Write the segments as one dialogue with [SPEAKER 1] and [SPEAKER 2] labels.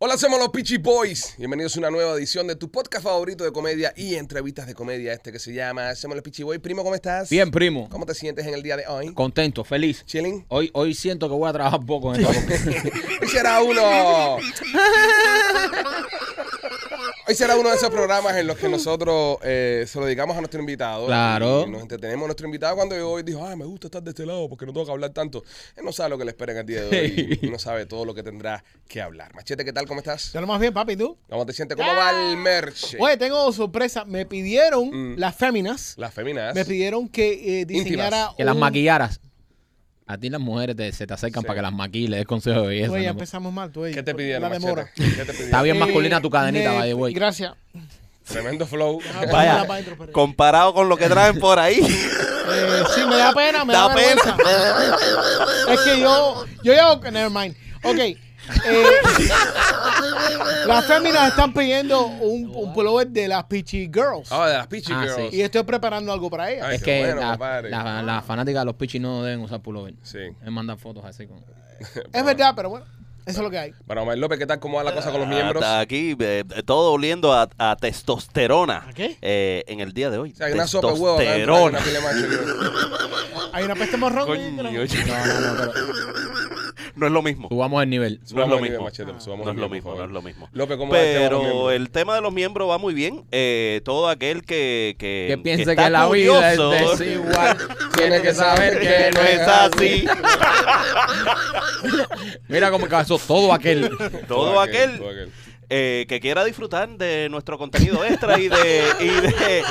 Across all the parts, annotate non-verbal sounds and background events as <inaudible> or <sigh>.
[SPEAKER 1] Hola, somos los Peachy Boys. Bienvenidos a una nueva edición de tu podcast favorito de comedia y entrevistas de comedia, este que se llama Somos los Peachy Boys. Primo, ¿cómo estás?
[SPEAKER 2] Bien, primo.
[SPEAKER 1] ¿Cómo te sientes en el día de hoy?
[SPEAKER 2] Contento, feliz.
[SPEAKER 1] ¿Chilling?
[SPEAKER 2] Hoy, hoy siento que voy a trabajar poco en esta boca.
[SPEAKER 1] Hoy será uno. Hoy será uno de esos programas en los que nosotros eh, se lo dedicamos a nuestro invitado.
[SPEAKER 2] Claro.
[SPEAKER 1] Y nos entretenemos. Nuestro invitado cuando llegó hoy dijo, ay, me gusta estar de este lado porque no tengo que hablar tanto. Él no sabe lo que le espera en el día de hoy. y No sabe todo lo que tendrá que hablar. Machete, ¿qué tal? ¿Cómo estás?
[SPEAKER 3] Yo lo más bien, papi, ¿y ¿tú?
[SPEAKER 1] ¿Cómo te sientes? ¿Cómo va el merch?
[SPEAKER 3] Oye, tengo sorpresa. Me pidieron las féminas.
[SPEAKER 1] Mm. Las feminas.
[SPEAKER 3] Me pidieron que eh, diseñara.
[SPEAKER 2] que las
[SPEAKER 4] Uh.
[SPEAKER 3] un-
[SPEAKER 2] maquillaras. A ti las mujeres te- se te acercan para que las maquiles, es consejo de belleza.
[SPEAKER 3] Oye, ya
[SPEAKER 2] ¿no?
[SPEAKER 4] pues,
[SPEAKER 3] empezamos mal, tú. oye,
[SPEAKER 1] ¿Qué te pidieron,
[SPEAKER 3] La
[SPEAKER 1] Machete?
[SPEAKER 3] demora.
[SPEAKER 1] ¿Qué te pidieron?
[SPEAKER 2] Está bien
[SPEAKER 3] Eh,
[SPEAKER 2] masculina tu cadenita,
[SPEAKER 3] me-
[SPEAKER 2] vaya, güey.
[SPEAKER 3] Gracias. Ah,
[SPEAKER 1] Tremendo flow.
[SPEAKER 3] Vaya.
[SPEAKER 5] Vaya,
[SPEAKER 3] pa' dentro, Pérez.
[SPEAKER 5] comparado con lo que traen por ahí,
[SPEAKER 3] Eh, sí, me da pena, me da,
[SPEAKER 5] da pena.
[SPEAKER 3] vergüenza. Es que yo. Yo llevo. Never mind. Ok. eh, las féminas están pidiendo un, un pullover de las Peachy Girls.
[SPEAKER 1] <laughs> Ah, de las Peachy
[SPEAKER 2] Ah,
[SPEAKER 1] Girls.
[SPEAKER 3] Y estoy preparando algo para ellas.
[SPEAKER 1] Ay,
[SPEAKER 2] Es
[SPEAKER 1] qué
[SPEAKER 2] que
[SPEAKER 1] bueno,
[SPEAKER 2] la-
[SPEAKER 1] compadre.
[SPEAKER 2] la- las fanáticas de los pichis no deben usar pullover.
[SPEAKER 1] Sí.
[SPEAKER 2] Es mandar fotos así con.
[SPEAKER 3] es verdad, pero bueno, eso es lo que hay.
[SPEAKER 1] Bueno, Omar López, ¿qué tal? ¿Cómo va la cosa con los miembros?
[SPEAKER 5] hasta Ah, aquí eh, todo oliendo a, a testosterona
[SPEAKER 3] ¿A qué?
[SPEAKER 5] eh, en el día de hoy.
[SPEAKER 1] O sea, hay una sopa de huevo. acá dentro, hay una
[SPEAKER 5] Testosterona.
[SPEAKER 1] pila de
[SPEAKER 5] <laughs>
[SPEAKER 1] macho.
[SPEAKER 3] Hay una peste morrón.
[SPEAKER 5] Coño,
[SPEAKER 3] ¿eh?
[SPEAKER 5] yo-
[SPEAKER 2] No, no, no, pero
[SPEAKER 5] no es lo mismo.
[SPEAKER 2] subamos el nivel.
[SPEAKER 5] No es
[SPEAKER 1] Subamos
[SPEAKER 5] lo
[SPEAKER 1] el nivel,
[SPEAKER 5] mismo.
[SPEAKER 1] machete, subamos
[SPEAKER 5] No
[SPEAKER 1] el
[SPEAKER 5] es lo
[SPEAKER 1] nivel, por
[SPEAKER 5] mismo, no
[SPEAKER 1] favor.
[SPEAKER 5] es lo mismo.
[SPEAKER 1] López, ¿cómo va el tema de los
[SPEAKER 5] Pero
[SPEAKER 1] miembros?
[SPEAKER 5] el tema de los miembros va muy bien. Eh, todo aquel que, que,
[SPEAKER 2] Que piense
[SPEAKER 5] está
[SPEAKER 2] que la vida
[SPEAKER 5] curioso,
[SPEAKER 2] es desigual. Tiene que saber
[SPEAKER 5] que <laughs> no
[SPEAKER 2] <laughs>
[SPEAKER 5] es así.
[SPEAKER 2] Mira cómo casó todo aquel.
[SPEAKER 5] Todo aquel
[SPEAKER 1] todo aquel.
[SPEAKER 5] eh, que quiera disfrutar de nuestro contenido extra y de y de,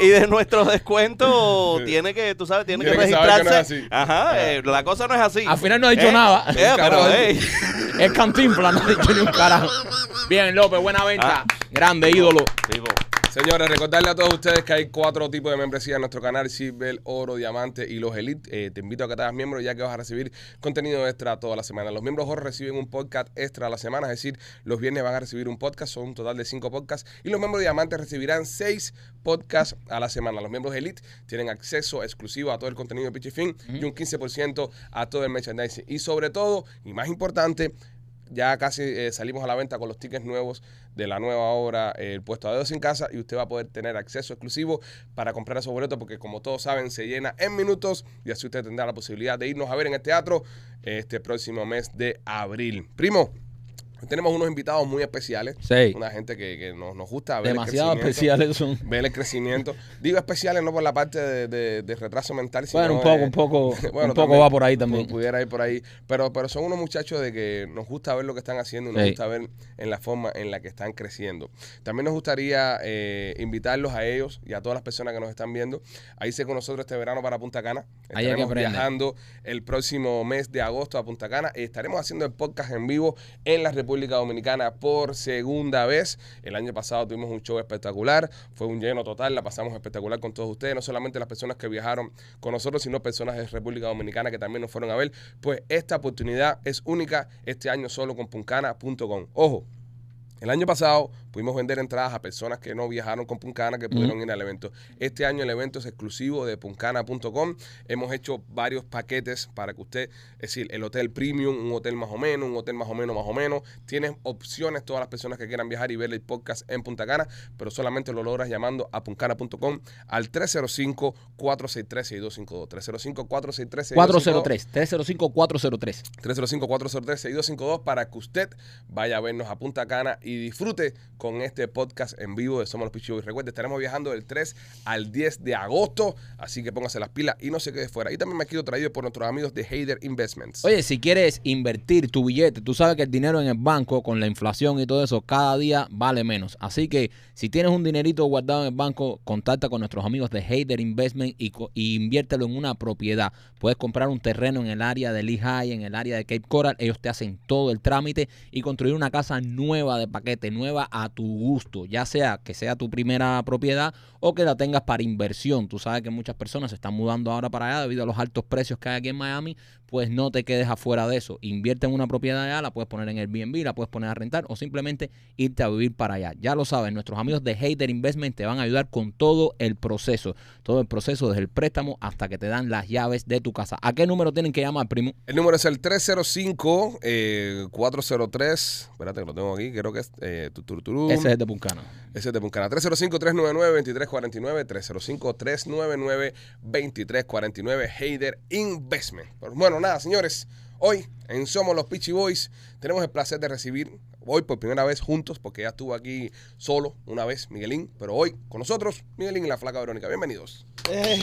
[SPEAKER 5] y, de nuestro descuento tiene que tú sabes tiene,
[SPEAKER 1] Tiene
[SPEAKER 5] que
[SPEAKER 1] que saber que no es
[SPEAKER 5] registrarse
[SPEAKER 1] así. Ah.
[SPEAKER 5] ajá eh, la cosa no es así
[SPEAKER 2] Al final no ha dicho
[SPEAKER 5] Eh,
[SPEAKER 2] nada.
[SPEAKER 5] eh, pero
[SPEAKER 1] Cabrón.
[SPEAKER 5] hey,
[SPEAKER 2] Es cantinfla, no ha dicho ni un carajo. Bien, López, buena venta.
[SPEAKER 5] Ah.
[SPEAKER 2] Grande ídolo.
[SPEAKER 5] digo,
[SPEAKER 1] Señores, recordarle a todos ustedes que hay cuatro tipos de membresía en nuestro canal, Silver, Oro, Diamante y los Elite. Eh, te invito a que te hagas miembro ya que vas a recibir contenido extra toda la semana. Los miembros Oro reciben un podcast extra a la semana, es decir, los viernes van a recibir un podcast, son un total de cinco podcasts. Y los miembros Diamante recibirán seis podcasts a la semana. Los miembros Elite tienen acceso exclusivo a todo el contenido de Pichifin y un 15% a todo el merchandising. Y sobre todo, y más importante, ya casi eh, salimos a la venta con los tickets nuevos de la nueva obra eh, El Puesto a Dedos en Casa y usted va a poder tener acceso exclusivo para comprar esos boletos porque como todos saben se llena en minutos y así usted tendrá la posibilidad de irnos a ver en el teatro este próximo mes de abril. Primo, hoy tenemos unos invitados muy especiales.
[SPEAKER 2] Sí.
[SPEAKER 1] Una gente que, que nos, nos gusta ver el
[SPEAKER 2] Demasiado
[SPEAKER 1] crecimiento,
[SPEAKER 2] especiales son.
[SPEAKER 1] Ver el crecimiento. Digo especiales no por la parte de, de- de retraso mental, sino
[SPEAKER 2] Bueno, un poco,
[SPEAKER 1] de-
[SPEAKER 2] un poco,
[SPEAKER 1] <laughs> bueno,
[SPEAKER 2] un poco
[SPEAKER 1] también,
[SPEAKER 2] va por ahí también.
[SPEAKER 1] pu- Pudiera ir por ahí. Pero, pero son unos muchachos de que nos gusta ver lo que están haciendo y nos
[SPEAKER 2] Sí.
[SPEAKER 1] gusta ver en la forma en la que están creciendo. También nos gustaría eh, invitarlos a ellos y a todas las personas que nos están viendo a irse con nosotros este verano para Punta Cana.
[SPEAKER 2] Ahí hay que
[SPEAKER 1] Estaremos
[SPEAKER 2] aprender.
[SPEAKER 1] viajando el próximo mes de agosto a Punta Cana. Estaremos haciendo el podcast en vivo en la República Dominicana por segunda vez. El año pasado tuvimos un show espectacular. Fue un lleno total. La pasamos espectacular con todos ustedes. No solamente las personas que viajaron con nosotros, sino personas de República Dominicana que también nos fueron a ver. Pues esta oportunidad es única este año solo con puncana.com. Ojo, el año pasado pudimos vender entradas a personas que no viajaron con Puncana, que pudieron ir al evento. Este año el evento es exclusivo de puncana.com. Hemos hecho varios paquetes para que usted, es decir, el hotel premium, un hotel más o menos, un hotel más o menos, más o menos. Tienes opciones todas las personas que quieran viajar y ver el podcast en Punta Cana, pero solamente lo logras llamando a puncana.com al 305-463-6252. 305-463-6252.
[SPEAKER 2] 403, 305 403.
[SPEAKER 1] 305-403-6252 para que usted vaya a vernos a Punta Cana y disfrute con este podcast en vivo de Somos los Pichibos. Recuerde, estaremos viajando del 3 al 10 de agosto, así que póngase las pilas y no se quede fuera. Y también me quedo traído por nuestros amigos de Hader Investments.
[SPEAKER 2] Oye, si quieres invertir tu billete, tú sabes que el dinero en el banco, con la inflación y todo eso, cada día vale menos. Así que si tienes un dinerito guardado en el banco, contacta con nuestros amigos de Hader Investment y, co- y inviértelo en una propiedad. Puedes comprar un terreno en el área de Lehigh, en el área de Cape Coral. Ellos te hacen todo el trámite y construir una casa nueva de paquete, nueva a tu gusto, ya sea que sea tu primera propiedad o que la tengas para inversión. Tú sabes que muchas personas se están mudando ahora para allá debido a los altos precios que hay aquí en Miami, pues no te quedes afuera de eso. Invierte en una propiedad allá, la puedes poner en Airbnb, la puedes poner a rentar o simplemente irte a vivir para allá. Ya lo sabes, nuestros amigos de Hater Investment te van a ayudar con todo el proceso, todo el proceso desde el préstamo hasta que te dan las llaves de tu casa. ¿A qué número tienen que llamar, primo?
[SPEAKER 1] El número es el eh, 305-403. Espérate que lo tengo aquí, creo que es. Eh, tu, tu, tu,
[SPEAKER 2] Ese es el de Puncana.
[SPEAKER 1] Ese es de Puncana. 305-399-2349. 305-399-2349. Hader Investment. Pero bueno, nada, señores. Hoy en Somos los Peachy Boys tenemos el placer de recibir hoy por primera vez juntos, porque ya estuvo aquí solo una vez Miguelín, pero hoy con nosotros Miguelín y la flaca Verónica. Bienvenidos.
[SPEAKER 3] Eh,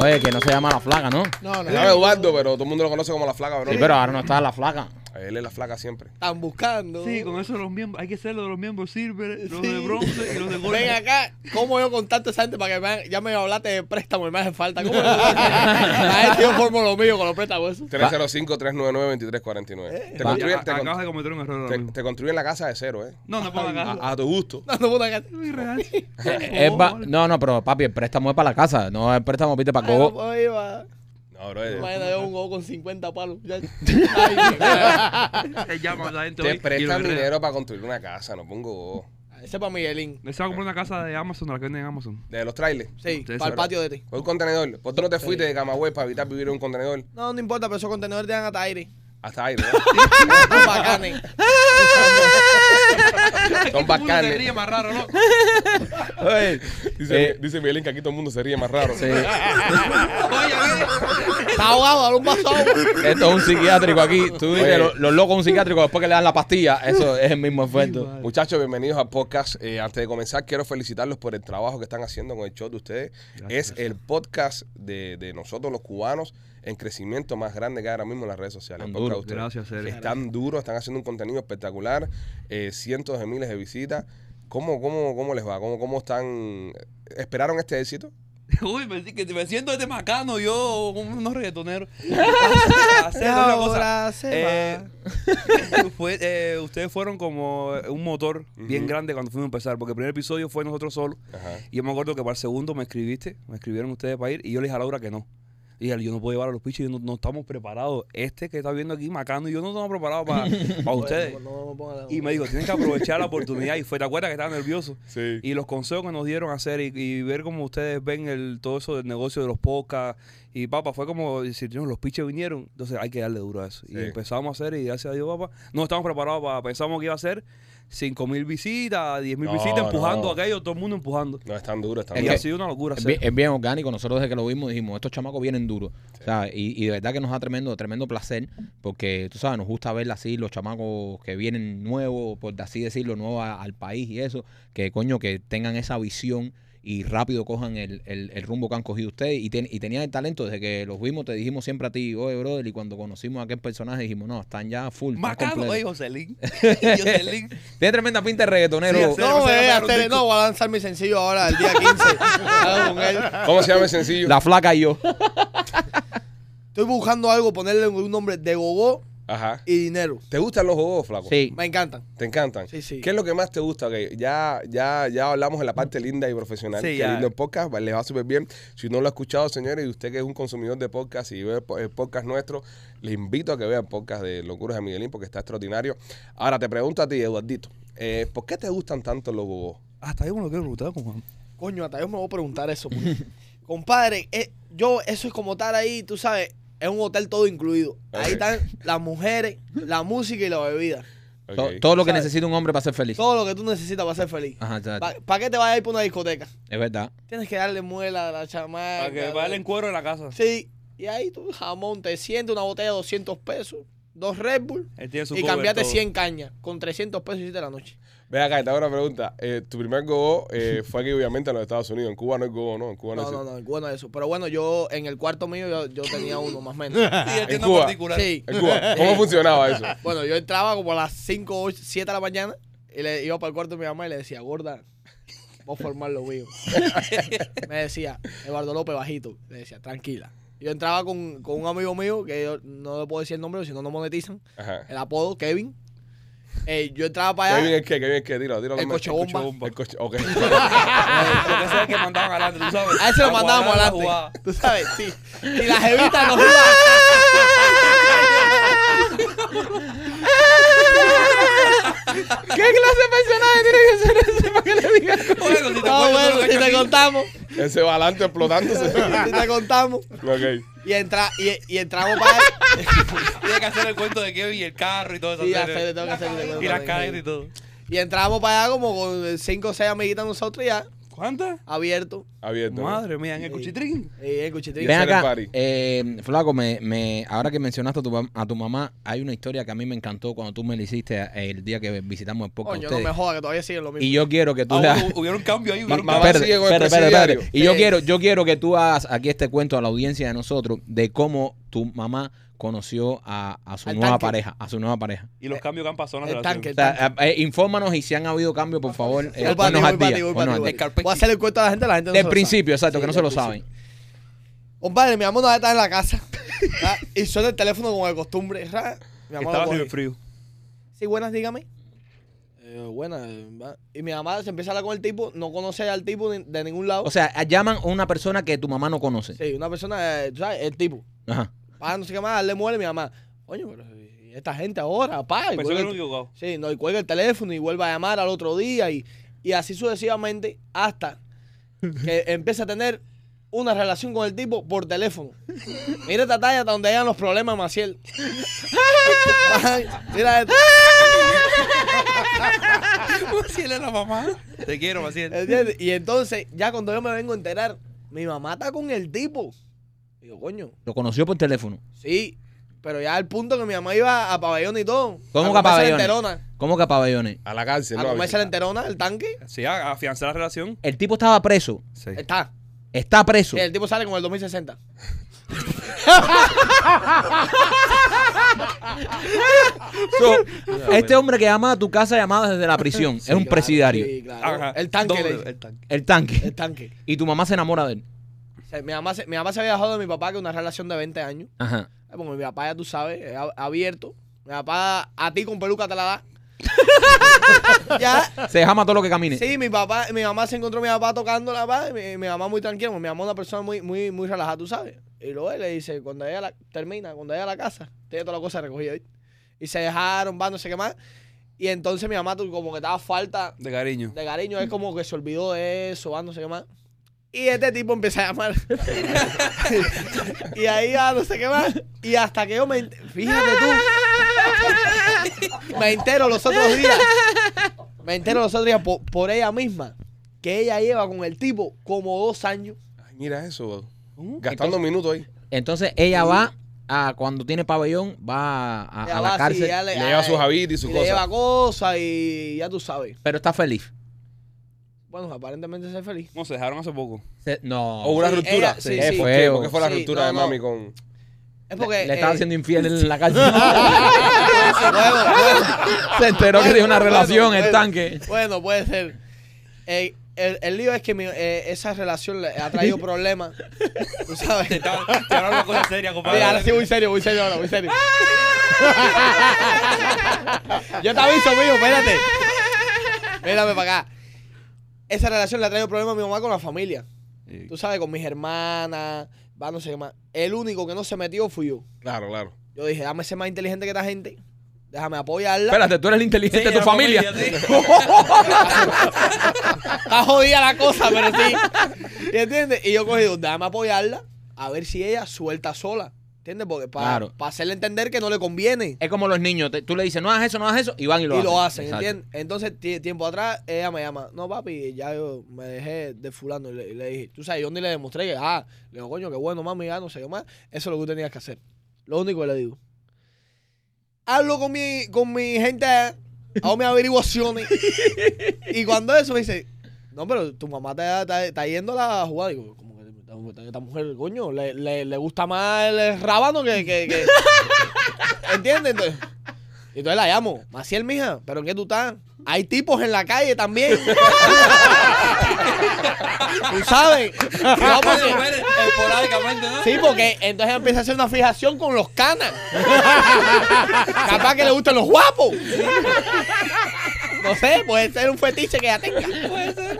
[SPEAKER 2] Oye, que no se llama la flaca, ¿no?
[SPEAKER 3] no,
[SPEAKER 1] Se llama
[SPEAKER 3] no.
[SPEAKER 1] Eduardo, pero todo el mundo lo conoce como la flaca
[SPEAKER 2] Sí,
[SPEAKER 1] Verónica.
[SPEAKER 2] pero ahora no está la flaca.
[SPEAKER 1] Él es la flaca siempre.
[SPEAKER 3] Están buscando.
[SPEAKER 6] Sí, con eso los miembros, hay que ser los miembros silver, los
[SPEAKER 3] Sí.
[SPEAKER 6] de bronce y los de gold.
[SPEAKER 3] Ven acá, ¿cómo yo contacto a esa gente para que me hagan- ya me hablaste de préstamo y me hace falta? ¿Cómo yo, <laughs> a este yo formo lo mío con los préstamos. eso.
[SPEAKER 1] 305-399-2349. Te,
[SPEAKER 2] Eh, Va.
[SPEAKER 1] construyen- te,
[SPEAKER 6] Acabas
[SPEAKER 1] con-
[SPEAKER 6] de cometer un error ahora
[SPEAKER 1] te-
[SPEAKER 6] mismo.
[SPEAKER 1] te construyen la casa de cero, ¿eh?
[SPEAKER 6] No, no pongan acá.
[SPEAKER 2] Ah.
[SPEAKER 1] A, a tu gusto.
[SPEAKER 3] No, no, puta, que-
[SPEAKER 6] Muy
[SPEAKER 1] <laughs>
[SPEAKER 6] real.
[SPEAKER 2] Eh, es va- no, no, pero papi, el préstamo es para la casa. No, el préstamo pide para
[SPEAKER 3] Ay, no,
[SPEAKER 2] Cobo.
[SPEAKER 3] pues, iba.
[SPEAKER 1] No, bro. eh,
[SPEAKER 3] Imagina yo un go con 50 palos. ya. <laughs>
[SPEAKER 6] Te llaman a la gente hoy.
[SPEAKER 1] Te
[SPEAKER 6] y lo
[SPEAKER 1] prestan
[SPEAKER 6] enredan.
[SPEAKER 1] dinero para construir una casa, no pongo.
[SPEAKER 3] Ay, Ese para Miguelín.
[SPEAKER 6] Les hago comprar una casa de Amazon, la que venden en Amazon.
[SPEAKER 1] De los trailers.
[SPEAKER 3] Sí,
[SPEAKER 6] Ustedes
[SPEAKER 3] para el
[SPEAKER 6] sabrán.
[SPEAKER 3] patio de ti.
[SPEAKER 1] Por un contenedor. ¿Por qué no te fuiste de Camagüey para evitar vivir en un contenedor?
[SPEAKER 3] No, no importa, pero esos contenedores te dan hasta aire.
[SPEAKER 1] Hasta aire,
[SPEAKER 3] <laughs> Son bacanes.
[SPEAKER 1] ¿no? Son
[SPEAKER 6] Todo el mundo se
[SPEAKER 1] bacanes.
[SPEAKER 6] ríe más raro, ¿no? <laughs>
[SPEAKER 2] Oye,
[SPEAKER 1] Dice,
[SPEAKER 2] Eh.
[SPEAKER 1] dice Miguelín que aquí todo el mundo se ríe más raro.
[SPEAKER 2] sí.
[SPEAKER 6] Oye,
[SPEAKER 3] Está ahogado, dale un vaso de <laughs> agua.
[SPEAKER 2] Esto es un psiquiátrico aquí. Tú
[SPEAKER 1] Oye.
[SPEAKER 2] dices, lo- los locos un psiquiátrico después que le dan la pastilla. Eso es el mismo efecto.
[SPEAKER 6] vale.
[SPEAKER 1] Muchachos, bienvenidos a podcast. Eh, antes de comenzar, quiero felicitarlos por el trabajo que están haciendo con el show de ustedes.
[SPEAKER 6] Gracias.
[SPEAKER 1] es el podcast de, de nosotros los cubanos en crecimiento más grande que hay ahora mismo en las redes sociales. El
[SPEAKER 2] Tan
[SPEAKER 1] podcast
[SPEAKER 6] güey.
[SPEAKER 1] de ustedes.
[SPEAKER 6] Gracias, Eric.
[SPEAKER 1] Están duros, están haciendo un contenido espectacular, eh, cientos de miles de visitas. ¿Cómo, cómo, cómo les va? ¿Cómo, ¿Cómo están? ¿Esperaron este éxito?
[SPEAKER 6] Uy, me, que me siento este macano, yo, como
[SPEAKER 1] <laughs>
[SPEAKER 6] unos reggaetoneros. Hacer otra
[SPEAKER 3] <laughs>
[SPEAKER 6] cosa.
[SPEAKER 3] Ahora se
[SPEAKER 6] Eh,
[SPEAKER 3] va.
[SPEAKER 6] <laughs> fue, eh, ustedes fueron como un motor bien
[SPEAKER 1] Ujú.
[SPEAKER 6] grande cuando fuimos a empezar, porque el primer episodio fue nosotros solos.
[SPEAKER 1] Ajá.
[SPEAKER 6] Y yo me acuerdo que para el segundo me escribiste, me escribieron ustedes para ir, y yo le dije a Laura que no. Y dije, yo no puedo llevar a los pichos, yo no, no estamos preparados. Este que está viendo aquí, Macano, y yo no estamos
[SPEAKER 1] <laughs>
[SPEAKER 6] preparados para, para ustedes.
[SPEAKER 3] Bueno, no, no me pongas la-
[SPEAKER 6] Y me dijo, tienen que aprovechar la oportunidad. Y fue, ¿te acuerdas que estaba nervioso?
[SPEAKER 1] Sí.
[SPEAKER 6] Y los consejos que nos dieron a hacer y, y ver cómo ustedes ven el, todo eso del negocio de los podcasts. Y papá, fue como decir, no, los piches vinieron, entonces hay que darle duro a eso.
[SPEAKER 1] Sí.
[SPEAKER 6] Y empezamos a hacer y gracias a Dios, papá, no estamos preparados para, pensamos que iba a ser 5 mil visitas, 10 mil
[SPEAKER 1] No,
[SPEAKER 6] visitas, empujando
[SPEAKER 1] no.
[SPEAKER 6] aquello, todo el mundo empujando.
[SPEAKER 1] No, están duros, están
[SPEAKER 2] Es
[SPEAKER 6] Y
[SPEAKER 2] que-
[SPEAKER 6] ha
[SPEAKER 1] duros.
[SPEAKER 6] sido una locura.
[SPEAKER 2] Es
[SPEAKER 6] hacer.
[SPEAKER 2] bien, es bien orgánico. Nosotros desde que lo vimos dijimos, estos chamacos vienen duros. O sea, y, y de verdad que nos da tremendo, tremendo placer porque, tú sabes, nos gusta verla así, los chamacos que vienen nuevos, por así decirlo, nuevos a- al país y eso, que coño, que tengan esa visión y rápido cojan el, el- el rumbo que han cogido ustedes. Y, ten- y tenían el talento desde que los vimos, te dijimos siempre a ti, oye, brother, y cuando conocimos a aquel personaje dijimos, no, están ya full. están completos".
[SPEAKER 6] Joselín. Joselín.
[SPEAKER 2] Tiene tremenda pinta de reggaetonero.
[SPEAKER 6] Sí,
[SPEAKER 3] No,
[SPEAKER 6] se
[SPEAKER 3] eh,
[SPEAKER 6] llamaron
[SPEAKER 3] hasta-
[SPEAKER 6] disco.
[SPEAKER 3] no, voy a lanzar mi sencillo ahora el día 15. <laughs> Hago con él.
[SPEAKER 1] ¿Cómo se llama el sencillo?
[SPEAKER 2] la flaca y yo.
[SPEAKER 3] Estoy buscando algo, ponerle un nombre de gogo
[SPEAKER 1] Ajá.
[SPEAKER 3] y dinero.
[SPEAKER 1] ¿Te gustan los juegos, flaco?
[SPEAKER 2] Sí.
[SPEAKER 3] Me encantan.
[SPEAKER 1] ¿Te encantan?
[SPEAKER 3] Sí, sí.
[SPEAKER 1] ¿Qué es lo que más te gusta? Ok, ya, ya, ya hablamos de la
[SPEAKER 3] Mm.
[SPEAKER 1] parte linda y profesional.
[SPEAKER 6] Sí,
[SPEAKER 1] Qué
[SPEAKER 6] ya.
[SPEAKER 1] lindo el podcast, va- les va súper bien. Si no lo ha escuchado, señores, y usted que es un consumidor de podcast y ve el po- el podcast nuestro, le invito a que vea el podcast de Locuras de Miguelín porque está extraordinario. Ahora te pregunto a ti, Eduardito, eh, ¿por qué te gustan tanto los bobos?
[SPEAKER 6] Hasta yo me lo quiero preguntar con Juan.
[SPEAKER 3] Coño, hasta yo me voy a preguntar eso. porque, Compadre, eh, yo, eso es como estar ahí, tú sabes, es un hotel todo incluido. Ahí
[SPEAKER 1] Ok.
[SPEAKER 3] están las mujeres, la música y la bebida.
[SPEAKER 1] Ok.
[SPEAKER 2] To- Todo lo que
[SPEAKER 3] ¿Sabes?
[SPEAKER 2] necesita un hombre para ser feliz.
[SPEAKER 3] Todo lo que tú necesitas para ser feliz.
[SPEAKER 2] Ajá, exacto.
[SPEAKER 3] ¿Para qué te vas a ir por una discoteca?
[SPEAKER 2] Es verdad.
[SPEAKER 3] Tienes que darle muela a la chamaca.
[SPEAKER 6] Para que bailen cuero en la casa.
[SPEAKER 3] Sí. Y ahí tú, jamón, te sientes una botella de 200 pesos, dos Red Bull
[SPEAKER 6] Él tiene su
[SPEAKER 3] y
[SPEAKER 6] cover
[SPEAKER 3] cambiaste
[SPEAKER 6] todo.
[SPEAKER 3] 100 cañas. Con 300 pesos hiciste la noche.
[SPEAKER 1] Ve acá, te hago una pregunta. Eh, tu primer gobo
[SPEAKER 3] <laughs>
[SPEAKER 1] eh, fue aquí, obviamente, en los Estados Unidos. En Cuba no es gobo, ¿no? En Cuba no,
[SPEAKER 3] No,
[SPEAKER 1] es-
[SPEAKER 3] no, no, bueno eso. Pero bueno, yo en el cuarto mío yo, yo tenía uno más o
[SPEAKER 6] <laughs>
[SPEAKER 3] menos.
[SPEAKER 6] Sí, él tiene
[SPEAKER 1] En
[SPEAKER 6] una
[SPEAKER 1] Cuba.
[SPEAKER 6] particular.
[SPEAKER 3] Sí.
[SPEAKER 1] En Cuba. ¿Cómo funcionaba
[SPEAKER 2] <laughs>
[SPEAKER 1] eso?
[SPEAKER 3] Bueno, yo entraba como a las 5 o 7 de la mañana y le iba para el cuarto de mi mamá y le decía, gorda, vos formar los <laughs> huevos. Me decía, Eduardo López bajito. Le decía, tranquila. Yo entraba con, con un amigo mío, que yo no le puedo decir el nombre, si no, no monetizan.
[SPEAKER 1] Ajá.
[SPEAKER 3] El apodo, Kevin. Eh, yo entraba para
[SPEAKER 1] ¿Qué
[SPEAKER 3] allá.
[SPEAKER 1] bien es que? ¿Qué bien es que? Tiro, tiro.
[SPEAKER 3] El coche bomba.
[SPEAKER 1] El coche, ok. <laughs>
[SPEAKER 6] Porque ese es el que mandaban adelante, tú sabes.
[SPEAKER 3] A ese lo
[SPEAKER 6] guardar
[SPEAKER 3] mandábamos
[SPEAKER 6] la
[SPEAKER 3] adelante.
[SPEAKER 6] jugada.
[SPEAKER 3] Tú sabes, sí. Y la jevita nos iba.
[SPEAKER 2] ¿Qué clase de personaje tiene que ser ese para que le diga cosas?
[SPEAKER 6] Bueno, si te
[SPEAKER 3] No,
[SPEAKER 6] acuerdas,
[SPEAKER 3] bueno, si te contamos,
[SPEAKER 1] Ese balante
[SPEAKER 3] <laughs>
[SPEAKER 1] explotándose.
[SPEAKER 3] si te contamos.
[SPEAKER 1] ok.
[SPEAKER 3] Y, entra, y, y entramos para... <laughs>
[SPEAKER 6] Tienes que hacer el cuento de Kevin y el carro y todo eso.
[SPEAKER 3] Sí, ya
[SPEAKER 6] ¿sabes?
[SPEAKER 3] sé, tengo que hacer el cuento
[SPEAKER 6] Y las
[SPEAKER 3] también,
[SPEAKER 6] calles
[SPEAKER 3] sí.
[SPEAKER 6] y todo.
[SPEAKER 3] Y entramos para allá como con cinco o seis amiguitas nosotros ya,
[SPEAKER 6] ¿Cuántas?
[SPEAKER 3] abierto.
[SPEAKER 1] Abierto. ¿no?
[SPEAKER 6] Madre mía, en el
[SPEAKER 3] Sí.
[SPEAKER 6] cuchitrín.
[SPEAKER 3] Y en cuchitrín.
[SPEAKER 1] Ve-
[SPEAKER 2] Ven
[SPEAKER 1] hacer el
[SPEAKER 2] acá,
[SPEAKER 1] party.
[SPEAKER 2] eh, Flaco, me, me, ahora que mencionaste a tu, mam- a tu mamá, hay una historia que a mí me encantó cuando tú me la hiciste eh, el día que visitamos el podcast.
[SPEAKER 3] Coño, no
[SPEAKER 2] ustedes.
[SPEAKER 3] me joda que todavía siguen lo mismo.
[SPEAKER 2] y yo quiero que tú le
[SPEAKER 6] Ah,
[SPEAKER 2] hagas- <laughs>
[SPEAKER 6] hubo- Hubieron un cambio ahí,
[SPEAKER 2] Ma-
[SPEAKER 6] hubieron un
[SPEAKER 1] Ma-
[SPEAKER 6] cambio.
[SPEAKER 1] mamá
[SPEAKER 2] espérate,
[SPEAKER 1] sigue con el
[SPEAKER 2] espérate,
[SPEAKER 3] este
[SPEAKER 2] espérate,
[SPEAKER 1] presidiario.
[SPEAKER 2] espérate. Y yo
[SPEAKER 3] Sí.
[SPEAKER 2] quiero, yo quiero que tú hagas aquí este cuento a la audiencia de nosotros de cómo tu mamá conoció a, a su
[SPEAKER 3] Al
[SPEAKER 2] nueva
[SPEAKER 3] tanque.
[SPEAKER 2] pareja, a su nueva pareja.
[SPEAKER 6] Y los cambios que han pasado en
[SPEAKER 3] El
[SPEAKER 6] la
[SPEAKER 2] O
[SPEAKER 3] tanque.
[SPEAKER 6] relación.
[SPEAKER 2] sea, eh, infórmanos y si han habido cambios, por favor, eh,
[SPEAKER 3] Voy para ti,
[SPEAKER 2] ponnos
[SPEAKER 3] voy
[SPEAKER 2] al
[SPEAKER 3] para
[SPEAKER 2] día.
[SPEAKER 3] ti, voy
[SPEAKER 2] ponnos
[SPEAKER 3] para
[SPEAKER 2] al
[SPEAKER 3] ti,
[SPEAKER 2] día.
[SPEAKER 3] voy para ti. Voy a hacer el cuento a la gente, la gente no se
[SPEAKER 2] Del
[SPEAKER 3] lo
[SPEAKER 2] principio,
[SPEAKER 3] sabe.
[SPEAKER 2] exacto,
[SPEAKER 3] Sí,
[SPEAKER 2] que no se
[SPEAKER 3] del
[SPEAKER 2] lo
[SPEAKER 3] principio.
[SPEAKER 2] saben.
[SPEAKER 3] Compadre, mi mamá no está en la casa. <laughs> ¿verdad? y suena el teléfono como de costumbre. ra. Mi mamá
[SPEAKER 6] Estaba
[SPEAKER 3] lo coge.
[SPEAKER 6] River Frío.
[SPEAKER 3] Sí, buenas, dígame. Eh, buenas. va. Y mi mamá se empieza a hablar con el tipo, no conoce al tipo ni- de ningún lado.
[SPEAKER 2] O sea, eh, llaman a una persona que tu mamá no conoce.
[SPEAKER 3] sí, una persona, eh, tú sabes, el tipo.
[SPEAKER 2] Ajá.
[SPEAKER 3] Pa, no sé qué más, le muere mi mamá. Coño, pero ¿y esta gente ahora, pa. Y
[SPEAKER 6] Pensó
[SPEAKER 3] cuelga
[SPEAKER 6] que era
[SPEAKER 3] el-
[SPEAKER 6] un equivocado.
[SPEAKER 3] sí, no, y cuelga el teléfono y vuelve a llamar al otro día y, y así sucesivamente hasta que empieza a tener una relación con el tipo por teléfono. Mira esta talla hasta donde llegan los problemas, Maciel. Ay, Mira esto.
[SPEAKER 6] Maciel era la mamá. Te quiero, Maciel.
[SPEAKER 3] ¿Entiendes? Y entonces, ya cuando yo me vengo a enterar, mi mamá está con el tipo. Digo, coño,
[SPEAKER 2] Lo conoció por teléfono.
[SPEAKER 3] sí. Pero ya al punto que mi mamá iba a pabellón y todo.
[SPEAKER 2] ¿Cómo
[SPEAKER 3] a
[SPEAKER 2] que a
[SPEAKER 3] comerse la
[SPEAKER 2] pabellones?
[SPEAKER 3] enterona.
[SPEAKER 2] ¿Cómo que a pabellones?
[SPEAKER 1] A la cárcel,
[SPEAKER 3] A
[SPEAKER 1] ¿no?
[SPEAKER 3] comerse la enterona, el tanque.
[SPEAKER 6] Sí, a- a afianzar la relación.
[SPEAKER 2] El tipo estaba preso.
[SPEAKER 6] Sí.
[SPEAKER 3] Está.
[SPEAKER 2] Está preso.
[SPEAKER 3] Sí, el tipo sale como el 2060.
[SPEAKER 2] So, este hombre que llama a tu casa llamaba desde la prisión. es un
[SPEAKER 3] Claro,
[SPEAKER 2] presidiario.
[SPEAKER 3] <laughs> sí, claro.
[SPEAKER 6] Ajá.
[SPEAKER 3] El tanque.
[SPEAKER 6] Doble,
[SPEAKER 3] le dice.
[SPEAKER 6] el tanque.
[SPEAKER 2] El tanque.
[SPEAKER 3] El tanque.
[SPEAKER 2] Y tu mamá se enamora de él.
[SPEAKER 3] O sea, mi, mamá se, mi mamá se había dejado de mi papá que una relación de 20 años.
[SPEAKER 2] Ajá.
[SPEAKER 3] Eh, Porque mi papá, ya tú sabes, es a- abierto. Mi papá a ti con peluca te la da. ya,
[SPEAKER 2] Se deja todo lo que camine.
[SPEAKER 3] Sí, mi papá, mi mamá se encontró a mi papá tocando la paz, mi, mi mamá muy tranquila, porque mi mamá es una persona muy, muy, muy relajada, tú sabes. Y luego él le dice, cuando ella la, termina, cuando ella a la casa, tiene toda la cosa recogida ¿viste? Y se dejaron, va, no sé qué más. Y entonces mi mamá tu- como que estaba falta
[SPEAKER 6] De cariño.
[SPEAKER 3] de cariño, es como que se olvidó de eso, va, no sé qué más. Y este tipo empieza a llamar. y ahí va, no sé qué más. Y hasta que yo me... ent- Fíjate tú. me entero los otros días. Me entero los otros días po- por, ella misma. Que ella lleva con el tipo como dos años.
[SPEAKER 1] Ay, mira eso.
[SPEAKER 3] Uh,
[SPEAKER 1] Gastando minutos ahí.
[SPEAKER 2] Entonces ella va a cuando tiene pabellón, va a, a
[SPEAKER 3] Ella va
[SPEAKER 2] la
[SPEAKER 3] así,
[SPEAKER 2] cárcel.
[SPEAKER 3] ella
[SPEAKER 1] Le lleva sus habitas y sus
[SPEAKER 3] y le lleva
[SPEAKER 1] cosas.
[SPEAKER 3] cosas y ya tú sabes.
[SPEAKER 2] Pero está feliz.
[SPEAKER 3] Bueno, aparentemente ser feliz.
[SPEAKER 6] No, se dejaron hace poco.
[SPEAKER 2] Se- no.
[SPEAKER 1] O una
[SPEAKER 3] Sí,
[SPEAKER 1] ruptura.
[SPEAKER 3] ella- sí,
[SPEAKER 1] Eh,
[SPEAKER 2] sí.
[SPEAKER 1] ¿Por qué? ¿Por qué
[SPEAKER 2] Feo.
[SPEAKER 1] fue la
[SPEAKER 3] Sí,
[SPEAKER 1] ruptura
[SPEAKER 3] no,
[SPEAKER 1] de
[SPEAKER 3] no.
[SPEAKER 1] mami con...?
[SPEAKER 3] Es porque...
[SPEAKER 2] le estaba
[SPEAKER 3] eh, <laughs>
[SPEAKER 2] siendo infiel en la cárcel.
[SPEAKER 3] bueno, bueno.
[SPEAKER 2] se enteró que
[SPEAKER 3] Bueno,
[SPEAKER 2] tiene una
[SPEAKER 3] bueno,
[SPEAKER 2] relación
[SPEAKER 3] bueno.
[SPEAKER 2] el tanque.
[SPEAKER 3] Bueno, puede ser. Eh, el, el lío es que mi- eh, esa relación le
[SPEAKER 2] <laughs>
[SPEAKER 3] ha traído problemas. Tú sabes.
[SPEAKER 6] Te hablaron una cosa seria, compadre.
[SPEAKER 3] Mira, ahora sí, muy serio, muy serio ahora,
[SPEAKER 2] <laughs>
[SPEAKER 3] muy serio. Yo te aviso, mío, espérate. Mírame para acá. Esa relación le ha traído problemas a mi mamá con la familia. Tú sabes, con mis hermanas, va, no sé qué más. El único que no se metió fui yo.
[SPEAKER 1] Claro, claro. <laughs>
[SPEAKER 3] Yo dije, déjame ser más inteligente que esta gente. Déjame apoyarla.
[SPEAKER 2] Espérate, tú eres el inteligente de tu
[SPEAKER 6] la
[SPEAKER 2] familia.
[SPEAKER 6] familia,
[SPEAKER 3] Está jodida la cosa, pero sí. ¿Y entiendes? Y yo cogí, digo, déjame apoyarla a ver si ella suelta sola. ¿Entiendes? Porque para
[SPEAKER 2] Claro.
[SPEAKER 3] hacerle entender que no le conviene.
[SPEAKER 2] Es como los niños. te- tú le dices, no hagas eso, no hagas eso, y van y lo
[SPEAKER 3] y
[SPEAKER 2] hacen.
[SPEAKER 3] lo hacen,
[SPEAKER 2] Exacto.
[SPEAKER 3] ¿entiendes? Entonces, ti- tiempo atrás, ella me llama, no, papi, ya yo me dejé de fulano. Y le, y le dije, tú sabes, yo ni le demostré que, ah, le digo, coño, qué bueno, mami, ya no sé qué más. Eso es lo que tú tenías que hacer. Lo único que le digo. Hablo con mi, con mi gente, hago
[SPEAKER 2] <laughs>
[SPEAKER 3] mis averiguaciones. y cuando eso me dice, no, pero tu mamá está, está, está yendo a la jugada. Digo, como que esta, esta mujer, coño, le, le, le gusta más el rábano que... que, que <laughs> ¿Entiendes? Entonces... Y entonces la llamo, Maciel, mija, ¿pero en qué tú estás? Hay tipos en la calle también. <laughs> ¿Tú sabes? No, porque-
[SPEAKER 6] Esporádicamente, ¿no?
[SPEAKER 3] sí, porque entonces empieza a hacer una fijación con los canas. Capaz que le gustan los guapos. No sé, puede ser un fetiche que ya tenga.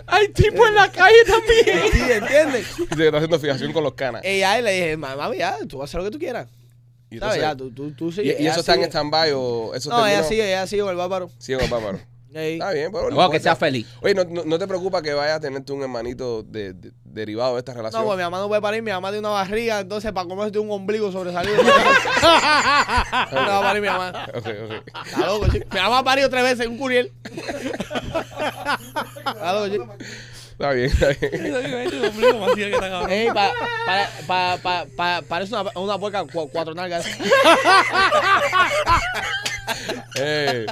[SPEAKER 2] Hay tipo en la calle también.
[SPEAKER 3] Sí, ¿entiendes? Eh,
[SPEAKER 1] Se está haciendo fijación con los canas.
[SPEAKER 3] Y ahí le dije, mamá, ya, tú vas a hacer lo que tú quieras.
[SPEAKER 1] Y, entonces-
[SPEAKER 3] ¿Sabes? Ya, tú, tú, tú
[SPEAKER 1] y-
[SPEAKER 3] sí.
[SPEAKER 1] y
[SPEAKER 3] ella
[SPEAKER 1] eso está en
[SPEAKER 3] sigue.
[SPEAKER 1] stand-by o eso
[SPEAKER 3] No, eh, ella
[SPEAKER 1] terminó?
[SPEAKER 3] sigue, ella sigue con el bárbaro.
[SPEAKER 1] Sí, con el
[SPEAKER 3] <laughs>
[SPEAKER 1] bárbaro.
[SPEAKER 3] Ey.
[SPEAKER 1] Está bien, pero no
[SPEAKER 2] Ojo, que
[SPEAKER 1] importa.
[SPEAKER 2] sea feliz.
[SPEAKER 1] Oye, no, no, no te preocupa que vayas a tenerte un hermanito de- de- derivado de esta relación?
[SPEAKER 3] No, pues mi mamá no puede parir, mi mamá tiene una barriga, entonces para comerse tiene un ombligo sobresalido.
[SPEAKER 1] <laughs>
[SPEAKER 3] no va a parir mi mamá.
[SPEAKER 1] <laughs> Ok, ok.
[SPEAKER 3] Está loco, chico. Mi mamá ha parido tres veces en un curiel. Está loco, chico.
[SPEAKER 1] Está bien, está bien.
[SPEAKER 3] Ey, pa- para, pa- pa- pa- parece una, una puerca cu- cuatro nalgas.
[SPEAKER 1] Eh,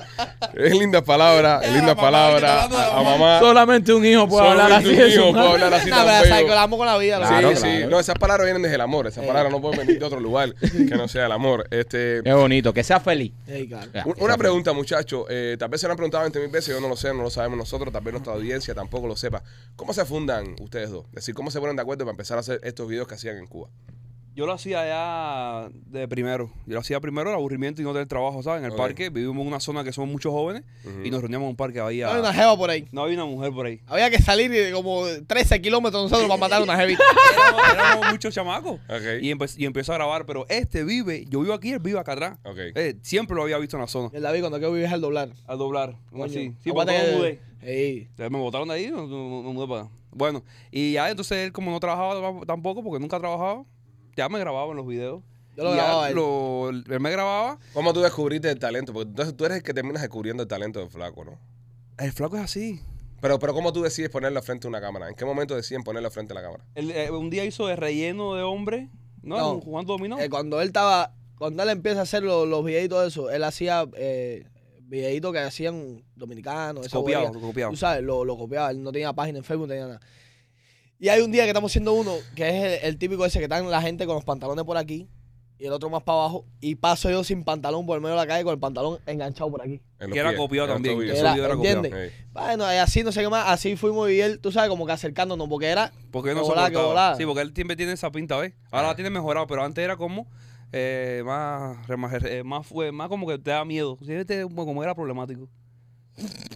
[SPEAKER 1] es linda palabra, es linda palabra. A, a mamá.
[SPEAKER 2] Solamente un hijo puede hablar así
[SPEAKER 1] Solamente un
[SPEAKER 2] de su
[SPEAKER 1] hijo puede
[SPEAKER 2] madre.
[SPEAKER 1] hablar así
[SPEAKER 3] No,
[SPEAKER 1] tan
[SPEAKER 3] pero
[SPEAKER 1] feo.
[SPEAKER 3] ¿sabes? que la amo con la vida. la Eh.
[SPEAKER 2] Claro,
[SPEAKER 1] sí, sí.
[SPEAKER 2] claro.
[SPEAKER 1] No, esas palabras vienen desde el amor. Esas palabras no pueden venir de otro lugar que no sea el amor. Este,
[SPEAKER 2] Qué bonito, que sea feliz.
[SPEAKER 3] verdad. Ey, claro.
[SPEAKER 1] Un-
[SPEAKER 2] Ya, que
[SPEAKER 1] Una
[SPEAKER 2] sea feliz.
[SPEAKER 1] pregunta, muchachos. Eh, tal vez se lo han preguntado 20 mil veces, yo no lo sé, no lo sabemos nosotros, tal vez nuestra audiencia tampoco lo sepa. ¿Cómo se fundan ustedes dos? Es decir, ¿cómo se ponen de acuerdo para empezar a hacer estos videos que hacían en Cuba?
[SPEAKER 6] Yo lo hacía ya de primero. Yo lo hacía primero, el aburrimiento y no tener trabajo, ¿sabes? En el
[SPEAKER 1] Ok.
[SPEAKER 6] parque. Vivimos en una zona que somos muchos jóvenes y nos reuníamos en un parque. Había,
[SPEAKER 3] No hay una jeva por ahí.
[SPEAKER 6] no había una mujer por ahí.
[SPEAKER 3] Había que salir de como 13 kilómetros nosotros para matar a una jevita.
[SPEAKER 6] Éramos, éramos muchos chamacos.
[SPEAKER 1] Ok.
[SPEAKER 6] Y, empe- y empiezo a grabar, pero este vive, yo vivo aquí, él vive acá atrás.
[SPEAKER 1] Ok.
[SPEAKER 6] Eh, siempre lo había visto en la zona.
[SPEAKER 3] El David, cuando que vives al doblar.
[SPEAKER 6] Al doblar,
[SPEAKER 3] Coño,
[SPEAKER 6] como así. Sí,
[SPEAKER 3] aguanta
[SPEAKER 6] porque
[SPEAKER 3] que-
[SPEAKER 6] me mudé.
[SPEAKER 3] Ey.
[SPEAKER 6] Ya Me botaron de ahí, me, me- me mudé para acá. Bueno, y ya entonces él como no trabajaba tam- tampoco, porque nunca trabajaba, ya me grababa en los videos.
[SPEAKER 3] Yo lo
[SPEAKER 6] Y ya
[SPEAKER 3] grababa a él.
[SPEAKER 6] lo- él me grababa.
[SPEAKER 1] ¿Cómo tú descubriste el talento? Porque entonces tú eres el que terminas descubriendo el talento del flaco, ¿no?
[SPEAKER 6] El flaco es así.
[SPEAKER 1] Pero, pero ¿cómo tú decides ponerlo frente a una cámara? ¿En qué momento deciden ponerlo frente a la cámara?
[SPEAKER 6] Él, eh, un día hizo de relleno de hombre, ¿no?
[SPEAKER 3] No.
[SPEAKER 6] Jugando dominó.
[SPEAKER 3] Eh, cuando él estaba, cuando él empieza a hacer lo- los videitos de eso, él hacía eh, videitos que hacían dominicanos, esa
[SPEAKER 6] Copiado,
[SPEAKER 3] bobería.
[SPEAKER 6] copiado.
[SPEAKER 3] Tú sabes, lo, lo copiaba, él no tenía página en Facebook, no tenía nada. Y hay un día que estamos haciendo uno, que es el, el típico ese que están la gente con los pantalones por aquí y el otro más para abajo, y paso yo sin pantalón por el medio de la calle con el pantalón enganchado por aquí.
[SPEAKER 1] En los
[SPEAKER 6] Que era
[SPEAKER 1] pies,
[SPEAKER 6] copiado
[SPEAKER 1] en los
[SPEAKER 6] también.
[SPEAKER 1] tobillos.
[SPEAKER 6] Ese
[SPEAKER 3] Era-
[SPEAKER 6] video era
[SPEAKER 3] ¿entiendes?
[SPEAKER 6] copiado.
[SPEAKER 1] Ey.
[SPEAKER 3] Bueno, y así no sé qué más, así fuimos y él, tú sabes, como que acercándonos, porque era
[SPEAKER 6] Porque
[SPEAKER 3] Que
[SPEAKER 6] no
[SPEAKER 3] volaba, que
[SPEAKER 6] soportaba.
[SPEAKER 3] volaba. Ah.
[SPEAKER 6] Sí, porque él siempre tiene esa pinta, ¿ves? Ahora la tiene mejorado, pero antes era como eh, más, re- más, re- más, fue, más como que te da miedo. Sí, este, como como era problemático.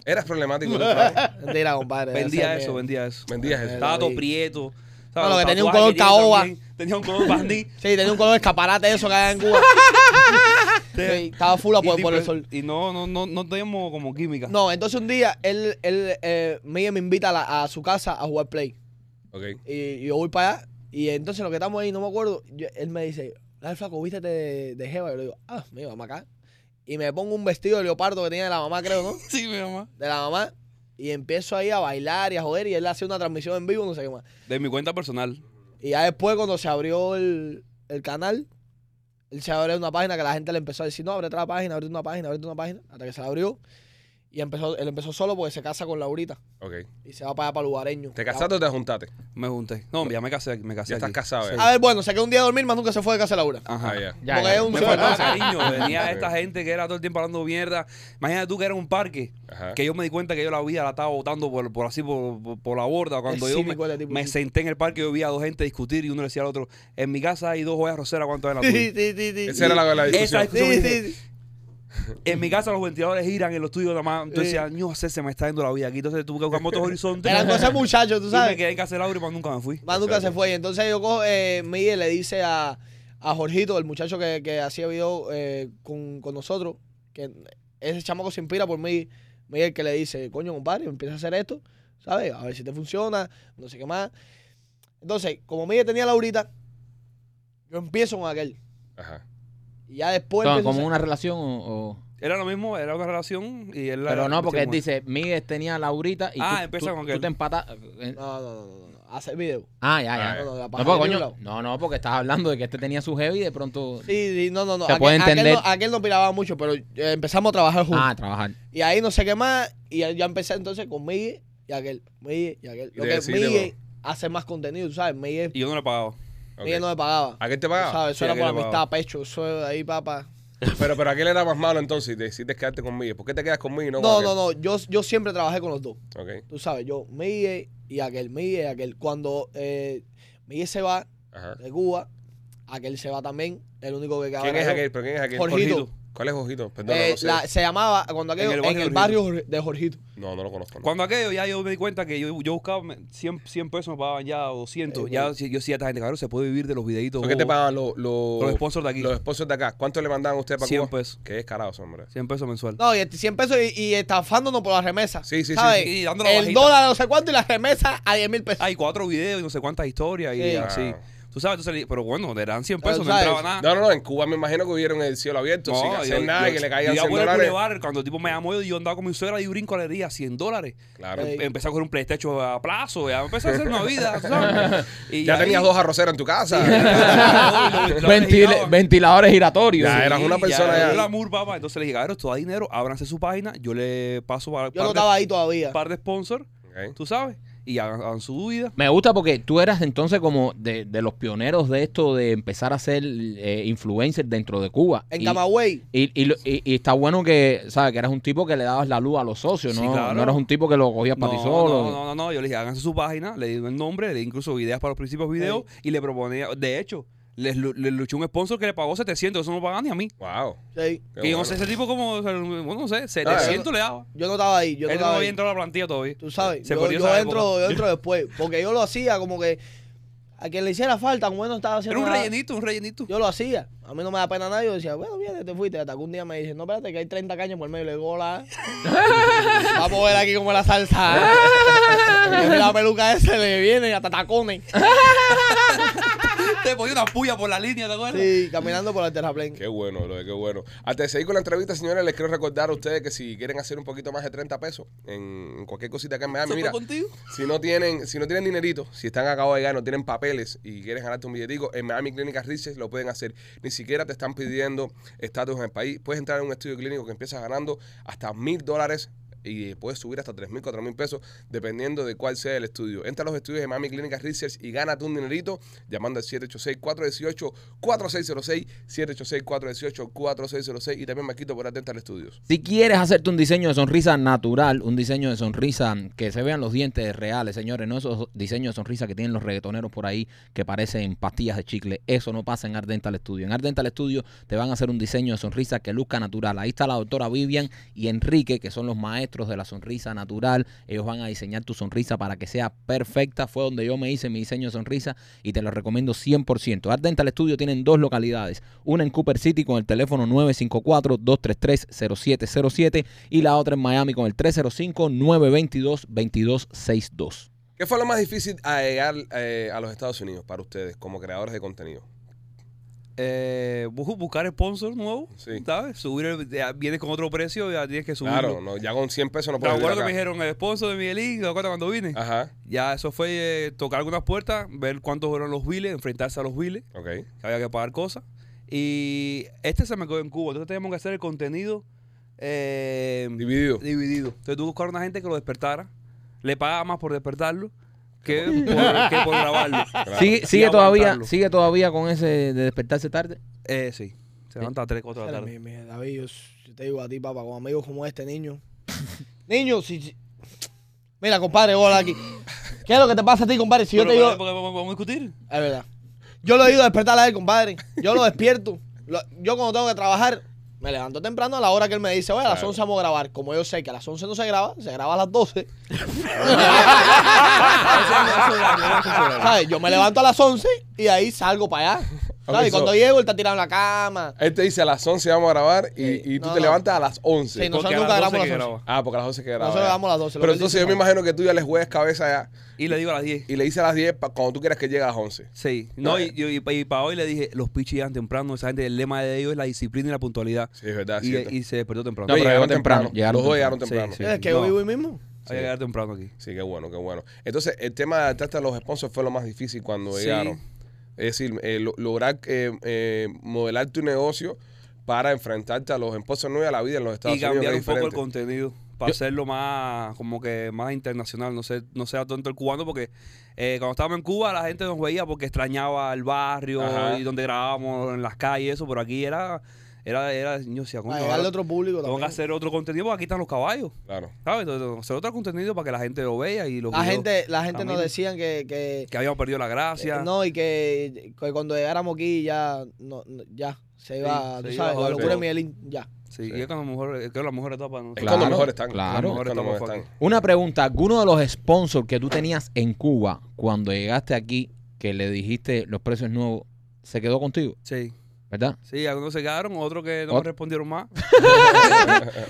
[SPEAKER 1] Eras
[SPEAKER 3] <laughs>
[SPEAKER 1] problemático. tú, flaco.
[SPEAKER 3] mentira, <laughs> compadre.
[SPEAKER 6] Vendía
[SPEAKER 3] ese
[SPEAKER 6] eso,
[SPEAKER 3] miedo.
[SPEAKER 6] vendía eso.
[SPEAKER 1] Vendías eso.
[SPEAKER 6] Estaba todo
[SPEAKER 3] vi.
[SPEAKER 6] prieto.
[SPEAKER 3] No, lo
[SPEAKER 6] Los
[SPEAKER 3] que tenía un color
[SPEAKER 6] tatuajes tenía
[SPEAKER 3] caoba.
[SPEAKER 6] también. Tenía
[SPEAKER 3] <laughs>
[SPEAKER 6] un color bandí.
[SPEAKER 3] Sí, tenía un color de escaparate eso que había en Cuba. <laughs> Sí, estaba full a por, por el sol.
[SPEAKER 6] Y no, no, no, no teníamos como química.
[SPEAKER 3] No, entonces un día él, él eh, Miguel me invita a, la- a su casa a jugar play.
[SPEAKER 1] Ok.
[SPEAKER 3] Y, y yo voy para allá. Y entonces lo que estamos ahí, no me acuerdo. yo- él me dice, dale flaco, vístete de, de Jeva. Yo le digo, ah, mira, vamos acá. Y me pongo un vestido de leopardo que tenía de la mamá, creo, ¿no?
[SPEAKER 6] <laughs> Sí, mi mamá.
[SPEAKER 3] De la mamá. Y empiezo ahí a bailar y a joder. Y él hace una transmisión en vivo, no sé qué más.
[SPEAKER 6] De mi cuenta personal.
[SPEAKER 3] Y ya después, cuando se abrió el, el canal, él se abrió una página que la gente le empezó a decir, no, abre otra página, abre una página, abre una página, hasta que se la abrió. Y empezó, él empezó solo porque se casa con Laurita
[SPEAKER 1] Ok.
[SPEAKER 3] y se va para allá para Lugareño.
[SPEAKER 1] ¿Te casaste o te juntaste?
[SPEAKER 6] Me junté. No, ya me casé, me casé
[SPEAKER 1] Ya estás
[SPEAKER 6] aquí.
[SPEAKER 1] casado,
[SPEAKER 6] Sí.
[SPEAKER 1] ¿eh?
[SPEAKER 3] A ver, bueno, se quedó un día a dormir, más nunca se fue de casa de Laura.
[SPEAKER 6] Ajá.
[SPEAKER 1] Ah, ya.
[SPEAKER 2] Ya,
[SPEAKER 3] Porque
[SPEAKER 2] ya.
[SPEAKER 3] es un
[SPEAKER 6] Me
[SPEAKER 3] solo
[SPEAKER 6] faltaba
[SPEAKER 3] casa.
[SPEAKER 6] cariño.
[SPEAKER 1] <laughs>
[SPEAKER 6] Venía esta gente que era todo el tiempo hablando mierda. Imagínate tú que era un parque.
[SPEAKER 1] Ajá.
[SPEAKER 6] Que yo me di cuenta que yo la vida la estaba botando por, por así, por, por- por la borda. Cuando
[SPEAKER 3] Es
[SPEAKER 6] yo me,
[SPEAKER 3] cínico este tipo,
[SPEAKER 6] me
[SPEAKER 3] sí.
[SPEAKER 6] senté en el parque, yo vi a dos gente discutir y uno le decía al otro, en mi casa hay dos ollas roseras,
[SPEAKER 3] <laughs>
[SPEAKER 6] ¿cuánto hay en la tuya?
[SPEAKER 3] Sí, sí, sí, sí.
[SPEAKER 1] Esa era la, la
[SPEAKER 6] Esa
[SPEAKER 1] discusión.
[SPEAKER 6] discusión
[SPEAKER 3] Sí,
[SPEAKER 6] me dije,
[SPEAKER 3] sí, sí.
[SPEAKER 6] En mi casa los ventiladores giran en los tuyos nada más. Entonces
[SPEAKER 3] Sí.
[SPEAKER 6] decía, no sé, se me está yendo la vida aquí. Entonces tuve que buscar otros horizontes.
[SPEAKER 3] Eran cosas muchachos, tú
[SPEAKER 6] <laughs> y
[SPEAKER 3] sabes.
[SPEAKER 6] me quedé en casa de Laura y más nunca me fui.
[SPEAKER 3] Más nunca se fue. Y entonces yo cojo, eh, Miguel le dice a, a Jorgito, el muchacho que, que hacía video eh, con, con nosotros, que ese chamaco se inspira por mí. Miguel que le dice, coño, compadre, empieza a hacer esto, ¿sabes? A ver si te funciona, no sé qué más. Entonces, como Miguel tenía la Laurita, yo empiezo con aquel.
[SPEAKER 1] Ajá.
[SPEAKER 3] Y ya después.
[SPEAKER 2] Son
[SPEAKER 3] empiezo a
[SPEAKER 2] como
[SPEAKER 3] hacer-
[SPEAKER 2] una relación o... o-
[SPEAKER 6] Era lo mismo, era una relación y él la-
[SPEAKER 2] Pero no, porque él
[SPEAKER 6] hacíamos-
[SPEAKER 2] dice, Miguel tenía a Laurita y
[SPEAKER 6] Ah,
[SPEAKER 2] tú,
[SPEAKER 6] empieza
[SPEAKER 2] tú-
[SPEAKER 6] con
[SPEAKER 2] tú
[SPEAKER 6] que-
[SPEAKER 2] te empatas...
[SPEAKER 3] No, no, no, no, no. Hacer video.
[SPEAKER 2] Ah, ya,
[SPEAKER 1] Ah,
[SPEAKER 2] ya.
[SPEAKER 1] ya.
[SPEAKER 3] No, no, la
[SPEAKER 2] No,
[SPEAKER 3] paja
[SPEAKER 2] porque,
[SPEAKER 3] de ningún
[SPEAKER 2] coño,
[SPEAKER 3] lado.
[SPEAKER 2] no, no, porque estás hablando de que este tenía su heavy y de pronto...
[SPEAKER 3] Sí, sí, no, no, no.
[SPEAKER 2] Se puede entender.
[SPEAKER 3] no, aquel no piraba mucho, pero eh, empezamos a trabajar juntos.
[SPEAKER 2] Ah, trabajar.
[SPEAKER 3] Y ahí no sé qué más. Y ya ya empecé entonces con Miguel y aquel. Miguel y aquel. Lo
[SPEAKER 1] Y
[SPEAKER 3] que
[SPEAKER 1] decirle,
[SPEAKER 3] Miguel hace más contenido, tú sabes. Miguel,
[SPEAKER 6] Y yo no le pagaba.
[SPEAKER 1] Ok.
[SPEAKER 3] Miguel no me pagaba.
[SPEAKER 1] ¿A qué te
[SPEAKER 3] Tú
[SPEAKER 1] pagaba?
[SPEAKER 3] ¿Sabes? Eso
[SPEAKER 6] Sí,
[SPEAKER 3] era
[SPEAKER 6] aquel
[SPEAKER 3] por
[SPEAKER 6] le
[SPEAKER 3] amistad,
[SPEAKER 6] pagaba.
[SPEAKER 3] pecho. Eso era ahí, papá.
[SPEAKER 1] Pero, pero aquel era más malo entonces y decides quedarte conmigo. ¿Por qué te quedas conmigo y no
[SPEAKER 3] No,
[SPEAKER 1] con
[SPEAKER 3] no, no. Yo, yo siempre trabajé con los dos.
[SPEAKER 1] no. Ok.
[SPEAKER 3] Tú sabes, yo, Miguel y aquel. Miguel y aquel. Cuando eh, Miguel se va
[SPEAKER 1] Ajá.
[SPEAKER 3] de Cuba, aquel se va también. El único que queda.
[SPEAKER 1] ¿Quién es aquel? ¿Pero quién es aquel?
[SPEAKER 3] Jorgito.
[SPEAKER 6] Jorgito.
[SPEAKER 1] ¿Cuál es Ojito? Perdón,
[SPEAKER 3] Eh,
[SPEAKER 1] no sé.
[SPEAKER 3] la- se llamaba cuando aquello
[SPEAKER 6] En
[SPEAKER 3] en
[SPEAKER 6] el barrio
[SPEAKER 3] el
[SPEAKER 6] de
[SPEAKER 3] barrio Jor- de Jorgito.
[SPEAKER 1] No, no lo conozco. no.
[SPEAKER 6] Cuando aquello ya yo me di cuenta que yo, yo buscaba me- 100, 100 pesos, me pagaban ya 200.
[SPEAKER 3] Eh,
[SPEAKER 6] ya si- yo decía a esta gente, cabrón, se puede vivir de los videitos.
[SPEAKER 1] ¿Por qué te
[SPEAKER 6] bobos.
[SPEAKER 1] pagaban los, los,
[SPEAKER 6] Los sponsors de aquí.
[SPEAKER 1] Los sponsors de acá. ¿Cuánto le mandaban a usted para
[SPEAKER 6] 100
[SPEAKER 1] Cuba?
[SPEAKER 6] pesos.
[SPEAKER 1] Qué descarados, hombre.
[SPEAKER 6] 100 pesos mensual.
[SPEAKER 3] No, y este 100 pesos y, y estafándonos por la remesa.
[SPEAKER 1] Sí, sí, sí,
[SPEAKER 3] ¿sabes?
[SPEAKER 6] sí, y dándolo
[SPEAKER 3] Eh, El
[SPEAKER 6] bajita.
[SPEAKER 3] dólar a no sé cuánto y la remesa a 10 mil pesos.
[SPEAKER 6] Hay cuatro videos y no sé cuántas historias y
[SPEAKER 3] Sí.
[SPEAKER 6] así. Tú sabes, tú salí- pero bueno, te dan 100
[SPEAKER 3] Pero
[SPEAKER 6] pesos,
[SPEAKER 3] tú
[SPEAKER 6] no
[SPEAKER 3] sabes,
[SPEAKER 6] entraba nada.
[SPEAKER 1] No, no, no. En Cuba me imagino que hubieron el cielo abierto sin hacer nada y que le caían
[SPEAKER 6] Ah. yo
[SPEAKER 1] 100
[SPEAKER 6] iba por el
[SPEAKER 1] dólares.
[SPEAKER 6] bulevar, cuando el tipo me llamó, yo andaba con mi suegra y brinco a la herida, 100 dólares.
[SPEAKER 1] Claro.
[SPEAKER 3] Ey.
[SPEAKER 6] Empecé a coger un PlayStation a plazo, ya empecé a hacer una vida, ¿tú ¿sabes? Y
[SPEAKER 1] ya
[SPEAKER 6] ahí-
[SPEAKER 1] tenías dos arroceros en tu casa.
[SPEAKER 6] Ventile-
[SPEAKER 2] Ventile- ventiladores giratorios.
[SPEAKER 1] Ya, era- eras una persona ya.
[SPEAKER 6] Yo era Moore, papá. Entonces le dije, cabrón, esto da dinero, ábranse su página, yo le paso para
[SPEAKER 3] Yo no estaba ahí todavía.
[SPEAKER 6] par de sponsors,
[SPEAKER 1] Ok.
[SPEAKER 6] tú sabes, y hagan, hagan su vida.
[SPEAKER 2] Me gusta porque tú eras entonces como de, de los pioneros de esto de empezar a ser eh, influencer dentro de Cuba.
[SPEAKER 3] En
[SPEAKER 2] Y-
[SPEAKER 3] Camagüey.
[SPEAKER 2] Y, y, lo- y- y está bueno que, ¿sabes? Que eras un tipo que le dabas la luz a los socios, ¿no?
[SPEAKER 6] Sí, claro.
[SPEAKER 2] No eras un tipo que lo cogías para ti
[SPEAKER 6] no,
[SPEAKER 2] solo.
[SPEAKER 6] no, no, no, no, yo le dije, háganse su página, le di el nombre, le di incluso ideas para los principios videos y le proponía, de hecho, les lu- le luché un sponsor que le pagó 700, eso no pagaban ni a mí.
[SPEAKER 1] Wow.
[SPEAKER 3] Sí.
[SPEAKER 1] qué
[SPEAKER 6] y yo
[SPEAKER 1] bueno.
[SPEAKER 6] no sé, ese tipo como, o sea, bueno, no sé, 700 le daba.
[SPEAKER 3] Yo no estaba ahí. Ah, Yo no
[SPEAKER 6] Él no
[SPEAKER 3] estaba
[SPEAKER 6] había
[SPEAKER 3] ahí.
[SPEAKER 6] entrado a la plantilla todavía.
[SPEAKER 3] Tú sabes.
[SPEAKER 6] Se
[SPEAKER 3] yo,
[SPEAKER 6] perdió
[SPEAKER 3] yo
[SPEAKER 6] esa
[SPEAKER 3] entro, yo entro después. Porque yo lo hacía como que a quien le hiciera falta, bueno, ah, estaba
[SPEAKER 6] Era
[SPEAKER 3] haciendo.
[SPEAKER 6] un
[SPEAKER 3] nada.
[SPEAKER 6] rellenito, un rellenito.
[SPEAKER 3] Yo lo hacía. A mí no me da pena nada. Yo decía, bueno, bien, te fuiste. Hasta que un día me dicen, no, espérate, que hay 30 cañas por medio. Le digo,
[SPEAKER 6] <laughs>
[SPEAKER 3] hola. Vamos a ver aquí cómo es la salsa. Y la peluca esa le viene hasta tacones.
[SPEAKER 6] Te ponía una puya por la línea, ¿te acuerdas?
[SPEAKER 3] Sí, caminando por el terraplén.
[SPEAKER 1] Qué bueno, lo de qué bueno. Antes de seguir con la entrevista, señores, les quiero recordar a ustedes que si quieren hacer un poquito más de 30 pesos en en cualquier cosita que me Miami,
[SPEAKER 6] ¿Se fue
[SPEAKER 1] mira,
[SPEAKER 6] contigo?
[SPEAKER 1] si no tienen, si no tienen dinerito, si están acabados de llegar, no tienen papeles y quieren ganarte un billetico, en Miami Clínicas Riches lo pueden hacer. Ni siquiera te están pidiendo estatus en el país. Puedes entrar en un estudio clínico que empiezas ganando hasta mil dólares y puedes subir hasta tres mil, cuatro mil pesos, dependiendo de cuál sea el estudio. Entra a los estudios de Miami Clínicas Research y gánate un dinerito llamando al 786-418-4606, 786-418-4606 y también me quito por Atental Studios.
[SPEAKER 2] Si quieres hacerte un diseño de sonrisa natural, un diseño de sonrisa que se vean los dientes reales, señores, no esos diseños de sonrisa que tienen los reggaetoneros por ahí que parecen pastillas de chicle, eso no pasa en Art Dental Studio. En Art Dental Studio te van a hacer un diseño de sonrisa que luzca natural. Ahí está la doctora Vivian y Enrique, que son los maestros de la sonrisa natural. Ellos van a diseñar tu sonrisa para que sea perfecta. Fue donde yo me hice mi diseño de sonrisa y te lo recomiendo 100%. Art Dental Studio tienen dos localidades, una en Cooper City con el teléfono 954-233-0707 y la otra en Miami con el 305-922-2262.
[SPEAKER 1] ¿Qué fue lo más difícil a llegar eh, a los Estados Unidos para ustedes como creadores de contenido?
[SPEAKER 6] Eh, bu- buscar sponsor nuevo,
[SPEAKER 1] Sí.
[SPEAKER 6] ¿sabes? Subir el, ya vienes con otro precio, ya tienes que subirlo.
[SPEAKER 1] Claro, no, ya con 100 pesos no
[SPEAKER 6] ¿Te
[SPEAKER 1] puedes vivir
[SPEAKER 6] acuerdas que me
[SPEAKER 1] acá.
[SPEAKER 6] dijeron el sponsor de Miguelín? ¿Te acuerdas cuando vine?
[SPEAKER 3] Ah.
[SPEAKER 1] Ajá,
[SPEAKER 6] Ya eso fue eh, tocar algunas puertas, ver cuántos eran los biles, enfrentarse a los biles,
[SPEAKER 1] ok.
[SPEAKER 6] que había que pagar cosas. Y este se me quedó en Cuba, entonces teníamos que hacer el contenido eh,
[SPEAKER 1] Dividido.
[SPEAKER 6] dividido. Entonces tú buscar una gente que lo despertara, le pagaba más por despertarlo que por, <laughs> que por grabarlo.
[SPEAKER 1] Claro.
[SPEAKER 2] ¿Sigue,
[SPEAKER 6] Y
[SPEAKER 2] sigue todavía,
[SPEAKER 6] aguantarlo.
[SPEAKER 2] ¿Sigue todavía con ese de despertarse tarde?
[SPEAKER 6] Eh, sí, se levanta a 3, 4 de la
[SPEAKER 3] Mira,
[SPEAKER 6] tarde.
[SPEAKER 3] mi- mi- David, yo, s- yo te digo a ti, papá, con amigos como este niño. <laughs> niño, si. si- Mira, compadre, hola aquí. ¿Qué es lo que te pasa a ti, compadre? Si yo
[SPEAKER 6] Pero,
[SPEAKER 3] te digo.
[SPEAKER 6] pero, pero, ¿Vamos a discutir?
[SPEAKER 3] Es verdad. Yo lo he ido a despertar a él, compadre. Yo lo despierto. Lo- yo cuando tengo que trabajar, me levanto temprano a la hora que él me dice, oye, a las
[SPEAKER 1] Claro.
[SPEAKER 3] 11 vamos a grabar. Como yo sé que a las 11 no se graba, se graba a
[SPEAKER 1] <laughs>
[SPEAKER 3] las 12. <laughs> ¿Sabes? Yo me levanto a las 11 y de ahí salgo para allá. ¿Sabes?
[SPEAKER 1] Ok,
[SPEAKER 3] Y cuando
[SPEAKER 1] so-
[SPEAKER 3] llego, él está tirado en la cama.
[SPEAKER 1] Él te dice a las 11 vamos a grabar y,
[SPEAKER 3] Sí.
[SPEAKER 1] y tú
[SPEAKER 3] No,
[SPEAKER 1] te
[SPEAKER 3] no.
[SPEAKER 1] levantas a las 11.
[SPEAKER 3] Sí, no. Nosotros
[SPEAKER 6] Porque a
[SPEAKER 3] nunca
[SPEAKER 6] las
[SPEAKER 3] grabamos
[SPEAKER 6] 12 que
[SPEAKER 3] las once.
[SPEAKER 6] graba.
[SPEAKER 1] Ah, porque a las 11 que grabamos.
[SPEAKER 3] Nosotros grabamos a las 12, lo
[SPEAKER 1] Pero
[SPEAKER 3] que él
[SPEAKER 1] entonces
[SPEAKER 3] dice,
[SPEAKER 1] yo me
[SPEAKER 3] no.
[SPEAKER 1] imagino que tú ya les juegas cabeza ya
[SPEAKER 6] Y le digo a las 10.
[SPEAKER 1] y le dices a las 10 pa- cuando tú quieras que llegue a las 11.
[SPEAKER 6] Sí,
[SPEAKER 1] No,
[SPEAKER 6] no, y,
[SPEAKER 1] eh.
[SPEAKER 6] para hoy le dije, los pichis llegan temprano, esa gente, el lema de ellos es la disciplina y la puntualidad.
[SPEAKER 1] Sí, es verdad, es
[SPEAKER 6] Y,
[SPEAKER 1] cierto.
[SPEAKER 6] y se despertó temprano.
[SPEAKER 2] No, pero llegaron temprano,
[SPEAKER 1] Los
[SPEAKER 2] llegaron
[SPEAKER 1] dos llegaron
[SPEAKER 2] temprano.
[SPEAKER 1] temprano.
[SPEAKER 6] Sí,
[SPEAKER 1] Sí,
[SPEAKER 6] sí.
[SPEAKER 3] Es que yo
[SPEAKER 6] No.
[SPEAKER 3] vivo ahí mismo.
[SPEAKER 6] Hay que llegar temprano aquí.
[SPEAKER 1] qué bueno, qué bueno. Entonces, el tema de adaptarte a los sponsors fue lo más difícil cuando
[SPEAKER 6] Sí.
[SPEAKER 1] llegaron. Es decir, eh, lo- lograr eh, eh, modelar tu negocio para enfrentarte a los sponsors nuevos y a la vida en los Estados
[SPEAKER 6] Y
[SPEAKER 1] Unidos.
[SPEAKER 6] cambiar
[SPEAKER 1] que
[SPEAKER 6] un
[SPEAKER 1] es
[SPEAKER 6] poco el
[SPEAKER 1] diferente.
[SPEAKER 6] contenido para
[SPEAKER 2] Yo-
[SPEAKER 6] hacerlo más, como que más internacional, no sé, no sea tanto el cubano, porque eh, cuando estábamos en Cuba la gente nos veía porque extrañaba el barrio
[SPEAKER 1] Ajá.
[SPEAKER 6] y donde grabábamos, en las calles, y eso, pero aquí era, era, era, yo decía, coño,
[SPEAKER 3] Para
[SPEAKER 6] ahora
[SPEAKER 3] llegarle a otro público
[SPEAKER 6] tengo que
[SPEAKER 3] también.
[SPEAKER 6] hacer otro contenido, porque aquí están los caballos,
[SPEAKER 1] Claro.
[SPEAKER 6] ¿sabes? Entonces, tengo que hacer otro contenido para que la gente lo vea y los
[SPEAKER 3] La
[SPEAKER 6] videos-
[SPEAKER 3] gente, la gente
[SPEAKER 6] también.
[SPEAKER 3] nos decían que- que
[SPEAKER 6] que habíamos perdido la gracia.
[SPEAKER 3] Eh, No, y que, que cuando llegáramos aquí ya, no, no- ya, Se iba,
[SPEAKER 6] Sí,
[SPEAKER 3] tú
[SPEAKER 6] se iba
[SPEAKER 3] sabes, la locura
[SPEAKER 6] joder,
[SPEAKER 3] de
[SPEAKER 1] pero-
[SPEAKER 3] Miguelín, ya.
[SPEAKER 6] Sí,
[SPEAKER 1] Sí.
[SPEAKER 6] y es cuando mejor, es que la mejor etapa, ¿no?
[SPEAKER 1] Es
[SPEAKER 2] Claro,
[SPEAKER 1] cuando mejor están.
[SPEAKER 2] claro.
[SPEAKER 1] Es cuando mejor están.
[SPEAKER 2] Una pregunta, ¿alguno de los sponsors que tú tenías en Cuba cuando llegaste aquí, que le dijiste los precios nuevos, se quedó contigo,
[SPEAKER 6] Sí.
[SPEAKER 2] verdad?
[SPEAKER 6] Sí, algunos se quedaron, otros que no
[SPEAKER 2] Ot-
[SPEAKER 6] me respondieron más.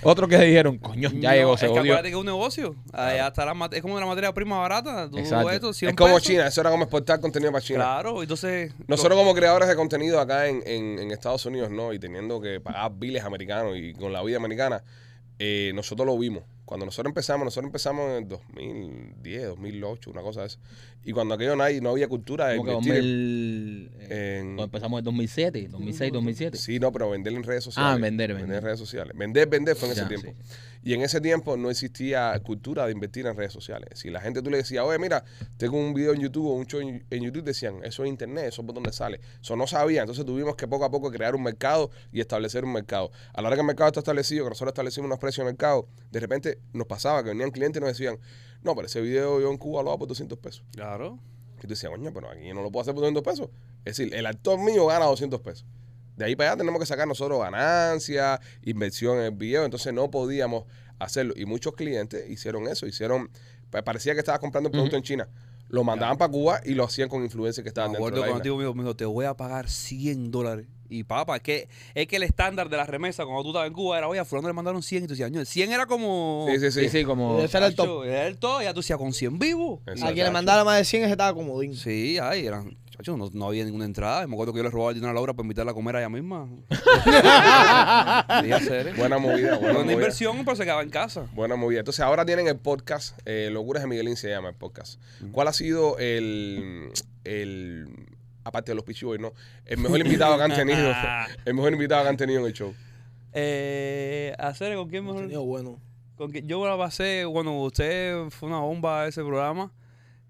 [SPEAKER 2] Otros que dijeron, coño, ya
[SPEAKER 6] No,
[SPEAKER 2] llegó, se
[SPEAKER 6] Es que
[SPEAKER 2] jodió.
[SPEAKER 6] acuérdate que es un negocio. Ahí hasta la mate- es como una materia prima barata. Tú
[SPEAKER 2] Exacto.
[SPEAKER 6] esto, 100
[SPEAKER 1] Es como
[SPEAKER 6] pesos.
[SPEAKER 1] China, eso era como exportar contenido para China.
[SPEAKER 6] Claro, entonces.
[SPEAKER 1] Nosotros como creadores de contenido acá en, en- en Estados Unidos, ¿no? Y teniendo que pagar biles americanos y con la vida americana, eh, nosotros lo vimos. Cuando nosotros empezamos, nosotros empezamos en el 2010, 2008, una cosa de eso. Y cuando aquello no, hay- no había cultura de
[SPEAKER 2] Como que
[SPEAKER 1] invertir
[SPEAKER 2] 2000, eh,
[SPEAKER 1] en...
[SPEAKER 2] cuando empezamos en 2007, 2006, 2007.
[SPEAKER 1] Sí, no, pero vender en redes sociales.
[SPEAKER 2] Ah, vender,
[SPEAKER 1] Vender
[SPEAKER 2] vender.
[SPEAKER 1] en redes sociales. Vender, vender fue en
[SPEAKER 2] Ya,
[SPEAKER 1] ese tiempo. Y en ese tiempo no existía cultura de invertir en redes sociales. Si la gente tú le decías, oye, mira, tengo un video en YouTube o un show en en YouTube, decían, eso es internet, eso es por donde sale. Eso no sabían. Entonces tuvimos que poco a poco crear un mercado y establecer un mercado. A la hora que el mercado está establecido, que nosotros establecimos unos precios de mercado, de repente nos pasaba que venían clientes y nos decían, no, pero ese video yo en Cuba lo hago por 200 pesos.
[SPEAKER 6] Claro.
[SPEAKER 1] Y tú decías, coño, pero aquí yo no lo puedo hacer por 200 pesos. Es decir, el actor mío gana 200 pesos. De ahí para allá tenemos que sacar nosotros ganancias, inversión en el video. Entonces no podíamos hacerlo. Y muchos clientes hicieron eso. Hicieron, pa- parecía que estabas comprando un producto en China. Lo mandaban para Cuba y lo hacían con influencers que
[SPEAKER 6] Me
[SPEAKER 1] estaban dentro
[SPEAKER 6] acuerdo
[SPEAKER 1] de la
[SPEAKER 6] cuando
[SPEAKER 1] isla.
[SPEAKER 6] el tipo me dijo, me dijo, te voy a pagar 100 dólares. Y papá, es que, es que el estándar de la remesa cuando tú estabas en Cuba era, oye, a fulano le mandaron 100. Y tú decías, "Ño, 100 era como...
[SPEAKER 1] Sí, sí, sí.
[SPEAKER 2] Sí, sí, como...
[SPEAKER 3] Ese era el top.
[SPEAKER 6] Chacho, Era el todo, ya tú decías, con 100 vivo.
[SPEAKER 1] Exacto.
[SPEAKER 3] A quien le mandara más de 100 ese estaba comodín.
[SPEAKER 6] Sí, ay, eran... Chacho, no, no había ninguna entrada. Y Me acuerdo que yo le robaba el dinero a Laura para invitarla a comer a
[SPEAKER 1] <laughs>
[SPEAKER 6] ella misma. sí, a serio.
[SPEAKER 1] Buena movida,
[SPEAKER 6] Era
[SPEAKER 1] buena
[SPEAKER 6] una
[SPEAKER 1] movida.
[SPEAKER 6] inversión, pero se quedaba en casa.
[SPEAKER 1] Buena movida. Entonces ahora tienen el podcast, eh, Locuras de Miguelín se llama el podcast. ¿Cuál ha sido el, el aparte de los Pichiboy, ¿no? El mejor invitado que han
[SPEAKER 6] <laughs>
[SPEAKER 1] tenido. el mejor invitado que han tenido en el show.
[SPEAKER 6] Eh, ¿A serio con quién mejor?
[SPEAKER 3] Contenido Este bueno.
[SPEAKER 6] Con que yo la pasé, bueno, usted fue una bomba ese programa.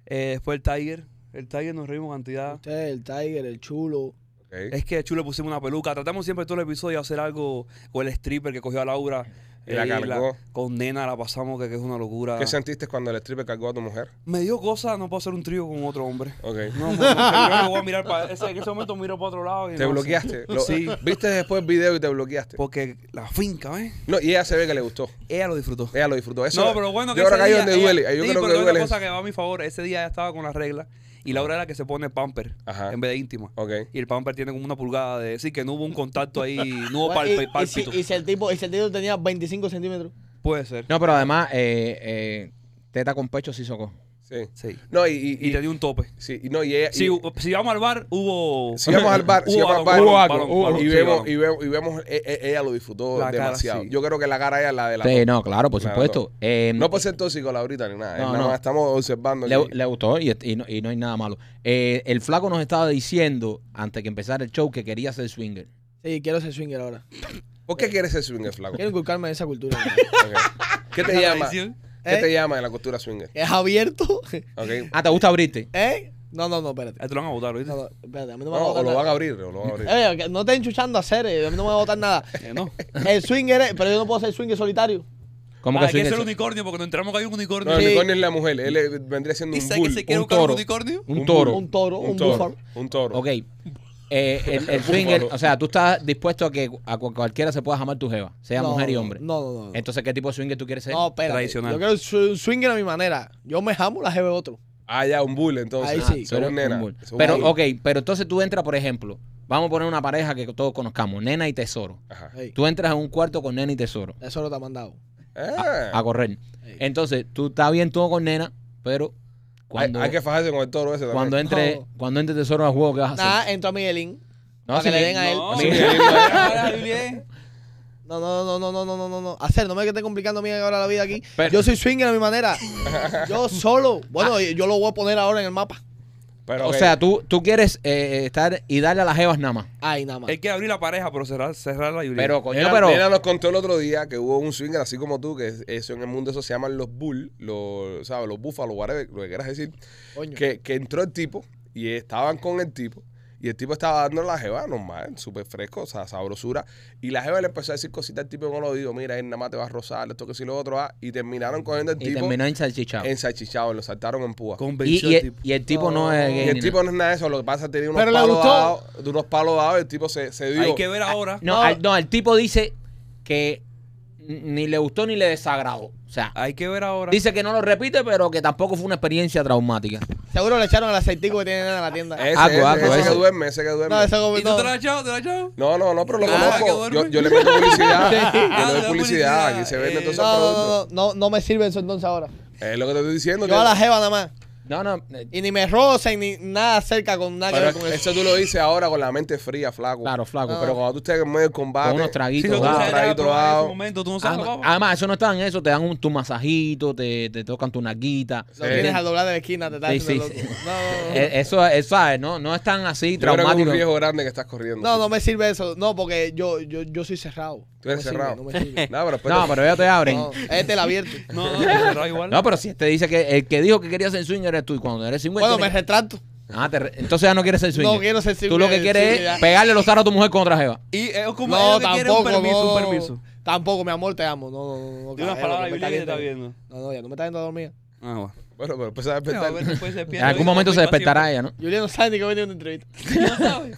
[SPEAKER 6] Eh, después el Tiger. El Tiger nos reímos cantidad.
[SPEAKER 3] Usted, Este el Tiger, el chulo.
[SPEAKER 1] Ok.
[SPEAKER 6] Es que a Chu le pusimos una peluca. Tratamos siempre todo el episodio de hacer algo con el stripper que cogió a Laura.
[SPEAKER 1] Y la
[SPEAKER 6] Eh,
[SPEAKER 1] cargó.
[SPEAKER 6] con Nena la pasamos, que, que es una locura.
[SPEAKER 1] ¿Qué sentiste cuando el stripper cargó a tu mujer?
[SPEAKER 6] Me dio cosa, no puedo hacer un trío con otro hombre.
[SPEAKER 1] Ok.
[SPEAKER 6] No, no, no, yo no voy a mirar para ese, en ese momento miro para otro lado. y
[SPEAKER 1] Te
[SPEAKER 6] no,
[SPEAKER 1] bloqueaste. Lo-
[SPEAKER 6] Sí.
[SPEAKER 1] Viste después el video y te bloqueaste.
[SPEAKER 6] Porque la finca, ¿ves?
[SPEAKER 1] No, y ella se ve que le gustó.
[SPEAKER 6] Ella lo disfrutó.
[SPEAKER 1] Ella lo disfrutó. Eso,
[SPEAKER 6] no, pero bueno, que
[SPEAKER 1] yo creo que
[SPEAKER 6] ese
[SPEAKER 1] ahí es
[SPEAKER 6] día
[SPEAKER 1] donde
[SPEAKER 6] ella-
[SPEAKER 1] duele. Yo
[SPEAKER 6] sí,
[SPEAKER 1] creo
[SPEAKER 6] pero
[SPEAKER 1] que duele.
[SPEAKER 6] una cosa que va a mi favor. Ese día ya estaba con la regla y Laura era la que se pone pamper
[SPEAKER 1] Ajá.
[SPEAKER 6] en vez de íntima.
[SPEAKER 1] Ok.
[SPEAKER 6] Y el pamper tiene como una pulgada de decir que no hubo un contacto ahí, no hubo
[SPEAKER 3] Bueno, y-
[SPEAKER 6] palpe-
[SPEAKER 3] y, si,
[SPEAKER 6] pálpito.
[SPEAKER 3] y si el tipo, y si el tipo tenía 25 centímetros.
[SPEAKER 6] Puede ser.
[SPEAKER 2] No, pero además, eh, eh, teta con pecho sí socó.
[SPEAKER 1] Sí.
[SPEAKER 6] Sí.
[SPEAKER 1] No, y, y,
[SPEAKER 6] Y,
[SPEAKER 1] y-
[SPEAKER 6] te dio un tope.
[SPEAKER 1] sí, y no, y ella.
[SPEAKER 6] Si,
[SPEAKER 1] y-
[SPEAKER 6] si vamos al bar, hubo.
[SPEAKER 1] Si vamos al
[SPEAKER 6] <laughs>
[SPEAKER 1] bar, si
[SPEAKER 6] Hubo
[SPEAKER 1] vamos al
[SPEAKER 6] balón,
[SPEAKER 1] bar,
[SPEAKER 6] hubo
[SPEAKER 1] y
[SPEAKER 6] balón,
[SPEAKER 1] vemos-
[SPEAKER 6] balón,
[SPEAKER 1] y,
[SPEAKER 6] sí,
[SPEAKER 1] vemos,
[SPEAKER 6] balón.
[SPEAKER 1] y, vemos, y vemos, e- e- ella lo disfrutó
[SPEAKER 6] La cara,
[SPEAKER 1] demasiado.
[SPEAKER 6] sí.
[SPEAKER 1] Yo creo que la cara es la de la.
[SPEAKER 2] Sí, no, claro, por
[SPEAKER 1] Claro.
[SPEAKER 2] supuesto. Eh,
[SPEAKER 1] No pues, por ser tóxico, Laurita, ni nada.
[SPEAKER 2] No,
[SPEAKER 1] Es nada
[SPEAKER 2] no.
[SPEAKER 1] más estamos observando.
[SPEAKER 2] le,
[SPEAKER 1] aquí.
[SPEAKER 2] le gustó y, y no, y no hay nada malo. Eh, el flaco nos estaba diciendo, antes que empezara el show, que quería ser swinger.
[SPEAKER 3] Sí, quiero ser swinger ahora.
[SPEAKER 1] ¿Por qué quieres ser swinger, flaco?
[SPEAKER 3] Quiero inculcarme en esa cultura. <laughs>
[SPEAKER 1] Ok. ¿Qué te llama? ¿Qué
[SPEAKER 6] Tradición.
[SPEAKER 1] te llama de la cultura swinger?
[SPEAKER 3] ¿Es abierto? <laughs>
[SPEAKER 1] Ok.
[SPEAKER 2] Ah, ¿te gusta abrirte?
[SPEAKER 3] ¿Eh? No, no, no, espérate.
[SPEAKER 6] Ahí te lo van a votar, ¿viste?
[SPEAKER 3] No, no, espérate, a mí no me va
[SPEAKER 1] No,
[SPEAKER 3] a
[SPEAKER 1] o
[SPEAKER 3] botar
[SPEAKER 1] lo van
[SPEAKER 3] nada.
[SPEAKER 1] a abrir, o lo van a abrir.
[SPEAKER 3] Eh, que no te enchuchando a hacer, eh, a mí no me va a botar nada.
[SPEAKER 6] Eh, no.
[SPEAKER 3] El swinger es, pero yo no puedo ser swinger solitario.
[SPEAKER 2] ¿Cómo
[SPEAKER 6] Ah,
[SPEAKER 2] que
[SPEAKER 6] que es
[SPEAKER 2] swinger?
[SPEAKER 6] el unicornio, porque cuando entramos que hay un unicornio.
[SPEAKER 1] No, el
[SPEAKER 3] Sí.
[SPEAKER 1] unicornio es la mujer. Él eh, vendría siendo un
[SPEAKER 6] Dice
[SPEAKER 1] bull.
[SPEAKER 6] que se quiere
[SPEAKER 2] un
[SPEAKER 6] buscar un
[SPEAKER 2] toro.
[SPEAKER 6] unicornio.
[SPEAKER 2] Un
[SPEAKER 1] un
[SPEAKER 2] toro.
[SPEAKER 3] Un toro, un,
[SPEAKER 1] Un
[SPEAKER 3] búfalo.
[SPEAKER 1] toro. Un toro.
[SPEAKER 2] Ok. Eh,
[SPEAKER 1] <laughs>
[SPEAKER 2] el, el swinger, o sea, tú estás dispuesto a que a cu- cualquiera se pueda jamar tu jeva, sea
[SPEAKER 3] No,
[SPEAKER 2] mujer y
[SPEAKER 3] no,
[SPEAKER 2] hombre.
[SPEAKER 3] No, no, no. No,
[SPEAKER 2] Entonces, ¿qué tipo de swinger tú quieres ser?
[SPEAKER 3] no espérate.
[SPEAKER 6] tradicional.
[SPEAKER 3] Yo quiero su- swinger a mi manera. Yo me jamo, la jeve otro.
[SPEAKER 1] Ah, ya, un bull, entonces.
[SPEAKER 3] Ahí sí.
[SPEAKER 1] Ah, según
[SPEAKER 2] un
[SPEAKER 1] nena.
[SPEAKER 2] bull.
[SPEAKER 1] Según
[SPEAKER 2] pero,
[SPEAKER 1] bull.
[SPEAKER 2] ok, pero entonces tú entras, por ejemplo, vamos a poner una pareja que todos conozcamos, nena y tesoro.
[SPEAKER 1] Ajá.
[SPEAKER 3] Ey,
[SPEAKER 2] Tú entras a un cuarto con nena y tesoro
[SPEAKER 3] Eso no te ha mandado.
[SPEAKER 1] Ah.
[SPEAKER 2] a correr.
[SPEAKER 3] Ey.
[SPEAKER 2] Entonces, tú estás bien todo con nena, pero
[SPEAKER 1] Hay,
[SPEAKER 2] cuando,
[SPEAKER 1] hay que fajarse con el toro ese
[SPEAKER 2] cuando,
[SPEAKER 1] también.
[SPEAKER 2] entre,
[SPEAKER 3] No.
[SPEAKER 2] cuando entre tesoro al juego, ¿qué vas a hacer?
[SPEAKER 3] Nada, entro a Miguelín.
[SPEAKER 2] No,
[SPEAKER 3] para
[SPEAKER 2] si
[SPEAKER 3] que le
[SPEAKER 2] me-
[SPEAKER 3] den a él.
[SPEAKER 6] No,
[SPEAKER 1] Sí.
[SPEAKER 6] mira, Julián.
[SPEAKER 3] No, no, no, no, no, no, no, no, no. Hacer, no me que esté complicando a mí ahora la vida aquí.
[SPEAKER 2] Pero-
[SPEAKER 3] yo soy swinger a mi manera. yo solo. Bueno, yo lo voy a poner ahora en el mapa.
[SPEAKER 1] Pero,
[SPEAKER 2] O
[SPEAKER 1] ok.
[SPEAKER 2] sea, tú, tú quieres eh, estar y darle a las jevas nada más.
[SPEAKER 3] Ay, nada más.
[SPEAKER 6] Él quiere abrir la pareja, pero cerrar, cerrar la Julián.
[SPEAKER 2] Pero, coño,
[SPEAKER 1] Nena,
[SPEAKER 2] pero...
[SPEAKER 1] Nena nos contó el otro día que hubo un swinger así como tú, que es- eso en el mundo eso se llaman los bull, los, ¿sabes? Los búfalos, whatever, lo que quieras decir,
[SPEAKER 3] Coño.
[SPEAKER 1] que, que entró el tipo y estaban con el tipo Y el tipo estaba dándole la jeva normal, súper fresco, o sea, sabrosura. Y la jeva le empezó a decir cositas al tipo con el oído. Mira, él nada más te va a rozar, esto que si lo otro. ah. Y terminaron cogiendo al
[SPEAKER 2] Y
[SPEAKER 1] tipo
[SPEAKER 2] terminó ensalchichado.
[SPEAKER 1] ensachichado, lo saltaron en púa.
[SPEAKER 6] Convenció
[SPEAKER 2] Y, y-
[SPEAKER 6] al tipo.
[SPEAKER 2] y el tipo no es gay
[SPEAKER 1] Y el
[SPEAKER 2] ni
[SPEAKER 1] tipo no es nada de eso, lo que pasa es que tenía unos
[SPEAKER 3] Pero le
[SPEAKER 1] palos
[SPEAKER 3] gustó.
[SPEAKER 1] dados, de unos palos dados, el tipo se, se dio.
[SPEAKER 6] Hay que ver ahora.
[SPEAKER 2] No,
[SPEAKER 3] No.
[SPEAKER 2] Al, no, el tipo dice que ni le gustó ni le desagradó. O sea,
[SPEAKER 6] Hay que ver ahora.
[SPEAKER 2] dice que no lo repite, pero que tampoco fue una experiencia traumática.
[SPEAKER 3] Seguro le echaron el aceitico que tienen en la tienda.
[SPEAKER 1] Ese,
[SPEAKER 2] Aco,
[SPEAKER 1] ese,
[SPEAKER 2] aco,
[SPEAKER 1] ese
[SPEAKER 2] ese.
[SPEAKER 1] que duerme, ese que duerme.
[SPEAKER 3] No, eso
[SPEAKER 4] ¿Y
[SPEAKER 3] como
[SPEAKER 4] tú te la
[SPEAKER 3] todo.
[SPEAKER 4] has echado? ¿Te la has echado?
[SPEAKER 1] No, no, no, pero lo
[SPEAKER 4] Ah, que
[SPEAKER 1] conozco. Yo,
[SPEAKER 4] duerme.
[SPEAKER 1] yo le meto
[SPEAKER 3] <laughs>
[SPEAKER 1] publicidad. yo
[SPEAKER 4] Ah,
[SPEAKER 1] le doy
[SPEAKER 4] le da
[SPEAKER 1] publicidad.
[SPEAKER 4] publicidad.
[SPEAKER 1] Aquí se venden
[SPEAKER 4] Eh,
[SPEAKER 1] todos esos
[SPEAKER 3] No, no,
[SPEAKER 1] productos.
[SPEAKER 3] no, no, no me sirve eso entonces ahora.
[SPEAKER 1] Es lo que te estoy diciendo.
[SPEAKER 3] Yo
[SPEAKER 1] tío.
[SPEAKER 3] a la jeva nada más.
[SPEAKER 2] No, no. eh,
[SPEAKER 3] Y ni me rocen, ni nada cerca con nada que
[SPEAKER 1] Pero
[SPEAKER 3] ver con eso.
[SPEAKER 1] eso tú lo dices ahora con la mente fría, flaco.
[SPEAKER 2] Claro, flaco,
[SPEAKER 1] Ah.
[SPEAKER 2] pero
[SPEAKER 1] Pero cuando tú estés en medio del combate.
[SPEAKER 2] con unos
[SPEAKER 6] Sí,
[SPEAKER 2] traguitos.
[SPEAKER 6] pero tú
[SPEAKER 1] Ah,
[SPEAKER 6] no
[SPEAKER 2] ¿verdad?
[SPEAKER 6] sabes nada,
[SPEAKER 1] traguito,
[SPEAKER 6] pero en
[SPEAKER 1] ah.
[SPEAKER 6] ese momento tú no sabes,
[SPEAKER 2] Además,
[SPEAKER 6] papá.
[SPEAKER 2] además, eso no está en eso. Te dan un, tu masajito, te, te tocan tu naguita.
[SPEAKER 3] Lo
[SPEAKER 1] Sí.
[SPEAKER 3] tienes al doblar de la esquina, te estás
[SPEAKER 2] Sí,
[SPEAKER 3] haciendo
[SPEAKER 2] sí,
[SPEAKER 3] loco.
[SPEAKER 2] sí.
[SPEAKER 3] No, no,
[SPEAKER 2] <laughs>
[SPEAKER 3] no,
[SPEAKER 2] Eh, Eso, eso, ¿sabes? No, no es tan así
[SPEAKER 1] Yo creo que es un
[SPEAKER 2] traumático.
[SPEAKER 1] riesgo grande que estás corriendo.
[SPEAKER 3] no, no me sirve eso. No, porque yo, yo, yo soy cerrado.
[SPEAKER 1] Tú eres
[SPEAKER 3] No me sirve,
[SPEAKER 1] cerrado.
[SPEAKER 3] no me sirve.
[SPEAKER 1] <laughs> No, pero después
[SPEAKER 2] <laughs> No,
[SPEAKER 1] te-
[SPEAKER 2] pero ellos te abren.
[SPEAKER 3] No, este el abierto.
[SPEAKER 6] <laughs> No, no, pero
[SPEAKER 2] <laughs>
[SPEAKER 6] igual.
[SPEAKER 2] No, pero si te dice que el que dijo que quería ser swinger eres tú y cuando eres swinger.
[SPEAKER 3] Bueno, me
[SPEAKER 2] tienes-
[SPEAKER 3] retracto.
[SPEAKER 2] Ah, te re- entonces ya no quieres ser swinger.
[SPEAKER 3] No quiero ser
[SPEAKER 2] Tú lo que
[SPEAKER 3] swinger,
[SPEAKER 2] quieres
[SPEAKER 3] sí, ya.
[SPEAKER 2] es pegarle los taros a tu mujer con otra jeva.
[SPEAKER 6] Y es como
[SPEAKER 3] No,
[SPEAKER 6] ella que quiere
[SPEAKER 3] tampoco.
[SPEAKER 6] un permiso,
[SPEAKER 3] no.
[SPEAKER 6] un permiso.
[SPEAKER 3] Tampoco, mi amor, te amo. No, no, no. no
[SPEAKER 6] Tiene
[SPEAKER 3] caballero,
[SPEAKER 6] unas palabras
[SPEAKER 3] no me
[SPEAKER 6] bíblicas que te está
[SPEAKER 3] calientes.
[SPEAKER 6] viendo.
[SPEAKER 3] No, no, ya no me está yendo a dormir.
[SPEAKER 6] Ah, bueno.
[SPEAKER 1] Bueno, pero pues, empieza a
[SPEAKER 4] No,
[SPEAKER 1] despertar.
[SPEAKER 4] a ver, después se
[SPEAKER 2] En
[SPEAKER 4] despierta,
[SPEAKER 2] algún
[SPEAKER 4] dice,
[SPEAKER 2] momento
[SPEAKER 4] "Voy
[SPEAKER 2] se
[SPEAKER 4] pa'
[SPEAKER 2] despertará ella, ¿no?
[SPEAKER 3] Julián no sabe ni que venía una entrevista.
[SPEAKER 4] siempre". No sabes.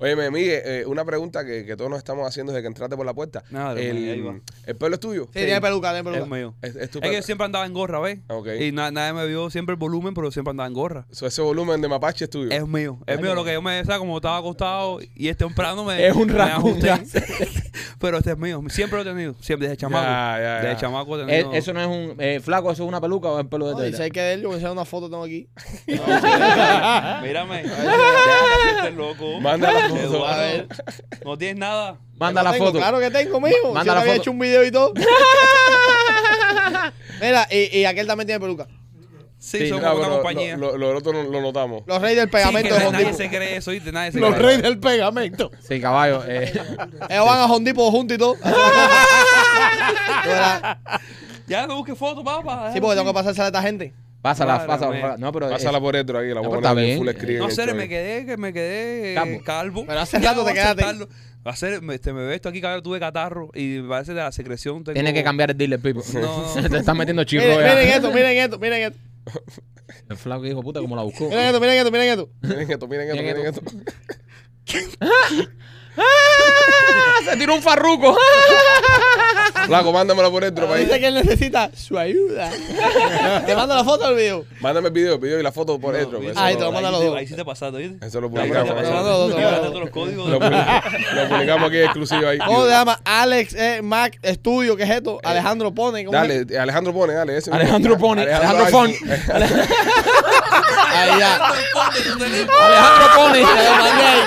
[SPEAKER 1] Oye, Miguel, eh, una pregunta que, que todos nos estamos haciendo desde que entraste por la puerta.
[SPEAKER 6] Nada,
[SPEAKER 1] el,
[SPEAKER 6] ahí va.
[SPEAKER 1] ¿El pelo es tuyo?
[SPEAKER 3] Sí, tiene peluca, tiene
[SPEAKER 6] Es
[SPEAKER 3] peluca.
[SPEAKER 6] mío.
[SPEAKER 1] Es, es tu
[SPEAKER 6] Es que
[SPEAKER 1] pelo.
[SPEAKER 6] yo siempre andaba en gorra, ¿ves?
[SPEAKER 1] Ok.
[SPEAKER 6] Y na- nadie me vio siempre el volumen, pero siempre andaba en gorra.
[SPEAKER 1] So, ese volumen de mapache es tuyo.
[SPEAKER 6] Es mío, es mío lo que yo me decía, como estaba acostado y este temprano me.
[SPEAKER 2] <laughs> Es un
[SPEAKER 6] me
[SPEAKER 2] raccoon,
[SPEAKER 6] ajusté. <laughs>
[SPEAKER 2] ya.
[SPEAKER 6] Pero este es mío, siempre lo he tenido, siempre desde chamaco.
[SPEAKER 1] Ya, ya, ya.
[SPEAKER 6] Desde chamaco he
[SPEAKER 2] Eh,
[SPEAKER 6] tenido.
[SPEAKER 2] Eso no es un. eh, flaco, eso es una peluca o es pelo de
[SPEAKER 3] No, y
[SPEAKER 2] tela.
[SPEAKER 3] sé que de él, yo voy a enseñar una foto tengo aquí.
[SPEAKER 6] Mírame, déjate ser loco.
[SPEAKER 1] Manda la foto.
[SPEAKER 6] Eduardo,
[SPEAKER 1] A ver.
[SPEAKER 6] No tienes nada.
[SPEAKER 2] Manda
[SPEAKER 3] Yo
[SPEAKER 2] la
[SPEAKER 3] tengo,
[SPEAKER 2] foto.
[SPEAKER 3] Claro que tengo, mío.
[SPEAKER 2] Manda
[SPEAKER 3] Manda
[SPEAKER 2] la
[SPEAKER 3] había
[SPEAKER 2] foto.
[SPEAKER 3] hecho un video
[SPEAKER 2] <laughs>
[SPEAKER 3] y todo. Mira, y, y aquel también tiene peluca.
[SPEAKER 6] Sí,
[SPEAKER 2] Sí,
[SPEAKER 6] somos
[SPEAKER 1] No,
[SPEAKER 6] una
[SPEAKER 1] pero
[SPEAKER 6] compañía.
[SPEAKER 1] Lo, lo- lo otro no- lo notamos.
[SPEAKER 3] Los reyes del pegamento de
[SPEAKER 6] Sí, que nadie
[SPEAKER 3] Hondipo.
[SPEAKER 6] se cree eso, ¿viste? Nadie se
[SPEAKER 3] Los
[SPEAKER 6] cree.
[SPEAKER 3] reyes del pegamento.
[SPEAKER 2] Sí, caballo.
[SPEAKER 3] <laughs>
[SPEAKER 2] eh.
[SPEAKER 3] Ellos van a Hondipo juntos y todo. Mira,
[SPEAKER 6] Ya no busques fotos, papá.
[SPEAKER 3] sí, porque tengo que pasársela a esta gente.
[SPEAKER 2] pásala,
[SPEAKER 6] Madre
[SPEAKER 2] pásala.
[SPEAKER 6] mía.
[SPEAKER 2] No, pero.
[SPEAKER 1] Pásala
[SPEAKER 2] eh,
[SPEAKER 1] por dentro ahí, la voy
[SPEAKER 2] pero
[SPEAKER 1] a
[SPEAKER 2] está
[SPEAKER 1] poner en
[SPEAKER 2] bien.
[SPEAKER 1] full screen.
[SPEAKER 6] No
[SPEAKER 1] en este.
[SPEAKER 6] sé,
[SPEAKER 1] el
[SPEAKER 6] me
[SPEAKER 1] story.
[SPEAKER 6] quedé, que me quedé eh,
[SPEAKER 2] Calvo.
[SPEAKER 6] calvo.
[SPEAKER 3] Pero hace
[SPEAKER 6] Ya
[SPEAKER 3] rato
[SPEAKER 6] voy
[SPEAKER 3] te
[SPEAKER 6] a
[SPEAKER 3] quedaste.
[SPEAKER 6] aceptarlo. Va a ser, me, este, me veo esto aquí, cabrón, tuve catarro y me parece de la secreción. Tengo...
[SPEAKER 2] Tienes que cambiar el dealer, Pipo.
[SPEAKER 6] No, no.
[SPEAKER 2] <laughs> Te están metiendo chirro
[SPEAKER 3] Miren, este. miren
[SPEAKER 2] ya.
[SPEAKER 3] esto, miren esto, miren esto.
[SPEAKER 2] El flaco hijo puta, como la <laughs> buscó.
[SPEAKER 3] Miren esto, miren esto, miren esto.
[SPEAKER 1] Miren esto, miren esto,
[SPEAKER 2] Miren
[SPEAKER 1] miren esto.
[SPEAKER 2] ¡Ah! Se tiró un farruco. <laughs>
[SPEAKER 1] Flaco, mándamelo por dentro para
[SPEAKER 3] Dice
[SPEAKER 1] ahí.
[SPEAKER 3] que él necesita su ayuda. <laughs> Te mando la foto al video.
[SPEAKER 1] Mándame el video, el video y la foto por
[SPEAKER 6] No,
[SPEAKER 1] dentro. pues,
[SPEAKER 6] ¿viste?
[SPEAKER 1] eso
[SPEAKER 3] Ay,
[SPEAKER 1] lo-
[SPEAKER 3] te lo mando a los
[SPEAKER 6] Ahí
[SPEAKER 3] dos.
[SPEAKER 6] Ahí sí te pasaste, ¿viste?
[SPEAKER 1] Eso lo
[SPEAKER 6] Ahí sí te
[SPEAKER 1] publicamos.
[SPEAKER 3] te lo
[SPEAKER 1] eso.
[SPEAKER 3] mando a los dos, te lo mando a
[SPEAKER 6] Llevaste
[SPEAKER 3] los
[SPEAKER 6] todos
[SPEAKER 3] dos.
[SPEAKER 6] los códigos.
[SPEAKER 1] Lo, publi- lo publicamos aquí exclusivo ahí.
[SPEAKER 3] ¿Cómo se llama? Oh, Alex eh, Mac Studio, ¿qué es esto?
[SPEAKER 2] Eh,
[SPEAKER 3] Alejandro Pone. ¿cómo es?
[SPEAKER 1] Dale, Alejandro Pone, dale. Ese
[SPEAKER 2] Alejandro Pone, Alejandro
[SPEAKER 1] Pone.
[SPEAKER 2] Fon.
[SPEAKER 3] Ahí ya.
[SPEAKER 2] <laughs> Alejandro
[SPEAKER 3] Te lo
[SPEAKER 2] Pone.
[SPEAKER 3] mandé ahí.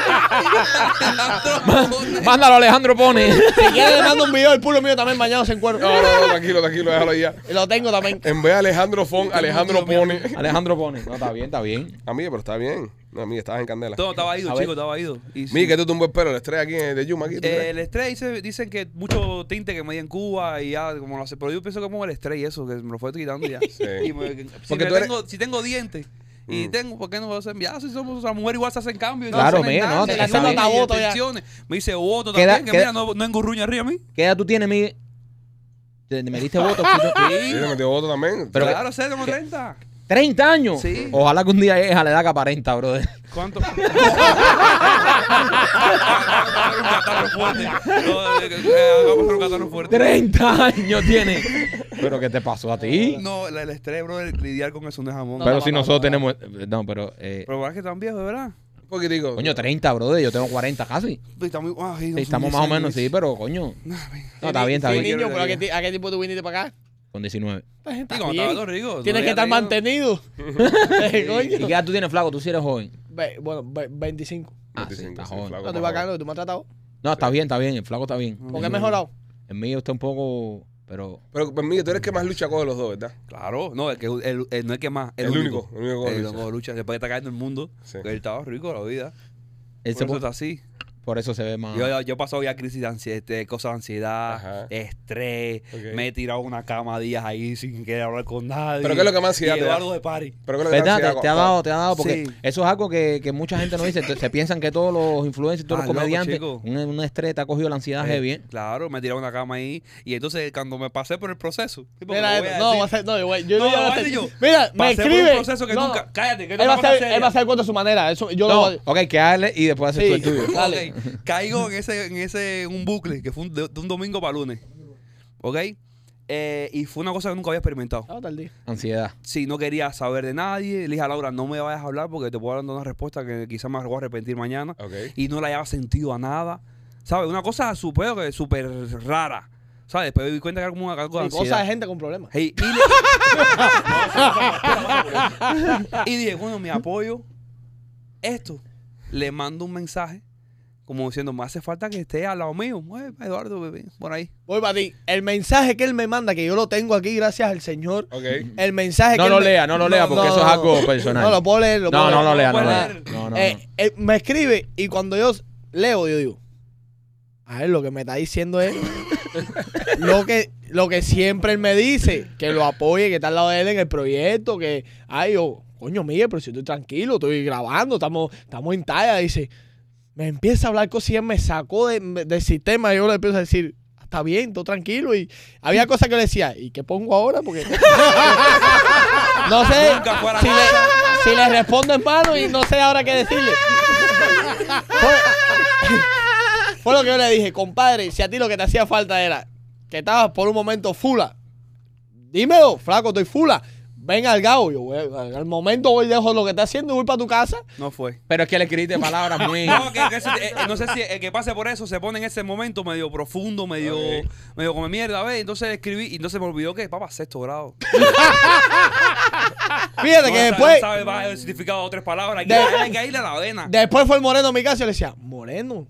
[SPEAKER 2] <laughs> Mándalo, Alejandro Pone.
[SPEAKER 3] Si quieres, le mando un video del pulo mío también mañana en
[SPEAKER 1] <laughs>
[SPEAKER 3] cuerpo.
[SPEAKER 1] No, no, no, tranquilo, tranquilo, déjalo ahí ya.
[SPEAKER 3] Y lo tengo también.
[SPEAKER 1] En vez de Alejandro Fon, Alejandro Pone.
[SPEAKER 2] <laughs>
[SPEAKER 1] <laughs>
[SPEAKER 2] Alejandro Pone. No, está bien, está bien.
[SPEAKER 1] A mí, pero está bien. No, a mí, estabas en candela. este
[SPEAKER 6] Todo estaba ido,
[SPEAKER 2] A ver.
[SPEAKER 6] chico, estaba ido. Y sí.
[SPEAKER 1] Mira, que tú tumbó el pelo, la estrella aquí eh, de Yuma. Aquí, ¿tú
[SPEAKER 6] Eh,
[SPEAKER 1] crees?
[SPEAKER 6] el estrés dice, dicen que mucho tinte que me di en Cuba y ya, como lo hace. Pero yo pienso que es como el estrés y eso, que me lo fue
[SPEAKER 2] <laughs>
[SPEAKER 6] quitando ya. Y me- si,
[SPEAKER 1] Porque
[SPEAKER 6] me
[SPEAKER 1] tú eres-
[SPEAKER 6] tengo, si tengo dientes y
[SPEAKER 1] Mm.
[SPEAKER 6] tengo, ¿por qué no lo hacen? Ya, si somos una mujer igual se hacen cambios. y
[SPEAKER 2] Claro,
[SPEAKER 6] se hacen
[SPEAKER 2] mira, no,
[SPEAKER 6] nada,
[SPEAKER 2] te-
[SPEAKER 6] y
[SPEAKER 2] está
[SPEAKER 6] hacen
[SPEAKER 2] bien.
[SPEAKER 3] voto ya.
[SPEAKER 6] extensiones. Me dice "Oh, voto
[SPEAKER 2] Queda-
[SPEAKER 6] también, que
[SPEAKER 2] queda-
[SPEAKER 6] mira, no, no engurruña arriba a mí.
[SPEAKER 2] ¿Qué edad tú tienes, Miguel? Te- Me diste voto.
[SPEAKER 1] Sí, le metió voto también.
[SPEAKER 2] Pero-
[SPEAKER 6] claro, sé, tengo 30.
[SPEAKER 2] 30 años.
[SPEAKER 6] Sí.
[SPEAKER 2] Ojalá que un día llegues a la edad que aparenta, brother. <laughs>
[SPEAKER 6] <laughs> ¿Cuánto? un catarro fuerte. No, eh, eh, Vamos a hacer un catarro fuerte.
[SPEAKER 2] 30 años tiene. Pero ¿qué te pasó a ti?
[SPEAKER 6] No, la- el estrés, bro, el lidiar con eso no es jamón.
[SPEAKER 2] pero si nosotros tenemos. No, pero. Eh,
[SPEAKER 6] Pero es que están viejos, ¿verdad?
[SPEAKER 1] un poquitico.
[SPEAKER 2] coño, 30, brother. Yo tengo 40 casi.
[SPEAKER 6] Pues Estamos, ah, sí, no
[SPEAKER 2] Sí, estamos
[SPEAKER 6] son
[SPEAKER 2] más o
[SPEAKER 6] 16,
[SPEAKER 2] menos, sí, pero coño.
[SPEAKER 6] <laughs>
[SPEAKER 2] No, está bien, está
[SPEAKER 3] Sí,
[SPEAKER 6] Sí,
[SPEAKER 2] bien. Pues
[SPEAKER 3] niño,
[SPEAKER 6] quiero
[SPEAKER 3] pero ¿a
[SPEAKER 6] que
[SPEAKER 3] qué, ti- ¿a qué tipo tú viniste para acá?
[SPEAKER 2] Con 19.
[SPEAKER 6] Sí, cuando estaba todo rico.
[SPEAKER 3] Tienes que
[SPEAKER 6] todavía
[SPEAKER 3] estar
[SPEAKER 6] rico.
[SPEAKER 3] mantenido. Eh,
[SPEAKER 2] ¿Y
[SPEAKER 3] coño.
[SPEAKER 2] qué edad tú tienes, flaco? Tú sí eres joven.
[SPEAKER 3] Ve- bueno, ve- 25.
[SPEAKER 2] Ah, sí,
[SPEAKER 1] 25, Este
[SPEAKER 2] está
[SPEAKER 1] sí,
[SPEAKER 2] joven.
[SPEAKER 1] flaco,
[SPEAKER 3] No, estoy
[SPEAKER 1] más
[SPEAKER 3] bacano, tú me has tratado.
[SPEAKER 2] No, está bien, está bien. El flaco está bien.
[SPEAKER 3] Porque he mejorado.
[SPEAKER 2] El mío está un poco. Pero.
[SPEAKER 1] Pero, pues, Miguel, tú eres el que más lucha coge de los dos, ¿verdad?
[SPEAKER 6] Claro, no, el que, el, el- no es que más. El,
[SPEAKER 1] El único,
[SPEAKER 6] único,
[SPEAKER 1] el único que
[SPEAKER 6] El
[SPEAKER 1] lucha.
[SPEAKER 6] único que lucha. Después que está cayendo el mundo.
[SPEAKER 1] Sí.
[SPEAKER 6] Él estaba rico la vida.
[SPEAKER 2] Él
[SPEAKER 6] Por
[SPEAKER 2] se
[SPEAKER 6] eso
[SPEAKER 2] puso-
[SPEAKER 6] está así.
[SPEAKER 2] Por eso se ve más.
[SPEAKER 6] Yo, yo- yo he pasado ya crisis de ansiedad, cosas de ansiedad,
[SPEAKER 1] Ajá.
[SPEAKER 6] estrés.
[SPEAKER 1] Ok.
[SPEAKER 6] Me he tirado una cama días ahí sin querer hablar con nadie.
[SPEAKER 1] ¿Pero qué es lo que más ansiedad
[SPEAKER 6] Y
[SPEAKER 1] te da?
[SPEAKER 6] Eduardo de party.
[SPEAKER 1] Pero creo que
[SPEAKER 2] ¿Verdad?
[SPEAKER 1] Nancy
[SPEAKER 2] Te, te ha dado, te ha dado, porque
[SPEAKER 6] Sí.
[SPEAKER 2] eso es algo que, que mucha gente no dice. Entonces, se piensan que todos los influencers, todos
[SPEAKER 6] Ah,
[SPEAKER 2] los
[SPEAKER 6] loco,
[SPEAKER 2] comediantes,
[SPEAKER 6] chico.
[SPEAKER 2] un, un estrés te ha cogido la ansiedad heavy, ¿eh?
[SPEAKER 6] Claro, me he tirado una cama ahí. Y entonces cuando me pasé por el proceso. tipo,
[SPEAKER 3] Mira,
[SPEAKER 6] ¿cómo voy a
[SPEAKER 3] no,
[SPEAKER 6] decir?
[SPEAKER 3] va a ser, no, yo, yo
[SPEAKER 6] No,
[SPEAKER 3] le voy a
[SPEAKER 6] aparte
[SPEAKER 3] hacer-
[SPEAKER 6] yo
[SPEAKER 3] Mira, me
[SPEAKER 6] pasé por
[SPEAKER 3] escribe.
[SPEAKER 6] un proceso que
[SPEAKER 3] No,
[SPEAKER 6] nunca. Cállate, que
[SPEAKER 3] Él va a
[SPEAKER 6] no
[SPEAKER 3] hacer, él va a hacer cuenta a su manera. Eso, yo
[SPEAKER 2] No,
[SPEAKER 3] lo
[SPEAKER 2] ok, que hazle y después haces
[SPEAKER 3] Sí.
[SPEAKER 2] tú el tuyo.
[SPEAKER 6] <laughs>
[SPEAKER 3] Dale.
[SPEAKER 6] Ok, Caigo en ese, en ese, un bucle que fue un, de, de un domingo para lunes. ¿Ok? Eh, y fue una cosa que nunca había experimentado.
[SPEAKER 3] No, tardí.
[SPEAKER 2] Ansiedad.
[SPEAKER 6] Si no quería saber de nadie, le dije a Laura, no me vayas a hablar porque te puedo dar una respuesta que quizás me voy a arrepentir mañana.
[SPEAKER 1] Ok.
[SPEAKER 6] Y no le hallaba sentido a nada. ¿Sabes? Una cosa súper que súper rara. ¿Sabes? Después me di cuenta que era como una algo
[SPEAKER 3] Y
[SPEAKER 6] de ansiedad.
[SPEAKER 3] cosas de gente con problemas.
[SPEAKER 6] Hey, y, le- Y dije, bueno, mi apoyo, esto, le mando un mensaje como diciendo, me hace falta que esté al lado mío. Eh, Eduardo, bebé, por ahí.
[SPEAKER 3] Voy para ti. El mensaje que él me manda, que yo lo tengo aquí, gracias al Señor.
[SPEAKER 1] Ok.
[SPEAKER 3] El mensaje
[SPEAKER 2] No
[SPEAKER 3] que
[SPEAKER 2] lo
[SPEAKER 3] él me-
[SPEAKER 2] lea, no lo lea, porque eso es algo personal.
[SPEAKER 3] No, lo puedo leer. Lo puedo
[SPEAKER 2] No, no
[SPEAKER 3] leer.
[SPEAKER 2] lo lea, no lo lea.
[SPEAKER 6] leer.
[SPEAKER 2] No, no,
[SPEAKER 3] Eh, eh, me escribe y cuando yo leo, yo digo, a ver, lo que me está diciendo
[SPEAKER 6] <laughs>
[SPEAKER 3] es lo que lo que siempre él me dice, que lo apoye, que está al lado de él en el proyecto, que, ay, yo, coño, Miguel, pero si estoy tranquilo, estoy grabando, estamos, estamos en talla, dice, me empieza a hablar cosas y él me sacó de- de- del sistema y yo le empiezo a decir, está bien, todo tranquilo y había cosas que le decía, ¿y qué pongo ahora? Porque... <laughs> no sé,
[SPEAKER 6] Nunca fuera
[SPEAKER 3] si le, si le respondo en mano y no sé ahora qué decirle. Fue, fue lo que yo le dije, compadre, si a ti lo que te hacía falta era que estabas por un momento fula, dímelo, flaco, estoy fula. Ven al gao, yo voy, al momento voy, dejo lo que está haciendo y voy para tu casa.
[SPEAKER 6] No fue.
[SPEAKER 2] Pero es que le escribiste palabras muy.
[SPEAKER 6] <laughs> No, que- que eso- eh, eh, no sé si el que pase por eso se pone en ese momento medio profundo, medio,
[SPEAKER 1] Ok.
[SPEAKER 6] medio como mierda, ¿ves? Entonces escribí y entonces me olvidó que papá sexto grado. Ah,
[SPEAKER 3] Fíjate que después,
[SPEAKER 6] ¿Sabes? Va el certificado de tres palabras. Hay que,
[SPEAKER 3] De-
[SPEAKER 6] hay que irle a la vena.
[SPEAKER 3] después fue el moreno a mi casa y le decía, moreno,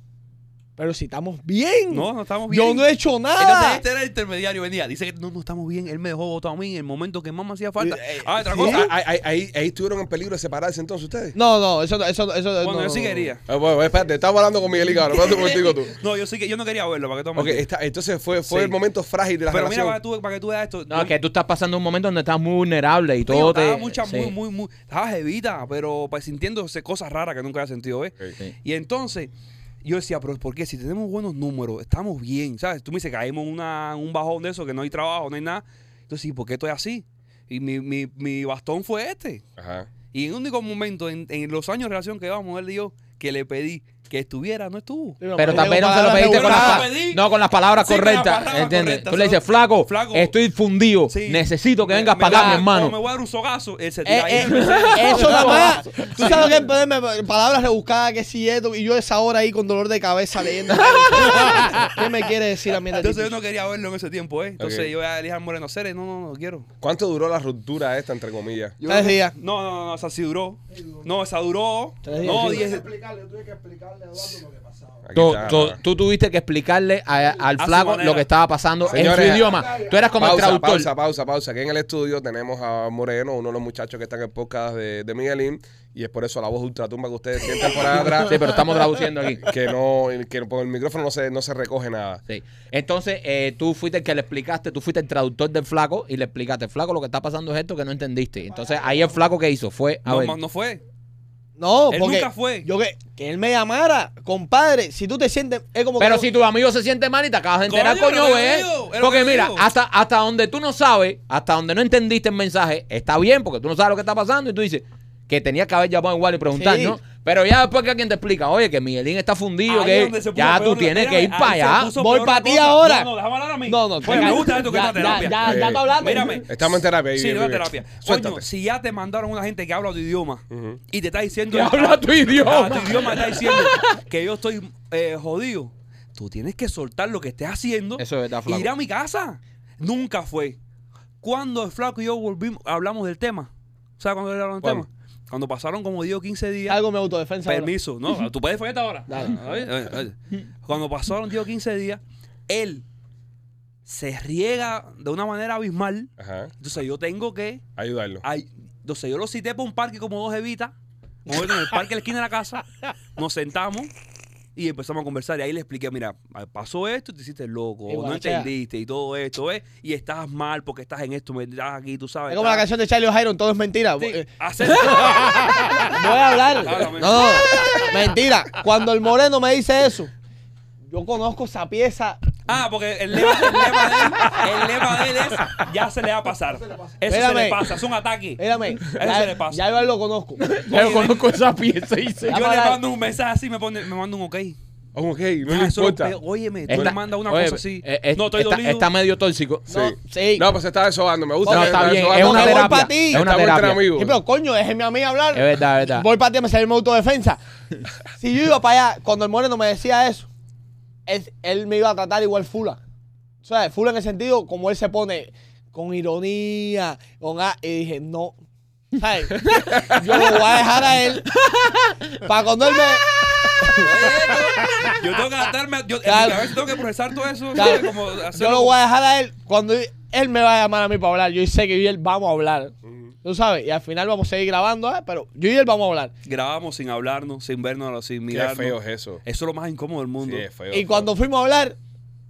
[SPEAKER 3] pero si estamos bien.
[SPEAKER 6] No, no estamos
[SPEAKER 3] Yo
[SPEAKER 6] bien.
[SPEAKER 3] no he hecho
[SPEAKER 6] Entonces
[SPEAKER 1] Ah.
[SPEAKER 3] nada.
[SPEAKER 6] este era el intermediario, venía, dice que no, no estamos bien, él me dejó votado a mí en el momento que más me hacía falta.
[SPEAKER 1] Eh,
[SPEAKER 6] Ah, otra
[SPEAKER 1] sí.
[SPEAKER 6] cosa.
[SPEAKER 1] Ah, Ahí, ahí- ahí estuvieron en peligro de separarse entonces ustedes.
[SPEAKER 3] No, no, eso, eso, eso
[SPEAKER 6] Bueno,
[SPEAKER 3] no,
[SPEAKER 6] yo sí
[SPEAKER 3] no, no.
[SPEAKER 6] quería.
[SPEAKER 1] Ah, bueno, espérate, estaba hablando con Miguel y cabrón. Espérate un momentico tú.
[SPEAKER 6] No, yo sí que yo no quería verlo, para que toma.
[SPEAKER 1] Ok, está- entonces fue, fue
[SPEAKER 6] Sí.
[SPEAKER 1] el momento frágil de la
[SPEAKER 6] Pero mira,
[SPEAKER 1] relación.
[SPEAKER 6] para, tú, para que tú veas esto.
[SPEAKER 2] No,
[SPEAKER 6] yo-
[SPEAKER 2] es que tú estás pasando un momento donde estás muy vulnerable y
[SPEAKER 6] Coño,
[SPEAKER 2] todo te.
[SPEAKER 6] estaba mucha,
[SPEAKER 2] sí.
[SPEAKER 6] muy, muy, muy, estaba jevita, pero pues, sintiéndose cosas raras que nunca había sentido, ¿ves?
[SPEAKER 1] Ok.
[SPEAKER 2] Sí.
[SPEAKER 6] Y entonces yo decía, pero ¿por qué? Si tenemos buenos números, estamos bien, ¿sabes? Tú me dices, caímos en una- en un bajón de eso, que no hay trabajo, no hay nada. Entonces, ¿y por qué estoy así? Y mi, mi, mi bastón fue este.
[SPEAKER 1] Ajá.
[SPEAKER 6] Y en un único momento, en, en los años de relación que vamos, él y yo, que le pedí que estuviera, no estuvo.
[SPEAKER 3] Sí,
[SPEAKER 2] Pero
[SPEAKER 3] me
[SPEAKER 2] también no
[SPEAKER 3] tengo
[SPEAKER 2] se lo
[SPEAKER 3] palabras
[SPEAKER 2] pediste con las, pa-
[SPEAKER 6] regular. No lo pedí.
[SPEAKER 2] no, con las palabras
[SPEAKER 6] Sí, con las
[SPEAKER 2] correctas,
[SPEAKER 6] palabras
[SPEAKER 2] ¿entiendes?
[SPEAKER 6] correctas,
[SPEAKER 2] Tú le dices,
[SPEAKER 6] solo-
[SPEAKER 2] flaco,
[SPEAKER 6] Flaco.
[SPEAKER 2] estoy fundido,
[SPEAKER 6] Sí.
[SPEAKER 2] necesito que
[SPEAKER 6] Me-
[SPEAKER 2] vengas
[SPEAKER 6] me
[SPEAKER 2] para acá,
[SPEAKER 6] da-
[SPEAKER 2] mi hermano.
[SPEAKER 6] no, me voy a dar un sogazo. Él se
[SPEAKER 3] Eh,
[SPEAKER 6] tira ahí.
[SPEAKER 3] eh, eso nada
[SPEAKER 6] <laughs>
[SPEAKER 3] más. Tú sabes que ponerme palabras rebuscadas, que sí, esto, y yo esa hora ahí con dolor de cabeza leyendo. ¿Qué me quiere decir a mí? este
[SPEAKER 6] Entonces yo
[SPEAKER 3] tipo?
[SPEAKER 6] no quería verlo en ese tiempo, ¿eh? Entonces
[SPEAKER 1] Ok.
[SPEAKER 6] yo voy a elegir al Moreno Ceres. No, no, no, quiero.
[SPEAKER 1] ¿Cuánto duró la ruptura esta, entre comillas?
[SPEAKER 6] Yo-
[SPEAKER 3] Tres días.
[SPEAKER 6] No, no, no, no, esa sí duró. No, esa duró.
[SPEAKER 3] Tres días,
[SPEAKER 6] no,
[SPEAKER 3] sí.
[SPEAKER 6] diez.
[SPEAKER 1] Aquí
[SPEAKER 2] Tú,
[SPEAKER 1] está,
[SPEAKER 2] tú-
[SPEAKER 1] ajá.
[SPEAKER 2] tú tuviste que explicarle a- al
[SPEAKER 6] A su
[SPEAKER 2] flaco
[SPEAKER 6] manera.
[SPEAKER 2] lo que estaba pasando en
[SPEAKER 1] Señores,
[SPEAKER 2] su idioma. Tú eras como el
[SPEAKER 1] pausa,
[SPEAKER 2] traductor.
[SPEAKER 1] pausa, pausa, pausa. Aquí en el estudio tenemos a Moreno, uno de los muchachos que está en el podcast de, de Miguelín, y es por eso la voz ultratumba que ustedes sienten por allá atrás.
[SPEAKER 2] Sí, pero estamos traduciendo aquí.
[SPEAKER 1] que no, que por el micrófono no se, no se recoge nada.
[SPEAKER 2] Sí. Entonces, eh, tú fuiste el que le explicaste, tú fuiste el traductor del flaco y le explicaste, flaco, lo que está pasando es esto que no entendiste. Entonces, ahí el flaco que hizo fue, a
[SPEAKER 6] No,
[SPEAKER 2] ver,
[SPEAKER 6] ma- no fue.
[SPEAKER 3] No,
[SPEAKER 6] Él
[SPEAKER 3] porque
[SPEAKER 6] nunca fue.
[SPEAKER 3] Yo que, que él me llamara, compadre. Si tú te sientes. Es como
[SPEAKER 2] pero
[SPEAKER 3] que
[SPEAKER 2] si tu amigo se siente mal y te acabas de enterar,
[SPEAKER 6] Coño,
[SPEAKER 2] coño,
[SPEAKER 6] lo que
[SPEAKER 2] ve.
[SPEAKER 6] digo, es lo
[SPEAKER 2] Porque
[SPEAKER 6] que
[SPEAKER 2] mira,
[SPEAKER 6] digo.
[SPEAKER 2] hasta, hasta donde tú no sabes, hasta donde no entendiste el mensaje, está bien, porque tú no sabes lo que está pasando y tú dices que tenías que haber llamado igual y preguntar,
[SPEAKER 3] Sí.
[SPEAKER 2] ¿no? Pero ya después que alguien te explica, oye, que Miguelín está fundido,
[SPEAKER 6] Ahí
[SPEAKER 2] que
[SPEAKER 6] donde se puso
[SPEAKER 2] ya
[SPEAKER 6] peor
[SPEAKER 2] tú
[SPEAKER 6] la-
[SPEAKER 2] tienes que ir
[SPEAKER 6] Mírame,
[SPEAKER 2] para
[SPEAKER 6] ahí
[SPEAKER 2] allá.
[SPEAKER 6] se puso
[SPEAKER 3] Voy
[SPEAKER 6] peor
[SPEAKER 3] pa'
[SPEAKER 6] la
[SPEAKER 3] ti
[SPEAKER 6] cosa.
[SPEAKER 3] ahora.
[SPEAKER 6] No, no, déjame hablar a mí.
[SPEAKER 3] No, no,
[SPEAKER 6] Pues me
[SPEAKER 3] ya-
[SPEAKER 6] gusta esto que
[SPEAKER 3] ya-
[SPEAKER 6] es una terapia.
[SPEAKER 3] ya- ya- ya tú hablaste.
[SPEAKER 6] Mírame.
[SPEAKER 1] Eh, Estamos en terapia.
[SPEAKER 6] Sí,
[SPEAKER 1] baby,
[SPEAKER 6] no es
[SPEAKER 1] baby.
[SPEAKER 6] terapia.
[SPEAKER 1] Suéltate.
[SPEAKER 6] Coño, si ya te mandaron una gente que habla tu idioma
[SPEAKER 1] Ujú.
[SPEAKER 6] y te está diciendo.
[SPEAKER 2] Que habla tu
[SPEAKER 6] Ah,
[SPEAKER 2] idioma.
[SPEAKER 6] tu idioma está diciendo que yo estoy eh, jodido. Tú tienes que soltar lo que estés haciendo.
[SPEAKER 2] Eso es verdad,
[SPEAKER 6] e
[SPEAKER 2] flaco.
[SPEAKER 6] Ir a mi casa. Nunca fue. Cuando el flaco y yo volvimos, hablamos del tema. ¿Sabes cuándo hablamos del
[SPEAKER 1] ¿Cuándo?
[SPEAKER 6] tema? Cuando pasaron como 10 o 15 días.
[SPEAKER 3] Algo me autodefensa. ahora.
[SPEAKER 6] Permiso,
[SPEAKER 2] <laughs>
[SPEAKER 6] no, tú puedes follar ahora. Oye, oye, oye. Cuando pasaron 10 o 15 días, él se riega de una manera abismal.
[SPEAKER 1] Ajá. Ah,
[SPEAKER 6] Entonces yo tengo que
[SPEAKER 1] Ayudarlo.
[SPEAKER 6] Ay, no sé, yo lo cité para un parque como dos evitas. Como en el parque de la esquina de la casa. Nos sentamos. Y empezamos a conversar. Y ahí le expliqué, mira, ah, pasó esto, y te hiciste loco,
[SPEAKER 4] Y
[SPEAKER 6] no
[SPEAKER 4] guachea.
[SPEAKER 6] entendiste y todo esto, ¿eh? Y estás mal porque estás en esto, me estás aquí, tú sabes.
[SPEAKER 4] Es como la
[SPEAKER 6] estás-
[SPEAKER 4] canción de Charlie O'Hiron, todo es mentira.
[SPEAKER 6] Sí,
[SPEAKER 4] Eh,
[SPEAKER 6] hacer-
[SPEAKER 4] Voy a hablar.
[SPEAKER 6] <laughs> Háblame.
[SPEAKER 4] No, mentira. Cuando el moreno me dice eso, yo conozco esa pieza.
[SPEAKER 6] Ah, porque el lema, el lema de él, el lema de él es ya se le va a pasar. Eso se
[SPEAKER 4] Espérame. Eh,
[SPEAKER 6] le pasa, es un ataque.
[SPEAKER 4] Mírame,
[SPEAKER 6] se le
[SPEAKER 4] ya,
[SPEAKER 6] pasa.
[SPEAKER 4] ya yo lo conozco.
[SPEAKER 2] Yo conozco esa pieza y sé.
[SPEAKER 6] Yo le
[SPEAKER 4] Llámala.
[SPEAKER 6] mando un mensaje así, me, pone, me manda un ok.
[SPEAKER 1] Oh, ok, no
[SPEAKER 6] Ah,
[SPEAKER 1] le
[SPEAKER 6] eso es lo
[SPEAKER 1] importa.
[SPEAKER 6] peor. Óyeme, tú
[SPEAKER 2] Esta-
[SPEAKER 6] le mandas una
[SPEAKER 2] oye,
[SPEAKER 6] cosa así.
[SPEAKER 2] eh, eh,
[SPEAKER 6] no, estoy
[SPEAKER 2] está,
[SPEAKER 6] dolido.
[SPEAKER 2] está medio tóxico.
[SPEAKER 1] Sí.
[SPEAKER 4] No, sí.
[SPEAKER 1] No, pues se está desobando. Me gusta.
[SPEAKER 2] No,
[SPEAKER 1] que
[SPEAKER 2] está
[SPEAKER 1] se
[SPEAKER 2] bien,
[SPEAKER 1] desahogando.
[SPEAKER 2] es una
[SPEAKER 1] Está bueno
[SPEAKER 2] terapia.
[SPEAKER 4] pa' ti.
[SPEAKER 2] Es una
[SPEAKER 1] Está buen
[SPEAKER 2] terapia.
[SPEAKER 1] amigo.
[SPEAKER 4] Sí, pero coño, déjeme a mí hablar.
[SPEAKER 2] Es verdad, es verdad.
[SPEAKER 4] Voy para ti, me salió mi
[SPEAKER 6] <laughs>
[SPEAKER 4] autodefensa. Si yo iba para allá, cuando el moreno me decía eso, él, él me iba a tratar igual fula. O sea, fula en el sentido como él se pone con ironía, con a- y dije, no.
[SPEAKER 6] <laughs>
[SPEAKER 4] ¿Sabes? Yo lo voy a dejar a él para cuando él
[SPEAKER 6] <laughs>
[SPEAKER 4] me...
[SPEAKER 6] Yo tengo que adaptarme. Yo,
[SPEAKER 4] Ah, Claro.
[SPEAKER 6] A veces tengo que procesar todo eso.
[SPEAKER 4] Claro.
[SPEAKER 6] ¿sabes? Como hacerlo-
[SPEAKER 4] Yo lo voy a dejar a él cuando él me va a llamar a mí para hablar. Yo sé que yo y él vamos a hablar. Tú sabes, y al final vamos a seguir grabando, ¿eh? pero yo y él vamos a hablar.
[SPEAKER 6] Grabamos sin hablarnos, sin vernos, sin
[SPEAKER 1] Qué
[SPEAKER 6] mirarnos.
[SPEAKER 1] feo es eso.
[SPEAKER 6] Eso es lo más incómodo del mundo.
[SPEAKER 1] Sí, es feo.
[SPEAKER 4] Y cuando fuimos a hablar,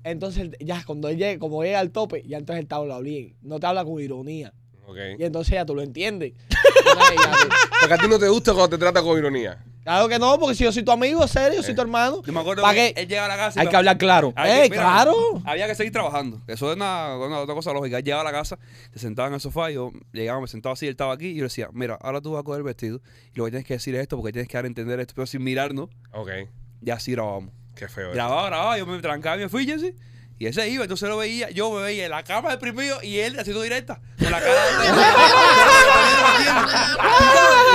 [SPEAKER 4] entonces ya cuando él llegue, como llega al tope, ya entonces él te habla bien. No te habla con ironía.
[SPEAKER 1] Okay.
[SPEAKER 4] Y entonces ya tú lo entiendes. Ay, ya tú-
[SPEAKER 1] Porque a ti no te gusta cuando te trata con ironía.
[SPEAKER 4] claro que no, porque si yo soy tu amigo, serio, yo soy tu hermano.
[SPEAKER 6] Yo me acuerdo
[SPEAKER 4] ¿Para
[SPEAKER 6] que
[SPEAKER 4] qué?
[SPEAKER 6] él llega a la casa y
[SPEAKER 2] Hay
[SPEAKER 6] me-
[SPEAKER 2] que hablar claro.
[SPEAKER 6] Hay
[SPEAKER 4] ¡Eh, claro!
[SPEAKER 6] Había que seguir trabajando. Eso es una, una- otra cosa lógica. Él Llegaba a la casa, se sentaba en el sofá, yo llegaba, me sentaba así, él estaba aquí, y yo le decía, mira, ahora tú vas a coger el vestido, y lo que tienes que decir es esto, porque tienes que dar a entender esto, pero sin mirarnos,
[SPEAKER 1] Ok.
[SPEAKER 6] ya así grabamos.
[SPEAKER 1] Qué feo. es.
[SPEAKER 6] Grababa, grababa, yo me trancaba y me fui, Jesse. Y ese iba, entonces lo veía, yo me veía en la cama deprimido y él haciendo directa. Con la cara de- Y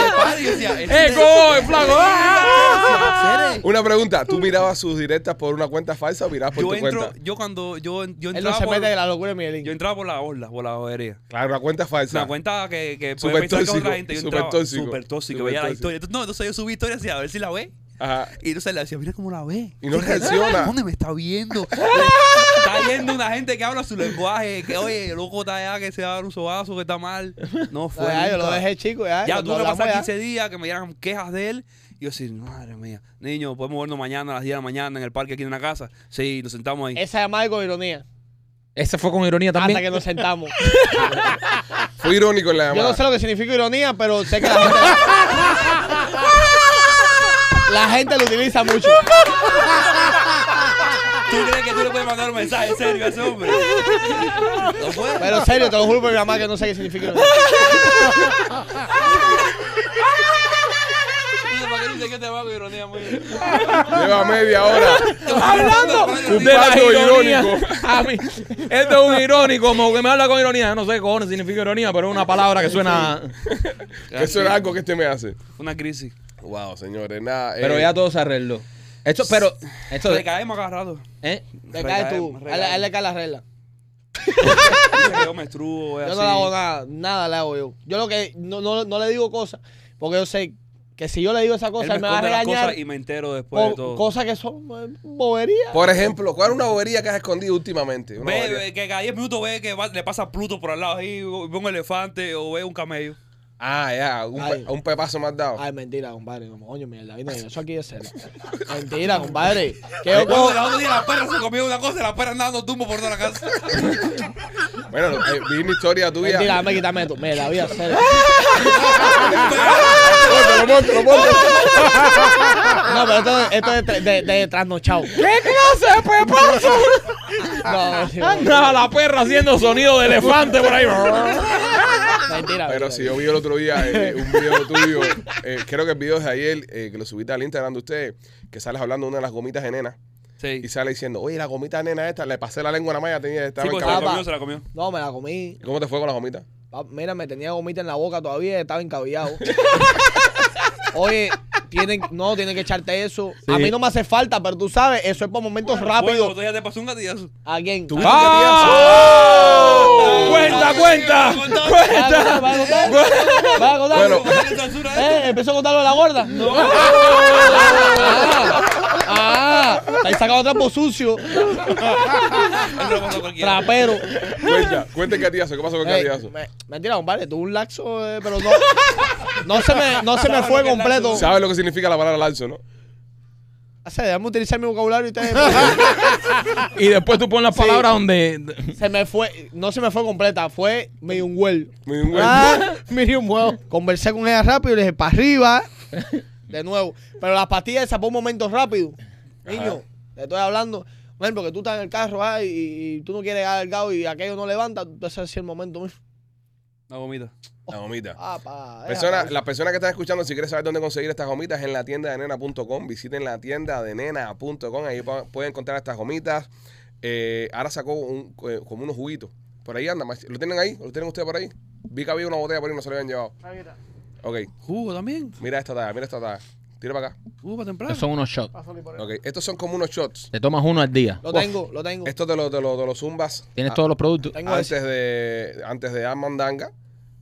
[SPEAKER 6] el padre, yo
[SPEAKER 4] <laughs>
[SPEAKER 6] decía, "Este-
[SPEAKER 2] ¡Eh, cojo, el flaco!
[SPEAKER 4] ah.
[SPEAKER 6] ¡Ah!
[SPEAKER 1] Una pregunta. ¿Tú mirabas sus directas por una cuenta falsa o mirabas por
[SPEAKER 6] Yo
[SPEAKER 1] tu
[SPEAKER 6] entro,
[SPEAKER 1] cuenta?
[SPEAKER 6] yo cuando, yo, yo
[SPEAKER 4] Él no
[SPEAKER 6] entraba
[SPEAKER 4] se
[SPEAKER 6] por-
[SPEAKER 4] mete en la locura de Miguelín.
[SPEAKER 6] yo entraba por la orla, por la jodería.
[SPEAKER 1] Claro, una cuenta
[SPEAKER 6] Es
[SPEAKER 1] falsa.
[SPEAKER 6] una cuenta que, que puede
[SPEAKER 1] Súper
[SPEAKER 6] pensar que es
[SPEAKER 1] tóxico,
[SPEAKER 6] otra gente. Yo
[SPEAKER 1] súper
[SPEAKER 6] entraba
[SPEAKER 1] tóxico,
[SPEAKER 6] súper tóxico.
[SPEAKER 1] súper
[SPEAKER 6] Veía la
[SPEAKER 1] tóxico.
[SPEAKER 6] historia. Entonces, no, entonces yo subí historia así a ver si la ve.
[SPEAKER 1] Ajá.
[SPEAKER 6] Y entonces le decía, mira cómo la ve.
[SPEAKER 1] Y no
[SPEAKER 6] Mira,
[SPEAKER 1] reacciona.
[SPEAKER 6] ¿Dónde me
[SPEAKER 1] <laughs>
[SPEAKER 6] está viendo? está viendo una gente que habla su lenguaje. Que, oye, loco está allá, que se va a dar un sobazo, que está mal. No
[SPEAKER 4] No,
[SPEAKER 6] fue.
[SPEAKER 4] ya, Ah, yo lo
[SPEAKER 6] nunca.
[SPEAKER 4] dejé chico, ya.
[SPEAKER 6] Ya
[SPEAKER 4] cuando
[SPEAKER 6] tuve que
[SPEAKER 4] hablamos
[SPEAKER 6] pasar
[SPEAKER 4] ya.
[SPEAKER 6] 15 días que me dieran quejas de él. Y yo así, madre mía, niño, podemos vernos mañana a las 10 de la mañana en el parque aquí en la casa. Sí, nos sentamos ahí.
[SPEAKER 4] Esa llamada es con ironía.
[SPEAKER 2] Ese fue con ironía también.
[SPEAKER 4] Hasta que nos sentamos.
[SPEAKER 1] Fue irónico en la
[SPEAKER 4] Yo
[SPEAKER 1] llamada.
[SPEAKER 4] no sé lo que significa ironía, pero sé que la gente. la gente lo utiliza mucho.
[SPEAKER 6] ¿Tú crees que tú le puedes mandar un mensaje en serio a ese hombre? No puedes.
[SPEAKER 4] Pero en serio, te lo juro por mi mamá que no sé qué significa ironía.
[SPEAKER 6] ¿Para qué dices que te va con ironía muy bien?
[SPEAKER 1] Lleva media
[SPEAKER 4] <laughs>
[SPEAKER 1] hora.
[SPEAKER 2] hablando
[SPEAKER 1] Un
[SPEAKER 2] de la
[SPEAKER 1] pato
[SPEAKER 2] ironía.
[SPEAKER 1] irónico.
[SPEAKER 2] A mí, esto es un irónico, como que me habla con ironía. No sé qué cojones significa ironía, pero es una palabra que suena.
[SPEAKER 1] Que Eso era algo que este me hace.
[SPEAKER 6] Una crisis.
[SPEAKER 1] Wow, señores. Nada. eh,
[SPEAKER 2] Pero ya todo se arregló. Esto, pero. Esto,
[SPEAKER 6] Recaemos cada rato.
[SPEAKER 2] ¿eh?
[SPEAKER 4] Te caes tú.
[SPEAKER 6] Regaemos,
[SPEAKER 4] A él- a él le cae la regla.
[SPEAKER 6] Dice que Yo me estrubo, es
[SPEAKER 4] Yo
[SPEAKER 6] así.
[SPEAKER 4] no le hago nada, nada le hago yo. Yo lo que no, no, no le digo cosas, porque yo sé que si yo le digo esa
[SPEAKER 6] Él
[SPEAKER 4] cosa, él me va a
[SPEAKER 6] esconde las
[SPEAKER 4] regañar
[SPEAKER 6] cosas y me entero después de
[SPEAKER 4] por
[SPEAKER 6] todo.
[SPEAKER 4] cosas que son eh, boberías.
[SPEAKER 1] Por ejemplo, ¿cuál es una bobería que has escondido últimamente? Una
[SPEAKER 6] Ve,
[SPEAKER 1] bobería.
[SPEAKER 6] ve, que cada 10 minutos ve que va- le pasa Pluto por al lado ahí, o ve un elefante o ve un camello.
[SPEAKER 1] Ah, ya. Un,
[SPEAKER 4] Ay.
[SPEAKER 1] pe- un pepazo más dado.
[SPEAKER 4] Ay, mentira, compadre. Como, Coño, mierda, vine yo soy aquí de cero. Mentira, compadre. Que
[SPEAKER 6] Yo
[SPEAKER 4] yo cojo-
[SPEAKER 6] cuando los otros días la perra se comió una cosa y la perra andando tumbo por toda la casa.
[SPEAKER 1] Bueno, eh, vi mi historia tuya.
[SPEAKER 4] Mentira, dame quítame esto. Mira, voy a hacer.
[SPEAKER 1] Póntelo, póntelo, póntelo.
[SPEAKER 4] No, pero esto, esto es de, de, de trasnochado.
[SPEAKER 2] ¿Qué clase de pepazo?
[SPEAKER 4] No, sí,
[SPEAKER 2] Anda la perra haciendo sonido de elefante por ahí.
[SPEAKER 4] mentira.
[SPEAKER 1] Pero
[SPEAKER 4] mentira.
[SPEAKER 1] si yo vi el otro día
[SPEAKER 4] <laughs>
[SPEAKER 1] eh, un video tuyo, eh, creo que el video es de ayer, eh, que lo subiste al Instagram de ustedes, que sales hablando de una de las gomitas de nena
[SPEAKER 6] Sí.
[SPEAKER 1] y sales diciendo, oye, la gomita de nena esta, le pasé la lengua a la malla, tenía
[SPEAKER 6] Sí,
[SPEAKER 1] estaba
[SPEAKER 6] pues se la
[SPEAKER 1] encabezada".
[SPEAKER 6] comió, se la comió.
[SPEAKER 4] No, me la
[SPEAKER 1] ¿Y
[SPEAKER 4] comí.
[SPEAKER 1] ¿Cómo te fue con la
[SPEAKER 4] <laughs>
[SPEAKER 1] gomita?
[SPEAKER 4] Pa- Mira, me tenía gomita en la boca todavía, estaba encabillado. Oye, tienen, no, tienen que echarte eso. A mí no me hace falta, pero tú sabes, eso es por momentos
[SPEAKER 6] Bueno,
[SPEAKER 4] rápidos.
[SPEAKER 6] tú ya te pasó un gatillazo.
[SPEAKER 4] ¿A quién?
[SPEAKER 1] Tú-
[SPEAKER 4] Ah,
[SPEAKER 2] ¡Ah! ¡Cuenta, cuenta! ¡Cuenta!
[SPEAKER 4] ¿Vas a contar? ¿Vas a contar?
[SPEAKER 1] Bueno.
[SPEAKER 6] Dale censura a
[SPEAKER 4] ¿Eh?
[SPEAKER 6] esto.
[SPEAKER 4] ¿Empezó a contar lo de la gorda? No. Ah, ah, ahí sacado trapo sucio,
[SPEAKER 6] Eso le pasó a cualquiera.
[SPEAKER 4] trapero.
[SPEAKER 1] <laughs> Cuenta, cuenta el gatillazo, ¿qué pasó con el
[SPEAKER 4] Ey,
[SPEAKER 1] gatillazo?
[SPEAKER 4] Eh, me- Mentira, compadre, tuve un laxo, eh, pero no. No se me, no se me fue completo.
[SPEAKER 1] ¿Sabes lo que significa la palabra lazo, no?
[SPEAKER 4] O sea, déjame utilizar mi vocabulario y ustedes-
[SPEAKER 2] Y después tú pones las
[SPEAKER 4] Sí.
[SPEAKER 2] palabras donde.
[SPEAKER 4] Se me fue, no se me fue completa, fue medio un huel.
[SPEAKER 1] Muy bueno.
[SPEAKER 4] Ah, mire un huevo. Conversé con ella rápido y le dije, para arriba. De nuevo. Pero las pastillas esas por un momento rápido. Niño, te estoy hablando. Por ejemplo, que tú estás en el carro ah, y, y tú no quieres llegar al gado y aquello no levanta, ese es el momento mismo.
[SPEAKER 6] Una gomita.
[SPEAKER 1] La gomita.
[SPEAKER 4] Ah, pa,
[SPEAKER 1] Persona,
[SPEAKER 4] déjala.
[SPEAKER 1] las personas que están escuchando, si quieren saber dónde conseguir estas gomitas, en la tienda de nena.com. Visiten la tienda de nena.com. Ahí pa- pueden encontrar estas gomitas. Eh, ahora sacó un- eh, como unos juguitos. Por ahí anda. maestro. ¿Lo tienen ahí? ¿Lo tienen ustedes por ahí? Vi que había una botella por ahí y no se la habían llevado. Ok,
[SPEAKER 6] Jugo también.
[SPEAKER 1] mira esta taza, mira esta taza. Tira para acá.
[SPEAKER 6] Jugo para temprano.
[SPEAKER 2] Estos son unos shots.
[SPEAKER 1] Ok, estos son como unos shots.
[SPEAKER 2] Te tomas uno al día.
[SPEAKER 4] Lo tengo, lo tengo.
[SPEAKER 1] Estos de los, de los, de los zumbas.
[SPEAKER 2] Tienes
[SPEAKER 1] Ah,
[SPEAKER 2] todos los productos.
[SPEAKER 4] tengo ese.
[SPEAKER 1] antes de antes de Armandanga,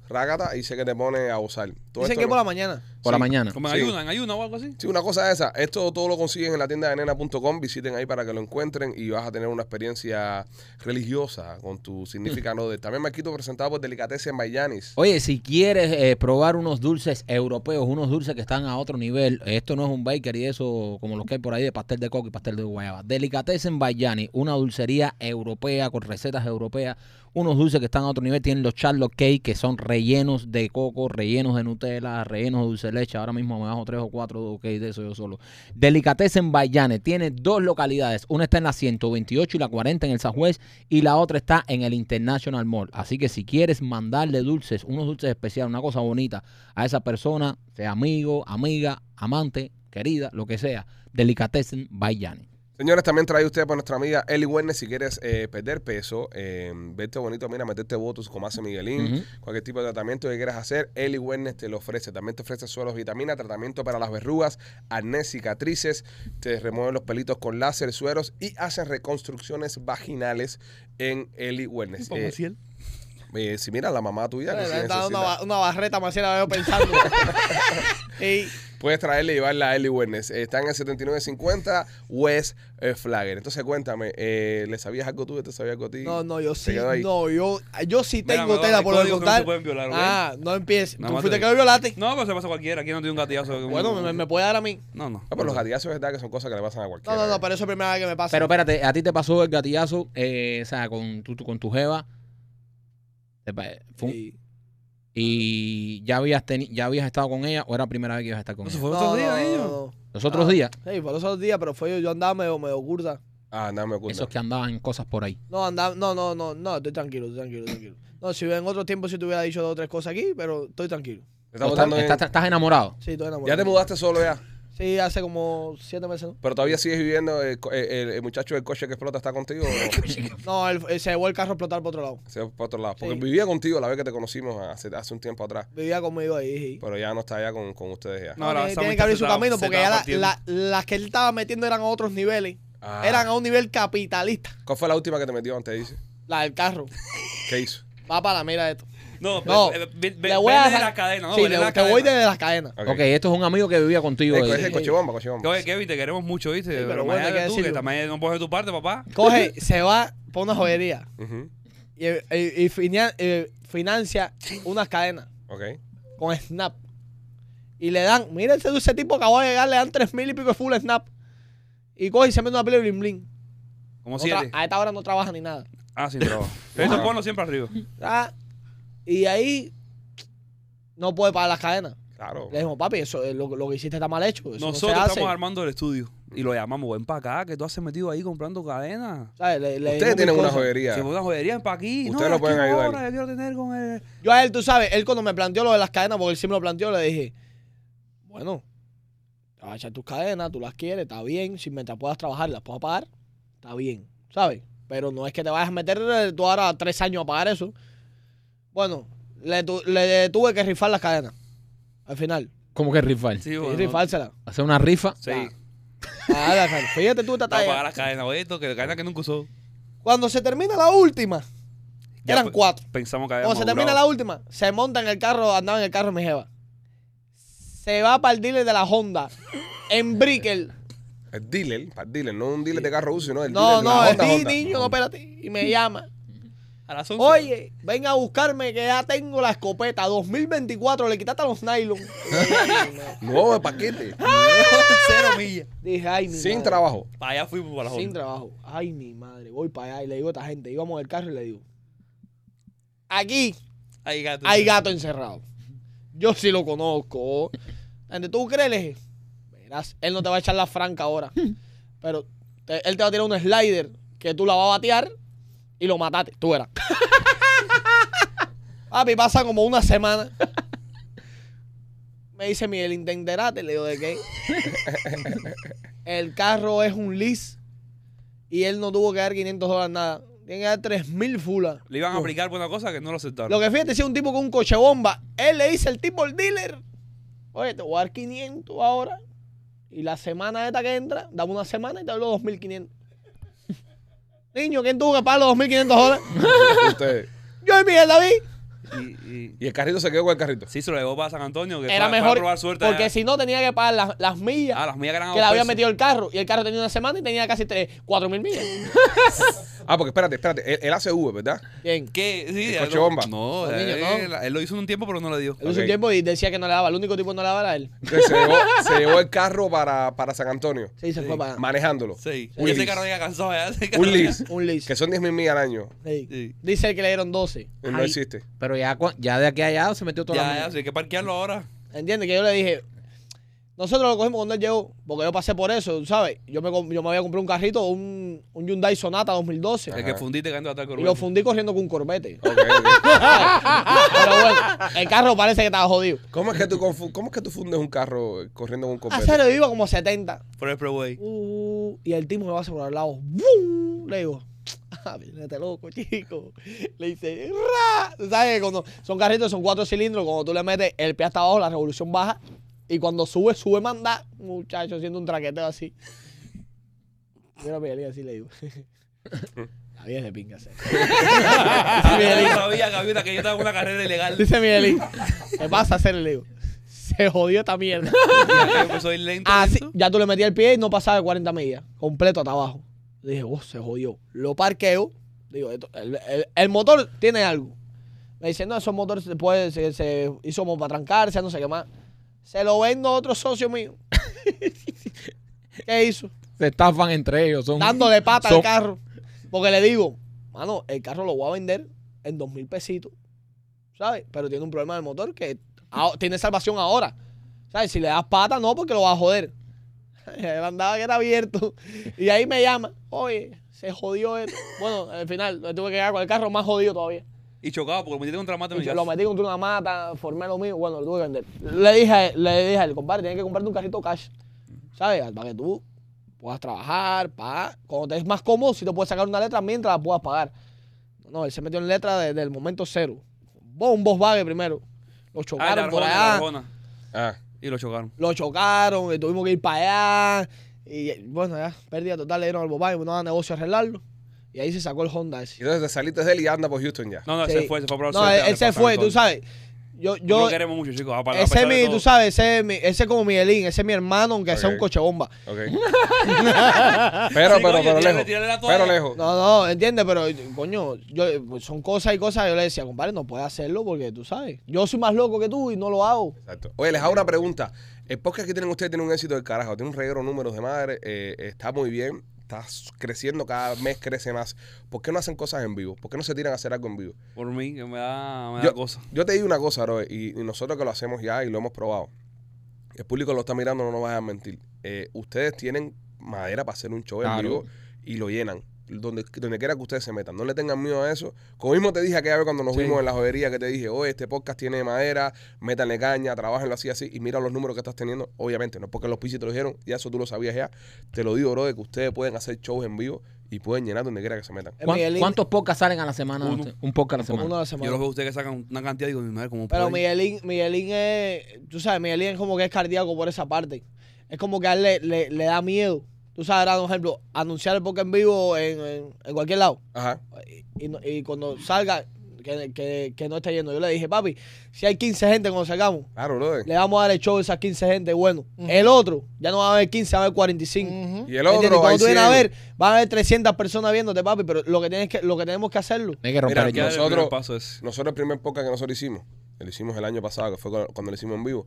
[SPEAKER 1] Rágata, y sé que te pone a gozar. Todo esto
[SPEAKER 4] Dicen
[SPEAKER 1] Eh,
[SPEAKER 4] que
[SPEAKER 1] lo-
[SPEAKER 4] por la mañana.
[SPEAKER 2] Por la mañana.
[SPEAKER 6] Como en
[SPEAKER 1] Sí.
[SPEAKER 6] ayuna, en ayuna o algo así.
[SPEAKER 1] Sí, una cosa esa. Esto todo lo consiguen en la tienda de nena.com. Visiten ahí para que lo encuentren y vas a tener una experiencia religiosa con tu significado. de También me quito presentado por Delicatessen Mayanis.
[SPEAKER 2] Oye, si quieres eh, probar unos dulces europeos, unos dulces que están a otro nivel, esto no es un baker y eso como los que hay por ahí de pastel de coco y pastel de guayaba. Delicatessen Bayani, una dulcería europea con recetas europeas, unos dulces que están a otro nivel. Tienen los charlotte cake que son rellenos de coco, rellenos de Nutella, rellenos de dulce de leche. Ahora mismo me bajo tres o cuatro cake de eso yo solo. Delicatessen Bayane tiene dos localidades. Una está en la 128 y la 40 en el Sajuez y la otra está en el International Mall. Así que si quieres mandarle dulces, unos dulces especiales, una cosa bonita a esa persona, sea amigo, amiga, amante, querida, lo que sea, Delicatessen Bayane.
[SPEAKER 1] Señores, también trae usted por nuestra amiga Eli Werner si quieres eh, perder peso, eh, verte bonito, mira, meterte votos como hace Miguelín,
[SPEAKER 2] Ujú.
[SPEAKER 1] cualquier tipo de tratamiento que quieras hacer, Eli Wellness te lo ofrece. También te ofrece suelos, vitaminas, tratamiento para las verrugas, acné, cicatrices, te remueven los pelitos con láser, sueros y hacen reconstrucciones vaginales en Eli Wellness.
[SPEAKER 6] Como
[SPEAKER 1] Eh,
[SPEAKER 6] si él.
[SPEAKER 1] eh, si mira la mamá tuya, que
[SPEAKER 4] Le
[SPEAKER 1] sí
[SPEAKER 4] está dando una,
[SPEAKER 1] necesita.
[SPEAKER 4] ba- una barreta Marcela,
[SPEAKER 1] <laughs>
[SPEAKER 4] veo pensando. <laughs> y
[SPEAKER 1] Puedes traerle y llevarla a Ellie Wellness. Está en el 7950 West eh, Flagger. Entonces cuéntame, eh, ¿le sabías algo tú? ¿Te sabía algo a ti?
[SPEAKER 4] No, no, yo
[SPEAKER 1] ¿Te
[SPEAKER 4] sí.
[SPEAKER 1] quedó ahí?
[SPEAKER 4] No, yo, yo sí
[SPEAKER 6] Mira,
[SPEAKER 4] tengo
[SPEAKER 6] Manolo,
[SPEAKER 4] tela
[SPEAKER 6] hay
[SPEAKER 4] por lo que
[SPEAKER 6] códigos que no
[SPEAKER 4] contar.
[SPEAKER 6] se pueden violar, ¿ok?
[SPEAKER 4] ah, no empieces.
[SPEAKER 6] Nada
[SPEAKER 4] Tú
[SPEAKER 6] más
[SPEAKER 4] fuiste
[SPEAKER 6] te
[SPEAKER 4] que lo violaste.
[SPEAKER 6] No, pero se pasa a cualquiera. Aquí no tiene un gatillazo.
[SPEAKER 4] Bueno, me, me puede dar a mí.
[SPEAKER 6] No, no.
[SPEAKER 1] No, Ah, pero los gatillazos es verdad que son cosas que le pasan a
[SPEAKER 4] No,
[SPEAKER 1] cualquiera.
[SPEAKER 4] no, no, pero eso es la primera vez que me pasa.
[SPEAKER 2] Pero espérate, ¿a ti te pasó el gatillazo, eh, o sea, con tu, tu- con tu jeva? Te pa- fue un-
[SPEAKER 4] Sí.
[SPEAKER 2] ¿Y ya habías, teni- ya habías estado con ella o era la primera vez que ibas a estar con
[SPEAKER 6] No, se
[SPEAKER 2] ella?
[SPEAKER 6] fue
[SPEAKER 4] No,
[SPEAKER 6] otro
[SPEAKER 4] no,
[SPEAKER 6] día,
[SPEAKER 4] no,
[SPEAKER 6] niño.
[SPEAKER 4] no.
[SPEAKER 2] Los otros
[SPEAKER 4] Ah,
[SPEAKER 2] días,
[SPEAKER 4] Sí, por esos días, pero fue yo, yo andaba medio, medio curta.
[SPEAKER 1] Ah, no me oculta.
[SPEAKER 2] esos que andaban en cosas por ahí.
[SPEAKER 4] No, andaba, no, no, no, no, estoy tranquilo, estoy tranquilo, tranquilo. No, si en otro tiempo sí te hubiera dicho dos o tres cosas aquí, pero estoy tranquilo.
[SPEAKER 1] ¿Te está
[SPEAKER 2] Estás,
[SPEAKER 1] portando bien?
[SPEAKER 2] estás- estás enamorado.
[SPEAKER 4] Sí, estoy
[SPEAKER 1] Ya
[SPEAKER 4] enamorado.
[SPEAKER 1] te mudaste solo ya,
[SPEAKER 4] Sí, hace como siete meses, ¿no?
[SPEAKER 1] pero todavía sigues viviendo, eh, co- eh, el, el muchacho del coche que explota está contigo. o
[SPEAKER 4] No, él- él se llevó el carro a explotar por otro lado.
[SPEAKER 1] se va para otro lado. Porque
[SPEAKER 4] Sí.
[SPEAKER 1] vivía contigo la vez que te conocimos hace, hace un tiempo atrás,
[SPEAKER 4] Vivía conmigo ahí. sí.
[SPEAKER 1] pero ya no está allá con, con ustedes ya.
[SPEAKER 6] No, ahora
[SPEAKER 4] tiene,
[SPEAKER 6] esa
[SPEAKER 4] tiene que
[SPEAKER 6] amistad
[SPEAKER 4] abrir
[SPEAKER 6] se
[SPEAKER 4] su
[SPEAKER 6] estaba-
[SPEAKER 4] camino
[SPEAKER 6] se
[SPEAKER 4] porque ya
[SPEAKER 6] estaba
[SPEAKER 4] la- la- las que él estaba metiendo eran a otros niveles.
[SPEAKER 1] Ah.
[SPEAKER 4] Eran a un nivel capitalista.
[SPEAKER 1] ¿Cuál fue la última que te metió antes, dice?
[SPEAKER 4] La del carro.
[SPEAKER 1] ¿Qué hizo?
[SPEAKER 4] Va para la mira de esto.
[SPEAKER 6] No,
[SPEAKER 4] No,
[SPEAKER 6] no. Ve, ve-
[SPEAKER 4] le voy a
[SPEAKER 6] vele
[SPEAKER 4] dejar-
[SPEAKER 6] la cadena, ¿no?
[SPEAKER 4] Sí,
[SPEAKER 6] Vele
[SPEAKER 4] le-
[SPEAKER 6] Ah, la
[SPEAKER 4] te voy
[SPEAKER 6] cadena.
[SPEAKER 4] desde las cadenas.
[SPEAKER 1] Ok. Eh,
[SPEAKER 2] ok, esto es un amigo que vivía contigo.
[SPEAKER 1] Es,
[SPEAKER 2] eh,
[SPEAKER 1] es coche bomba, coche bomba.
[SPEAKER 6] Oye, Kevin, te queremos mucho, ¿viste?
[SPEAKER 4] pero
[SPEAKER 6] pero
[SPEAKER 4] bueno, hay que
[SPEAKER 6] mañana tú, que
[SPEAKER 4] decirlo.
[SPEAKER 6] también no pones de tu parte, papá. <laughs>
[SPEAKER 4] Coge, se va por una joyería
[SPEAKER 1] Ujú,
[SPEAKER 4] y, y- y finia- eh, financia unas cadenas
[SPEAKER 1] Ok.
[SPEAKER 4] con Snap. Y le dan, mira ese dulce tipo acabó de llegar, le dan tres mil y pico de full Snap. Y coge y se mete una pila de bling bling.
[SPEAKER 6] Como
[SPEAKER 4] No tra-
[SPEAKER 6] siete.
[SPEAKER 4] a esta hora no trabaja ni nada.
[SPEAKER 6] Ah,
[SPEAKER 1] <laughs>
[SPEAKER 6] sin trabajo. Esto ponlo siempre arriba.
[SPEAKER 4] Ah, Y ahí no puede pagar las cadenas.
[SPEAKER 1] Claro.
[SPEAKER 4] Le dijimos, papi, eso, eh, lo, lo que hiciste está mal hecho. Eso
[SPEAKER 6] Nosotros
[SPEAKER 4] no se hace.
[SPEAKER 6] estamos armando el estudio y lo llamamos, ven para acá, que tú has metido ahí comprando cadenas.
[SPEAKER 4] ¿Sabes? Le- le
[SPEAKER 1] Ustedes
[SPEAKER 4] dijimos
[SPEAKER 1] tienen
[SPEAKER 4] mil
[SPEAKER 1] una
[SPEAKER 4] cosas.
[SPEAKER 1] joyería.
[SPEAKER 6] Si una joyería para aquí,
[SPEAKER 1] Ustedes
[SPEAKER 6] no,
[SPEAKER 1] lo pueden
[SPEAKER 6] aquí no,
[SPEAKER 1] ayudar.
[SPEAKER 6] ahora Yo quiero tener con él.
[SPEAKER 4] Yo a él, tú sabes, él cuando me planteó lo de las cadenas, porque él siempre lo planteó, le dije, bueno, te vas a echar Ah, tus cadenas, tú las quieres, está bien, si mientras puedas trabajar las puedo pagar, está bien, ¿sabes? Pero no es que te vayas a meter eh, tú ahora tres años a pagar eso. Bueno, le, tu- le tuve que rifar las cadenas, al final.
[SPEAKER 2] ¿Cómo que rifar?
[SPEAKER 6] Sí,
[SPEAKER 4] Y
[SPEAKER 6] bueno.
[SPEAKER 4] rifárselas.
[SPEAKER 2] Hacer una rifa.
[SPEAKER 6] Sí.
[SPEAKER 4] Ya. Ah, las cadenas. Fíjate tú esta
[SPEAKER 6] Para pagar
[SPEAKER 4] talla.
[SPEAKER 6] las cadenas, oye, esto, que cadenas que nunca usó.
[SPEAKER 4] Cuando se termina la última,
[SPEAKER 6] Ya,
[SPEAKER 4] eran
[SPEAKER 6] pues,
[SPEAKER 4] cuatro.
[SPEAKER 6] Pensamos que habíamos
[SPEAKER 4] Cuando se termina la
[SPEAKER 6] durado.
[SPEAKER 4] última, se monta en el carro, andaba en el carro mi jeva. Se va para el dealer de la Honda. En Brickell.
[SPEAKER 1] El dealer, para el dealer, no un dealer de carro uso, sino el
[SPEAKER 4] No,
[SPEAKER 1] dealer
[SPEAKER 4] no,
[SPEAKER 1] de
[SPEAKER 4] el
[SPEAKER 1] la Honda,
[SPEAKER 4] di-
[SPEAKER 1] Honda.
[SPEAKER 4] niño, no, espérate. Y me llama.
[SPEAKER 6] A las 11.
[SPEAKER 4] Oye, ven a buscarme que ya tengo la escopeta 2024, le quitaste a
[SPEAKER 1] <laughs>
[SPEAKER 4] los nylon.
[SPEAKER 1] No, de paquete.
[SPEAKER 4] Ah,
[SPEAKER 6] Cero millas.
[SPEAKER 4] Dije, ay, mi
[SPEAKER 1] Sin
[SPEAKER 4] madre.
[SPEAKER 1] trabajo.
[SPEAKER 6] Para allá fuimos para las
[SPEAKER 4] Sin
[SPEAKER 6] 11.
[SPEAKER 4] trabajo. Ay, mi madre. Voy para allá y le digo a esta gente. Íbamos del carro y le digo. Aquí
[SPEAKER 6] Ahí gato.
[SPEAKER 4] hay gato encerrado. Yo sí lo conozco. Gente, ¿tú crees? Le dije, Verás, él no te va a echar la franca ahora. Pero te- él te va a tirar un slider que tú la vas a batear y lo mataste. Tú eras. Papi, pasa como una semana. Me dice Miguel, intenderate. Le digo, ¿de qué? El carro es un lease y él no tuvo que dar 500 dólares nada. Tiene que dar 3.000 fulas.
[SPEAKER 6] Le iban a aplicar por una cosa que no lo aceptaron.
[SPEAKER 4] Lo que fíjate, si es un tipo con un coche bomba, él le dice al tipo, el dealer, oye, te voy a dar 500 ahora. Y la semana esta que entra, dame una semana y te hablo
[SPEAKER 6] <laughs>
[SPEAKER 4] 2.500. Niño, ¿quién tuvo que pagar los 2.500 ahora?
[SPEAKER 1] Ustedes.
[SPEAKER 4] Yo y Miguel David.
[SPEAKER 6] Y, y-
[SPEAKER 1] Y el carrito se quedó con el carrito.
[SPEAKER 6] sí, se lo llevó <laughs> para San Antonio. Que
[SPEAKER 4] Era
[SPEAKER 6] fue- fue a
[SPEAKER 4] mejor.
[SPEAKER 6] probar suerte
[SPEAKER 4] Porque
[SPEAKER 6] allá.
[SPEAKER 4] si no, tenía que pagar las, las millas
[SPEAKER 6] Ah, las mías eran a
[SPEAKER 4] que le
[SPEAKER 6] dos
[SPEAKER 4] había
[SPEAKER 6] pesos.
[SPEAKER 4] metido el carro. Y el carro tenía una semana y tenía casi tres- 4.000 millas.
[SPEAKER 6] <laughs>
[SPEAKER 1] Ah, porque espérate, espérate. Él, él hace V, ¿verdad?
[SPEAKER 4] Bien.
[SPEAKER 6] ¿Qué? Sí,
[SPEAKER 1] El
[SPEAKER 6] ya
[SPEAKER 1] coche
[SPEAKER 6] lo-
[SPEAKER 1] bomba.
[SPEAKER 6] No,
[SPEAKER 4] Los
[SPEAKER 6] él,
[SPEAKER 4] niños, ¿no?
[SPEAKER 6] él- él lo hizo en un tiempo, pero no le dio.
[SPEAKER 4] Él hizo
[SPEAKER 1] Ok.
[SPEAKER 4] un tiempo y decía que no le daba. El único tipo que no le daba era él.
[SPEAKER 1] Entonces, se, llevó, se llevó el carro para, para San Antonio,
[SPEAKER 4] Sí, se fue para
[SPEAKER 1] manejándolo.
[SPEAKER 6] Sí.
[SPEAKER 1] Un
[SPEAKER 6] ese
[SPEAKER 1] lease.
[SPEAKER 6] carro llega cansado ya. Ese carro
[SPEAKER 1] Un
[SPEAKER 6] ya-
[SPEAKER 1] lease.
[SPEAKER 4] un lease.
[SPEAKER 1] Que son 10 mil millas al año.
[SPEAKER 4] Sí.
[SPEAKER 6] Sí.
[SPEAKER 4] Dice el que le dieron 12.
[SPEAKER 1] Y No
[SPEAKER 2] Ay.
[SPEAKER 1] existe.
[SPEAKER 2] Pero ya, cua- ya de aquí a allá se metió toda la
[SPEAKER 6] Ya,
[SPEAKER 2] mierda.
[SPEAKER 6] ya, sí, hay que parquearlo ahora.
[SPEAKER 4] ¿Entiendes? Que yo le dije, nosotros lo cogimos cuando él llegó, porque yo pasé por eso, ¿sabes? Yo me, com- yo me había comprado un carrito, un, un Hyundai Sonata 2012,
[SPEAKER 6] El que fundiste que ando a estar
[SPEAKER 4] y lo fundí corriendo con un Corvette. <laughs>
[SPEAKER 1] Ok, ok.
[SPEAKER 4] Pero bueno, el carro parece que estaba jodido.
[SPEAKER 1] ¿Cómo, es que tú confu- ¿Cómo es que tú fundes un carro corriendo con un
[SPEAKER 4] A
[SPEAKER 1] copete?
[SPEAKER 4] cero iba como 70.
[SPEAKER 6] Por el Proway.
[SPEAKER 4] Uh, y el tipo me va a por al lado. ¡Bum! Le digo, <laughs> ah, vete loco, chico. Le dice, ¡ra! Tú sabes que cuando son carritos, son cuatro cilindros, cuando tú le metes el pie hasta abajo, la revolución baja. Y cuando sube, sube manda, muchacho, haciendo un traqueteo así. Yo a Miguelín así le digo. <laughs> La vida es de pinga, se. Dice
[SPEAKER 6] Yo
[SPEAKER 4] Miguelín,
[SPEAKER 6] Ah, sabía, Gaviota, que yo estaba en una carrera ilegal.
[SPEAKER 4] dice Miguelín, ¿qué pasa hacer? Le digo, se jodió esta mierda.
[SPEAKER 6] Ya que soy lento.
[SPEAKER 4] Así,
[SPEAKER 6] lento.
[SPEAKER 4] ya tú le metías el pie y no pasaba de 40 millas, completo hasta abajo. Dije, oh, se jodió. Lo parqueo. Digo, esto- el, el- el motor tiene algo. Me dicen, no, esos motores después se, se hizo como para trancarse, no sé qué más. Se lo vendo a otro socio mío. <laughs> ¿Qué hizo?
[SPEAKER 2] Se estafan entre ellos. Son,
[SPEAKER 4] Dándole pata al
[SPEAKER 2] son-
[SPEAKER 4] carro. Porque le digo, mano, el carro lo voy a vender en dos mil pesitos. ¿Sabes? Pero tiene un problema del motor que ah, tiene salvación ahora. ¿Sabes? Si le das pata, no, porque lo va a joder. <laughs> Él andaba que era abierto. Y ahí me llama. Oye, se jodió esto. Bueno, al final me tuve que quedar con el carro más jodido todavía.
[SPEAKER 6] Y chocaba porque me metí contra mata
[SPEAKER 4] Y
[SPEAKER 6] en mi
[SPEAKER 4] yo
[SPEAKER 6] casa.
[SPEAKER 4] lo metí contra una mata, formé lo mío. Bueno, lo tuve que vender. Le dije, a él- le dije a él, compadre, tienes que comprarte un carrito cash. ¿Sabes? Para que tú puedas trabajar, pagar. Cuando te es más cómodo, si te puedes sacar una letra mientras la puedas pagar. No, él se metió en letra desde el momento cero. Bo- Un Volkswagen primero. Lo
[SPEAKER 6] Ah, la
[SPEAKER 4] chocaron por
[SPEAKER 6] Arjona, la
[SPEAKER 4] allá.
[SPEAKER 6] Arjona.
[SPEAKER 1] Ah,
[SPEAKER 6] Y lo chocaron.
[SPEAKER 4] Lo chocaron y tuvimos que ir para allá. Y bueno, ya, pérdida total, le dieron al Volkswagen, no daba negocio arreglarlo. Y ahí se sacó el Honda ese.
[SPEAKER 1] y entonces te saliste de él y anda por Houston ya.
[SPEAKER 6] No, no,
[SPEAKER 4] Sí.
[SPEAKER 6] se fue, se fue a probar
[SPEAKER 4] No,
[SPEAKER 6] suerte,
[SPEAKER 4] él,
[SPEAKER 6] a
[SPEAKER 4] él se
[SPEAKER 6] San
[SPEAKER 4] fue, tú
[SPEAKER 6] Antonio.
[SPEAKER 4] sabes. Yo,
[SPEAKER 6] Yo
[SPEAKER 4] yo,
[SPEAKER 6] lo queremos mucho, chicos. a- a
[SPEAKER 4] ese
[SPEAKER 6] pesar
[SPEAKER 4] es
[SPEAKER 6] de
[SPEAKER 4] mi,
[SPEAKER 6] todo.
[SPEAKER 4] tú sabes, ese es, mi- ese es como Miguelín, ese es mi hermano, aunque sea
[SPEAKER 1] Ok.
[SPEAKER 4] un coche bomba.
[SPEAKER 1] Ok. Pero,
[SPEAKER 6] Sí,
[SPEAKER 1] pero,
[SPEAKER 6] coño,
[SPEAKER 1] pero
[SPEAKER 6] tírale-
[SPEAKER 1] lejos.
[SPEAKER 6] tírale la toalla.
[SPEAKER 1] Pero lejos.
[SPEAKER 4] No, no, entiende, pero coño, yo, pues, son cosas y cosas. Yo le decía, compadre, no puedes hacerlo porque tú sabes. Yo soy más loco que tú y no lo hago.
[SPEAKER 1] Exacto. Oye, les hago una pregunta. El podcast que tienen ustedes tiene un éxito del carajo. Tiene un reguero de números de madre. eh, está muy bien. Está s- creciendo cada mes, crece más. ¿Por qué no hacen cosas en vivo? ¿Por qué no se tiran a hacer algo en vivo?
[SPEAKER 6] Por mí, que me da, me da
[SPEAKER 1] Yo,
[SPEAKER 6] cosa.
[SPEAKER 1] yo te digo una cosa, Roe, y, y nosotros que lo hacemos ya y lo hemos probado. El público lo está mirando, no nos vas a mentir. Eh, ustedes tienen madera para hacer un show en
[SPEAKER 2] Claro.
[SPEAKER 1] vivo y lo llenan. Donde, donde quiera que ustedes se metan. No le tengan miedo a eso. Como mismo te dije aquella vez cuando nos
[SPEAKER 6] Sí.
[SPEAKER 1] vimos en la jodería que te dije, oye, este podcast tiene madera, métanle caña, trabajenlo así, así, y mira los números que estás teniendo. Obviamente, no es porque los pisos te lo dijeron, ya eso tú lo sabías ya. Te lo digo, bro, de que ustedes pueden hacer shows en vivo y pueden llenar donde quiera que se metan.
[SPEAKER 4] Eh,
[SPEAKER 2] ¿Cuán-
[SPEAKER 4] Miguelín-
[SPEAKER 2] ¿Cuántos podcasts salen a la semana?
[SPEAKER 6] Uno.
[SPEAKER 2] Un podcast a la semana.
[SPEAKER 4] Uno a la
[SPEAKER 6] Yo
[SPEAKER 4] semana.
[SPEAKER 6] los veo a ustedes que sacan una cantidad y digo, mi madre, como
[SPEAKER 4] Pero Miguelín, Miguelín es, tú sabes, Miguelín es como que es cardíaco por esa parte. Es como que a él le, le- le da miedo. Tú sabes, ahora, por ejemplo, anunciar el podcast en vivo en, en- en cualquier lado.
[SPEAKER 1] Ajá.
[SPEAKER 4] Y, y no- y cuando salga, que
[SPEAKER 3] que, que- que no esté yendo. Yo le dije, papi, si hay 15 gente cuando salgamos,
[SPEAKER 1] Claro, brother.
[SPEAKER 3] le vamos a dar el show a esas 15 gente, bueno. El otro, ya no va a haber 15, va a haber 45.
[SPEAKER 1] Y el
[SPEAKER 3] ¿Me entiendes?
[SPEAKER 1] otro,
[SPEAKER 3] Cuando
[SPEAKER 1] ahí
[SPEAKER 3] tú vienes a
[SPEAKER 1] 100.
[SPEAKER 3] ver, van a haber 300 personas viéndote, papi, pero lo que, tienes que, lo que tenemos que hacerlo.
[SPEAKER 2] Hay que romper
[SPEAKER 1] Mira,
[SPEAKER 2] el
[SPEAKER 1] ya-
[SPEAKER 2] hielo.
[SPEAKER 1] Nosotros-
[SPEAKER 6] Nosotros. paso es.
[SPEAKER 1] Nosotros el primer podcast que nosotros hicimos, que lo hicimos el año pasado, que fue cu- cuando lo hicimos en vivo,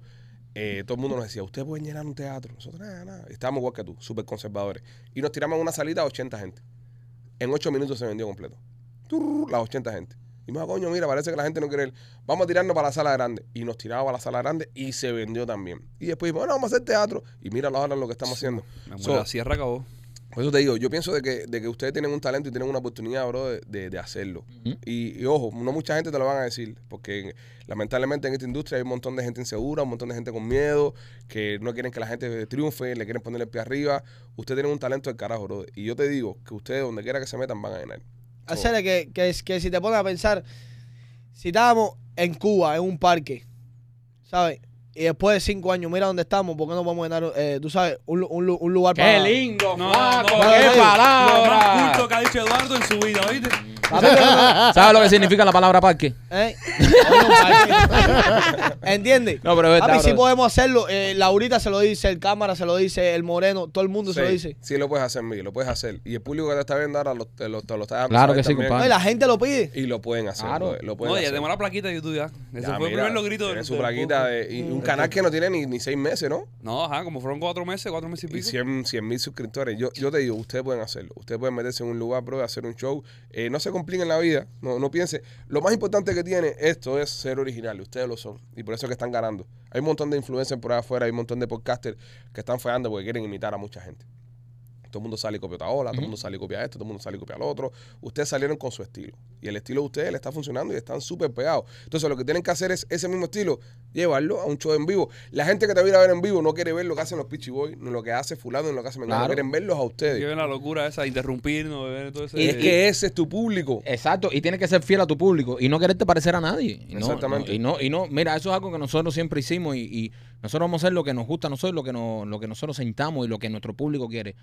[SPEAKER 1] eh, todo el mundo nos decía, ustedes pueden llenar un teatro. Nosotros, nada, nada. Estábamos igual que tú, súper conservadores. Y nos tiramos en una salita a 80 gente. En 8 minutos se vendió completo. Turr, Las 80 gente. Y más coño, mira, parece que la gente no quiere ir. Vamos a tirarnos para la sala grande. Y nos tiraba para la sala grande y se vendió también. Y después dijimos, bueno, vamos a hacer teatro. Y mira ahora lo que estamos haciendo.
[SPEAKER 6] Me
[SPEAKER 1] So,
[SPEAKER 6] muero, la sierra acabó.
[SPEAKER 1] por eso te digo, yo pienso de que, de que ustedes tienen un talento y tienen una oportunidad, bro, de, de- de hacerlo.
[SPEAKER 2] Ujú.
[SPEAKER 1] y, y ojo, no mucha gente te lo van a decir, porque lamentablemente en esta industria hay un montón de gente insegura, un montón de gente con miedo, que no quieren que la gente triunfe, le quieren poner el pie arriba. Ustedes tienen un talento del carajo, bro. Y yo te digo que ustedes, donde quiera que se metan, van a ganar. So,
[SPEAKER 3] Hacer que, que, que si te pones a pensar, si estábamos en Cuba, en un parque, ¿sabes? Y después de cinco años, mira dónde estamos, ¿por qué no podemos ganar, eh, tú sabes, un, lu- un lu- un lugar
[SPEAKER 2] ¡Qué lindo,
[SPEAKER 6] No,
[SPEAKER 2] flaco!
[SPEAKER 6] no, eh,
[SPEAKER 2] ¡Qué
[SPEAKER 3] no, no.
[SPEAKER 6] Lo más
[SPEAKER 2] palabra!
[SPEAKER 6] culto que ha dicho Eduardo en su vida, ¿oíste?
[SPEAKER 3] Papi, pero no-
[SPEAKER 2] ¿Sabes lo que significa la palabra parque?
[SPEAKER 3] ¿eh? <laughs> Oye, un parque. ¿Entiendes?
[SPEAKER 2] No, pero es verdad,
[SPEAKER 3] Papi, sí
[SPEAKER 2] brother.
[SPEAKER 3] podemos hacerlo. Eh, Laurita se lo dice, el cámara se lo dice, el moreno, todo el mundo se lo
[SPEAKER 1] sí,
[SPEAKER 3] dice.
[SPEAKER 1] sí lo puedes hacer, Miguel, lo puedes hacer. Y el público que te está viendo ahora lo, te lo, te lo está dando
[SPEAKER 2] Claro
[SPEAKER 1] saber
[SPEAKER 2] que sí,
[SPEAKER 1] también.
[SPEAKER 3] No, y
[SPEAKER 2] compadre.
[SPEAKER 3] la gente lo pide.
[SPEAKER 1] Y lo pueden hacer,
[SPEAKER 2] Claro.
[SPEAKER 1] bro, lo pueden
[SPEAKER 6] No, ya
[SPEAKER 1] hacer.
[SPEAKER 6] tengo la plaquita de YouTube ya. Ese
[SPEAKER 1] Ya,
[SPEAKER 6] fue el
[SPEAKER 1] mira,
[SPEAKER 6] primer logrito
[SPEAKER 1] tiene
[SPEAKER 6] de
[SPEAKER 1] su plaquita de, y un canal que no tiene ni, ni seis meses, ¿no?
[SPEAKER 6] No, ajá, como fueron cuatro meses, cuatro meses y
[SPEAKER 1] Y
[SPEAKER 6] pico.
[SPEAKER 1] 100 mil suscriptores. Yo, yo te digo, ustedes pueden hacerlo. Ustedes pueden meterse en un lugar, bro, hacer un show. Eh, no se compliquen la vida. No, no piensen. Lo más importante que tiene esto es ser original. y Ustedes lo son. Y por eso es que están ganando. Hay un montón de influencers por ahí afuera. Hay un montón de podcasters que están fallando porque quieren imitar a mucha gente. Todo el mundo sale y copia otra ola, todo el mundo sale y copia esto, todo el mundo sale y copia lo otro. Ustedes salieron con su estilo. Y el estilo de ustedes le está funcionando y están súper pegados. Entonces lo que tienen que hacer es ese mismo estilo, llevarlo a un show en vivo. La gente que te va a ir a ver en vivo no quiere ver lo que hacen los Pitchy Boys, ni lo que hace fulano, ni lo que hace mengano.
[SPEAKER 2] Claro.
[SPEAKER 1] Quieren verlos a
[SPEAKER 6] Que
[SPEAKER 1] ustedes.
[SPEAKER 6] ven la locura esa, interrumpirnos, ven todo ese.
[SPEAKER 1] es que ese es tu público.
[SPEAKER 2] Exacto, y tienes que ser fiel a tu público y no quererte parecer a nadie. Y no,
[SPEAKER 1] Exactamente.
[SPEAKER 2] no, y no, y no, mira, eso es algo que nosotros siempre hicimos y, y nosotros vamos a hacer lo que nos gusta a nosotros, lo que, nos, lo que nosotros sentamos y lo que nuestro público quiere.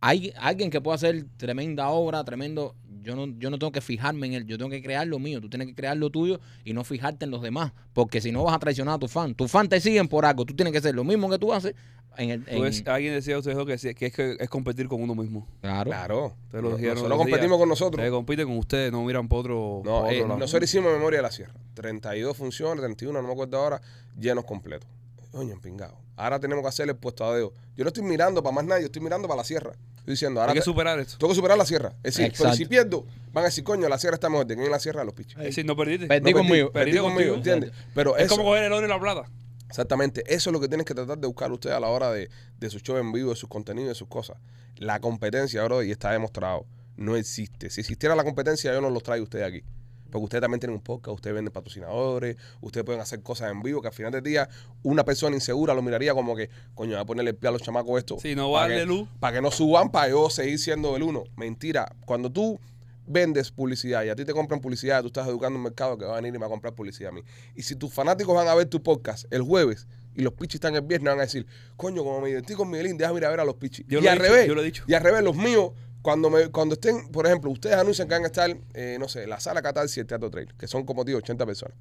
[SPEAKER 2] Hay alguien que pueda hacer tremenda obra, tremendo. Yo no, yo no tengo que fijarme en él, yo tengo que crear lo mío. Tú tienes que crear lo tuyo y no fijarte en los demás, porque si no vas a traicionar a tu fan. Tus fans te siguen por algo, tú tienes que hacer lo mismo que tú haces. En el, en-
[SPEAKER 6] Tú ves- alguien decía a ustedes lo que, decía, que es que es competir con uno mismo.
[SPEAKER 2] claro.
[SPEAKER 1] Claro.
[SPEAKER 6] Ustedes lo dijeron
[SPEAKER 1] Nosotros
[SPEAKER 6] los días.
[SPEAKER 1] competimos con
[SPEAKER 6] Ustedes
[SPEAKER 1] nosotros.
[SPEAKER 6] compiten con ustedes, no miran por otro.
[SPEAKER 1] No,
[SPEAKER 6] pa'
[SPEAKER 1] eh,
[SPEAKER 6] otro lado.
[SPEAKER 1] nosotros hicimos Memoria de la Sierra. 32 funciones, 31, no me acuerdo ahora, llenos completos. Coño, empingado. Ahora tenemos que hacer el puestadeo. Yo no estoy mirando para más nadie, yo estoy mirando para la sierra. Estoy diciendo, ahora
[SPEAKER 6] Hay que
[SPEAKER 1] te-
[SPEAKER 6] superar esto.
[SPEAKER 1] Tengo que superar la sierra. Es decir, pero
[SPEAKER 2] Exacto.
[SPEAKER 1] si pierdo, van a decir, coño, la sierra está mejor. Tienen la sierra de los pichos.
[SPEAKER 6] Es decir, no perdiste.
[SPEAKER 2] Perdí
[SPEAKER 1] No perdí,
[SPEAKER 2] conmigo.
[SPEAKER 1] Perdí
[SPEAKER 6] Eh, Perdí
[SPEAKER 1] conmigo,
[SPEAKER 6] contigo.
[SPEAKER 1] ¿entiendes? Pero
[SPEAKER 6] es
[SPEAKER 1] eso,
[SPEAKER 6] como coger el oro y la plata.
[SPEAKER 1] exactamente, eso es lo que tienes que tratar de buscar usted a la hora de, de su show en vivo, de sus contenidos, de sus cosas. La competencia, bro, y está demostrado, no existe. Si existiera la competencia, yo no los traigo a ustedes aquí. Porque ustedes también tienen un podcast, ustedes venden patrocinadores, ustedes pueden hacer cosas en vivo que al final del día una persona insegura lo miraría como que, coño, voy a ponerle el pie a los chamacos esto.
[SPEAKER 6] Si no
[SPEAKER 1] para
[SPEAKER 6] vale
[SPEAKER 1] que-
[SPEAKER 6] luz.
[SPEAKER 1] para que no suban para yo seguir siendo el uno. Mentira. Cuando tú vendes publicidad y a ti te compran publicidad, tú estás educando un mercado que va a venir y me va a comprar publicidad a mí. Y si tus fanáticos van a ver tu podcast el jueves y los pichis están el viernes, van a decir, coño, como me divertí con Miguelín, déjame ir a ver a los pichis.
[SPEAKER 6] Yo
[SPEAKER 1] y
[SPEAKER 6] lo he
[SPEAKER 1] al
[SPEAKER 6] dicho,
[SPEAKER 1] revés,
[SPEAKER 6] yo lo he dicho.
[SPEAKER 1] y al revés, los míos, cuando me, cuando estén, por ejemplo, ustedes anuncian que van a estar, eh, no sé, la sala Catarsis y el Teatro Trail, que son como tío, 80 personas.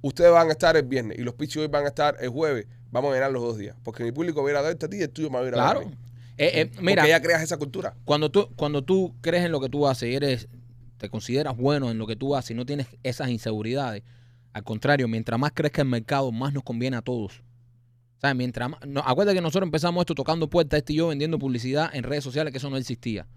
[SPEAKER 1] Ustedes van a estar el viernes y los pichis hoy van a estar el jueves. Vamos a llenar los dos días. Porque mi público va a ir a verte a ti y el tuyo me va a ir a ver a
[SPEAKER 2] Claro.
[SPEAKER 1] mí.
[SPEAKER 2] Eh, eh, mira,
[SPEAKER 1] Porque ya creas esa cultura.
[SPEAKER 2] cuando tú cuando tú crees en lo que tú haces y eres te consideras bueno en lo que tú haces y no tienes esas inseguridades al contrario mientras más crezca el mercado más nos conviene a todos o sea, mientras más, no, acuérdate que nosotros empezamos esto tocando puertas, este y yo vendiendo publicidad en redes sociales, que eso no existía.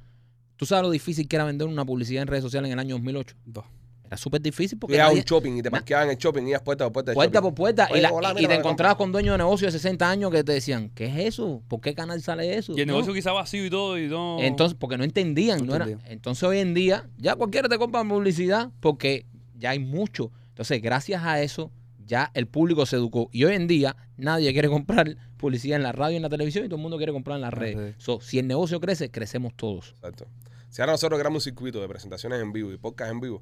[SPEAKER 2] ¿Tú sabes lo difícil que era vender una publicidad en redes sociales en el año 2008?
[SPEAKER 6] Dos.
[SPEAKER 2] Era súper difícil
[SPEAKER 1] Porque
[SPEAKER 2] porque
[SPEAKER 1] era un
[SPEAKER 2] nadie-
[SPEAKER 1] shopping y te
[SPEAKER 2] na-
[SPEAKER 1] parqueaban en el shopping y ibas puerta por puerta. de
[SPEAKER 2] puerta por
[SPEAKER 1] shopping.
[SPEAKER 2] puerta y,
[SPEAKER 1] Oye,
[SPEAKER 2] la-
[SPEAKER 1] hola,
[SPEAKER 2] y
[SPEAKER 1] mira,
[SPEAKER 2] te
[SPEAKER 1] me
[SPEAKER 2] encontrabas con dueños de negocios de 60 años que te decían, ¿qué es eso? ¿Por qué canal sale eso?
[SPEAKER 6] Y el
[SPEAKER 2] No.
[SPEAKER 6] negocio quizá vacío y todo. Y no.
[SPEAKER 2] Entonces, porque no entendían,
[SPEAKER 6] No
[SPEAKER 2] no era-
[SPEAKER 6] entendían.
[SPEAKER 2] Entonces hoy en día, ya cualquiera te compra publicidad porque ya hay mucho. Entonces, gracias a eso, ya el público se educó. Y hoy en día, nadie quiere comprar publicidad en la radio y en la televisión y todo el mundo quiere comprar en las redes. So, si el negocio crece, crecemos todos.
[SPEAKER 1] Exacto. Si ahora nosotros creamos un circuito de presentaciones en vivo y podcast en vivo,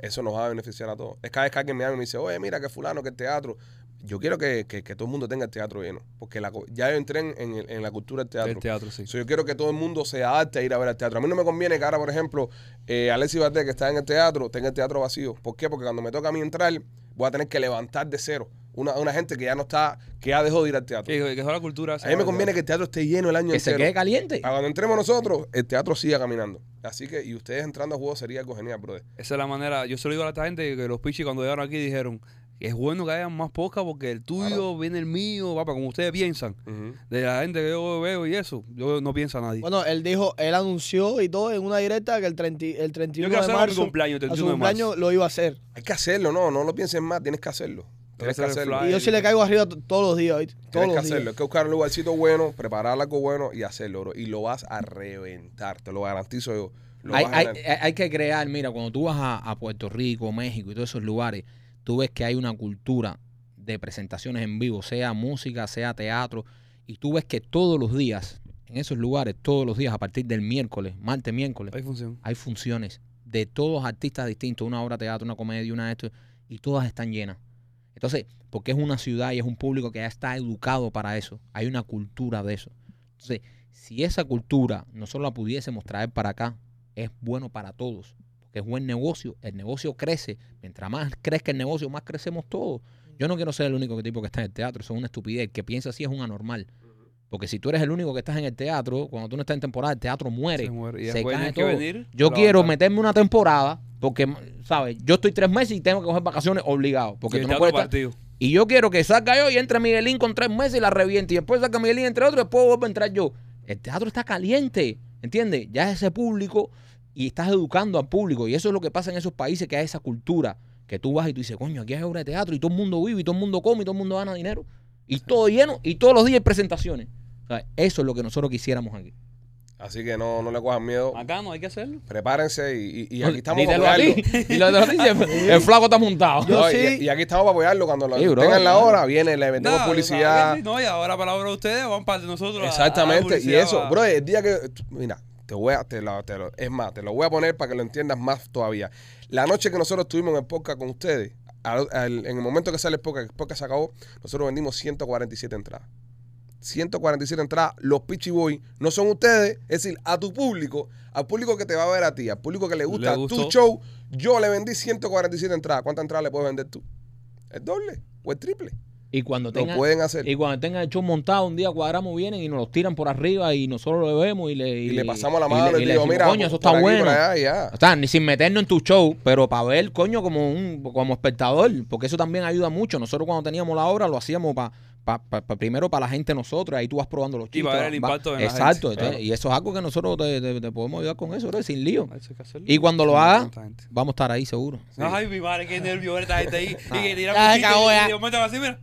[SPEAKER 1] eso nos va a beneficiar a todos. Es cada vez que alguien me llama y me dice, oye, mira que fulano, que el teatro. yo quiero que, que- que todo el mundo tenga el teatro lleno, porque la co- ya yo entré en, en el- en la cultura del teatro.
[SPEAKER 6] El teatro, sí.
[SPEAKER 1] So, yo quiero que todo el mundo se adapte a ir a ver al teatro. A mí no me conviene que ahora, por ejemplo, eh, Alexis Valdés, que está en el teatro, tenga el teatro vacío. ¿Por qué? Porque cuando me toca a mí entrar, voy a tener que levantar de cero una, una gente que ya no está, que ya dejó de ir al teatro.
[SPEAKER 6] Que, que toda la cultura.
[SPEAKER 1] A mí me conviene que el teatro esté lleno el año
[SPEAKER 2] Que se
[SPEAKER 1] entero.
[SPEAKER 2] quede caliente.
[SPEAKER 1] Para cuando entremos nosotros, el teatro siga caminando. Así que, y ustedes entrando a juego sería algo genial, brother.
[SPEAKER 6] Esa es la manera. Yo se lo digo a esta gente que los pichis cuando llegaron aquí dijeron es bueno que hayan más podcast porque el tuyo viene el mío, papá, como ustedes piensan.
[SPEAKER 1] Ujú.
[SPEAKER 6] De la gente que yo veo y eso, yo no piensa nadie.
[SPEAKER 3] Bueno, él dijo, él anunció y todo en una directa que el, 30 y- el
[SPEAKER 6] yo
[SPEAKER 3] 31
[SPEAKER 6] quiero
[SPEAKER 3] de
[SPEAKER 6] hacer a mi
[SPEAKER 3] marzo.
[SPEAKER 6] cumpleaños,
[SPEAKER 3] a
[SPEAKER 6] el
[SPEAKER 3] su
[SPEAKER 6] 31 de marzo.
[SPEAKER 3] cumpleaños lo iba a hacer.
[SPEAKER 1] Hay que hacerlo, no, no lo piensen más, tienes que hacerlo. Tienes que
[SPEAKER 6] hacer el
[SPEAKER 1] hacerlo.
[SPEAKER 6] flyer.
[SPEAKER 3] Y yo sí le caigo arriba t- todos los días, ¿oíste? Todos
[SPEAKER 1] Tienes que
[SPEAKER 3] los
[SPEAKER 1] hacerlo.
[SPEAKER 3] días.
[SPEAKER 1] Hay que buscar un lugarcito bueno, preparar algo bueno y hacerlo, bro. Y lo vas a reventar, te lo garantizo yo. Lo
[SPEAKER 2] Hay,
[SPEAKER 1] vas a
[SPEAKER 2] hay-
[SPEAKER 1] ganar.
[SPEAKER 2] hay- hay que crear, mira, cuando tú vas a, a Puerto Rico, México y todos esos lugares, tú ves que hay una cultura de presentaciones en vivo, sea música, sea teatro, y tú ves que todos los días, en esos lugares, todos los días, a partir del miércoles, martes, miércoles,
[SPEAKER 6] Hay función.
[SPEAKER 2] hay funciones de todos artistas distintos, una obra de teatro, una comedia, una de esto, y todas están llenas. Entonces, porque es una ciudad y es un público que ya está educado para eso, hay una cultura de eso. Entonces, si esa cultura nosotros la pudiésemos traer para acá, es bueno para todos, porque es buen negocio, el negocio crece, mientras más crezca el negocio, más crecemos todos. Yo no quiero ser el único tipo que está en el teatro, eso es una estupidez, el que piensa así es un anormal. Porque si tú eres el único que estás en el teatro, cuando tú no estás en temporada, el teatro muere.
[SPEAKER 6] Se muere. Y
[SPEAKER 2] se
[SPEAKER 6] después
[SPEAKER 2] cae
[SPEAKER 6] tienes que
[SPEAKER 2] todo.
[SPEAKER 6] venir
[SPEAKER 2] Yo
[SPEAKER 6] a
[SPEAKER 2] quiero
[SPEAKER 6] levantar.
[SPEAKER 2] meterme una temporada porque, ¿sabes? Yo estoy tres meses y tengo que coger vacaciones obligado. Porque
[SPEAKER 6] Y
[SPEAKER 2] tú
[SPEAKER 6] el
[SPEAKER 2] no
[SPEAKER 6] teatro
[SPEAKER 2] puedes estar-
[SPEAKER 6] partido.
[SPEAKER 2] Y yo quiero que salga yo y entre Miguelín con tres meses y la reviente. Y después saca Miguelín entre otro y después vuelvo a entrar yo. El teatro está caliente, ¿entiendes? Ya es ese público y estás educando al público. Y eso es lo que pasa en esos países que hay esa cultura. Que tú vas y tú dices, coño, aquí hay obra de teatro y todo el mundo vive y todo el mundo come y todo el mundo gana dinero. Y todo lleno y todos los días hay presentaciones. O sea, Eso es lo que nosotros quisiéramos aquí.
[SPEAKER 1] Así que no, no le cojan miedo.
[SPEAKER 6] Acá no hay que hacerlo.
[SPEAKER 1] Prepárense y,
[SPEAKER 3] Pues,
[SPEAKER 1] y- y aquí
[SPEAKER 2] Oye,
[SPEAKER 1] estamos para
[SPEAKER 2] díselo a
[SPEAKER 1] apoyarlo.
[SPEAKER 2] ti. Y lo de los <laughs> dice, el flaco está montado.
[SPEAKER 3] Yo
[SPEAKER 1] No, y-
[SPEAKER 3] sí.
[SPEAKER 1] y, aquí estamos para apoyarlo. Cuando lo
[SPEAKER 2] Sí, bro,
[SPEAKER 1] tengan la
[SPEAKER 2] claro.
[SPEAKER 1] hora, viene, le metemos
[SPEAKER 6] Nada,
[SPEAKER 1] publicidad.
[SPEAKER 6] ¿sabes? No, y ahora palabra de ustedes, van para nosotros. a- a
[SPEAKER 1] Exactamente.
[SPEAKER 6] dar
[SPEAKER 1] y
[SPEAKER 6] publicidad,
[SPEAKER 1] eso,
[SPEAKER 6] va.
[SPEAKER 1] bro, el día que. tú- Mira, te voy a. Te lo, te lo- es más, te lo voy a poner para que lo entiendas más todavía. La noche que nosotros estuvimos en el podcast con ustedes, al- al- en el momento que sale el podcast, el podcast se acabó, nosotros vendimos 147 entradas. 147 entradas, los Pitchy Boys no son ustedes, es decir, a tu público, al público que te va a ver a ti, al público que le gusta
[SPEAKER 6] Le
[SPEAKER 1] tu
[SPEAKER 6] gustó.
[SPEAKER 1] show, yo le vendí 147 entradas. ¿Cuántas entradas le puedes vender tú? ¿El doble o el triple?
[SPEAKER 2] Y cuando
[SPEAKER 1] Lo
[SPEAKER 2] tengan,
[SPEAKER 1] pueden hacer.
[SPEAKER 2] y cuando tengan el show montado, un día cuadramos, vienen y nos los tiran por arriba y nosotros lo vemos y le,
[SPEAKER 1] y le pasamos la
[SPEAKER 2] y
[SPEAKER 1] mano y,
[SPEAKER 2] le-
[SPEAKER 1] le,
[SPEAKER 2] y le
[SPEAKER 1] digo,
[SPEAKER 2] decimos,
[SPEAKER 1] mira,
[SPEAKER 2] coño, eso
[SPEAKER 1] por
[SPEAKER 2] está
[SPEAKER 1] aquí, por
[SPEAKER 2] bueno.
[SPEAKER 1] allá, y ya.
[SPEAKER 2] O sea, ni sin meternos en tu show, pero para ver, coño, como un como espectador, porque eso también ayuda mucho. Nosotros cuando teníamos la obra lo hacíamos para primero para la gente nosotros, ahí tú vas probando los
[SPEAKER 6] Y
[SPEAKER 2] chistes.
[SPEAKER 6] para ver el
[SPEAKER 2] vas-
[SPEAKER 6] impacto en la
[SPEAKER 2] Exacto,
[SPEAKER 6] gente,
[SPEAKER 2] entonces,
[SPEAKER 6] claro.
[SPEAKER 2] y eso es algo que nosotros te, te- te podemos ayudar con eso, bro, sin lío.
[SPEAKER 6] Eso hay que hacerlo.
[SPEAKER 2] Y cuando lo
[SPEAKER 6] Sí,
[SPEAKER 2] haga,
[SPEAKER 6] tanta gente.
[SPEAKER 2] vamos a estar ahí seguro.
[SPEAKER 6] Ay, mi madre, qué nervio ver esta
[SPEAKER 2] <laughs>
[SPEAKER 6] gente ahí. Y que
[SPEAKER 3] Ah, Ya se
[SPEAKER 6] tiramos
[SPEAKER 3] cagó, ya.
[SPEAKER 6] Y yo meto así, mira.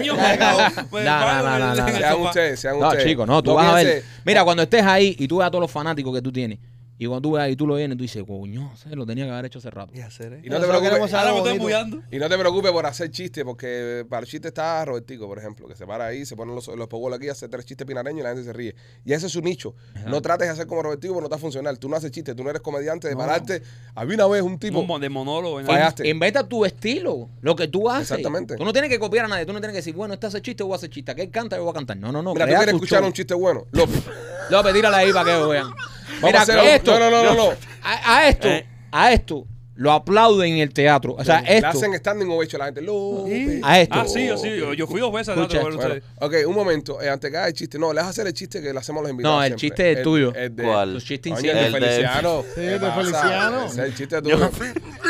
[SPEAKER 6] Yo
[SPEAKER 3] Ya se
[SPEAKER 6] me cago.
[SPEAKER 2] cagó.
[SPEAKER 6] Me
[SPEAKER 2] No,
[SPEAKER 6] paro,
[SPEAKER 2] no, no,
[SPEAKER 6] me
[SPEAKER 2] no, no.
[SPEAKER 6] siento en
[SPEAKER 1] <laughs>
[SPEAKER 6] el
[SPEAKER 1] Sean
[SPEAKER 6] sofá.
[SPEAKER 1] ustedes, sean
[SPEAKER 2] No,
[SPEAKER 1] ustedes.
[SPEAKER 2] chico, no, tú
[SPEAKER 1] No
[SPEAKER 2] vas a ver.
[SPEAKER 1] piense-
[SPEAKER 2] Mira, cuando estés ahí y tú veas a todos los fanáticos que tú tienes, y cuando tú veas y tú lo vienes, tú dices, coño, se lo tenía que haber hecho hace rato.
[SPEAKER 6] ¿Qué hacer, eh?
[SPEAKER 1] Y no, te
[SPEAKER 3] Nosotros
[SPEAKER 1] preocupes,
[SPEAKER 3] queremos
[SPEAKER 6] Ahora me
[SPEAKER 3] algo
[SPEAKER 6] estoy
[SPEAKER 3] bonito.
[SPEAKER 6] embullando.
[SPEAKER 1] y no te preocupes por hacer chistes, porque para el chiste está Robertico, por ejemplo, que se para ahí, se pone los, los pogoles aquí, hace tres chistes pinareños y la gente se ríe. Y ese es su nicho. No trates de hacer como Robertico porque no está funcional. Tú no haces chistes, tú no eres comediante de pararte. Había una vez un tipo.
[SPEAKER 6] Como de monólogo. ¿no?
[SPEAKER 1] Fallaste.
[SPEAKER 2] Inventa tu estilo, lo que tú haces.
[SPEAKER 1] Exactamente.
[SPEAKER 2] Tú no tienes que copiar a nadie, tú no tienes que decir, bueno, este hace chiste, voy a hacer chiste, que él canta, yo voy a cantar. No, no, no.
[SPEAKER 1] Mira, tú
[SPEAKER 2] crea
[SPEAKER 1] quieres
[SPEAKER 2] tu
[SPEAKER 1] escuchar
[SPEAKER 2] show.
[SPEAKER 1] un chiste bueno. Lo-
[SPEAKER 2] <laughs> López, tírala ahí para que vean.
[SPEAKER 1] Vamos a
[SPEAKER 2] Mira,
[SPEAKER 1] hacer algo-
[SPEAKER 2] esto,
[SPEAKER 1] No, no, no, no. no.
[SPEAKER 2] A, a esto,
[SPEAKER 5] Eh.
[SPEAKER 2] a esto, lo aplauden en el teatro. O sea,
[SPEAKER 1] Le
[SPEAKER 2] esto,
[SPEAKER 1] hacen standing ovation a la gente. López.
[SPEAKER 2] a esto.
[SPEAKER 6] Ah, sí, yo sí. Yo, yo fui dos veces a
[SPEAKER 2] Escucha,
[SPEAKER 6] teatro con
[SPEAKER 1] Bueno,
[SPEAKER 6] ustedes.
[SPEAKER 1] ok, un momento. eh, antes que haga el chiste, no, le vas a hacer el chiste que le hacemos a los invitados.
[SPEAKER 2] No, el
[SPEAKER 1] siempre.
[SPEAKER 2] chiste es tuyo.
[SPEAKER 1] el de-
[SPEAKER 5] ¿Cuál?
[SPEAKER 2] Tu chiste
[SPEAKER 1] Coño,
[SPEAKER 2] insignia.
[SPEAKER 1] el de
[SPEAKER 5] El de-
[SPEAKER 1] Feliciano.
[SPEAKER 3] Sí,
[SPEAKER 1] ¿Qué
[SPEAKER 3] el de
[SPEAKER 1] pasa?
[SPEAKER 3] Feliciano.
[SPEAKER 1] Ese es el chiste tuyo.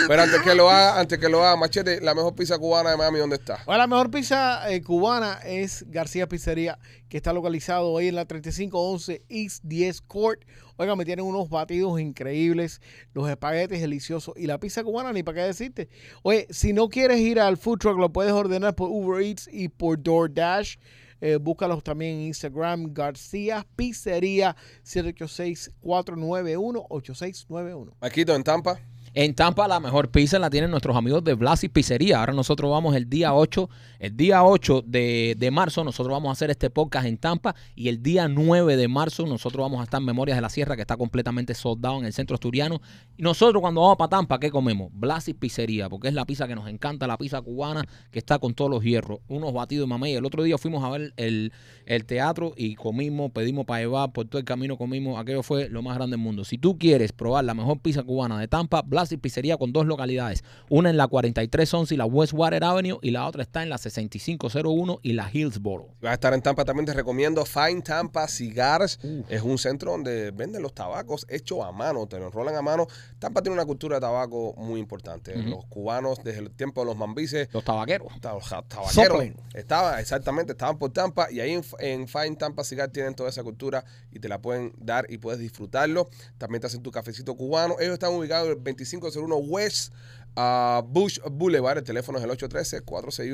[SPEAKER 1] Pero antes que lo haga, antes que lo haga, Machete, la mejor pizza cubana de Miami, ¿dónde está?
[SPEAKER 3] Bueno, la mejor pizza eh, cubana es García Pizzería, que está localizado hoy en la 3511 East 10 Court. Oiga, me tienen unos batidos increíbles, los espaguetes deliciosos y la pizza cubana, ni para qué decirte. Oye, si no quieres ir al food truck, lo puedes ordenar por Uber Eats y por DoorDash. Eh, búscalos también en Instagram, García Pizzería 786-491-8691.
[SPEAKER 1] Maquito, en Tampa.
[SPEAKER 2] En Tampa la mejor pizza la tienen nuestros amigos de Blasi Pizzería. Ahora nosotros vamos el día 8, el día 8 de, de marzo nosotros vamos a hacer este podcast en Tampa y el día 9 de marzo nosotros vamos a estar en Memorias de la Sierra que está completamente soldado en el centro asturiano. Y nosotros cuando vamos para Tampa, ¿qué comemos? Blasi Pizzería, porque es la pizza que nos encanta, la pizza cubana que está con todos los hierros, unos batidos de mamey. El otro día fuimos a ver el, el teatro y comimos, pedimos para llevar, por todo el camino comimos, aquello fue lo más grande del mundo. Si tú quieres probar la mejor pizza cubana de Tampa, Blas y Pizzería con dos localidades, una en la 4311 y la Westwater Avenue y la otra está en la 6501 y la Hillsboro.
[SPEAKER 1] Si vas a estar en Tampa también, te recomiendo Fine Tampa Cigars. Es un centro donde venden los tabacos hechos a mano, te los enrolan a mano. Tampa tiene una cultura de tabaco muy importante. Los cubanos, desde el tiempo de los mambises,
[SPEAKER 2] Los tabaqueros.
[SPEAKER 1] ta- los ja- tabaqueros
[SPEAKER 3] Soplen.
[SPEAKER 1] estaban, exactamente, estaban por Tampa y ahí en, F- en Fine Tampa Cigar tienen toda esa cultura y te la pueden dar y puedes disfrutarlo. También te hacen tu cafecito cubano. Ellos están ubicados en el 2501 West ah, Bush Boulevard. El teléfono es el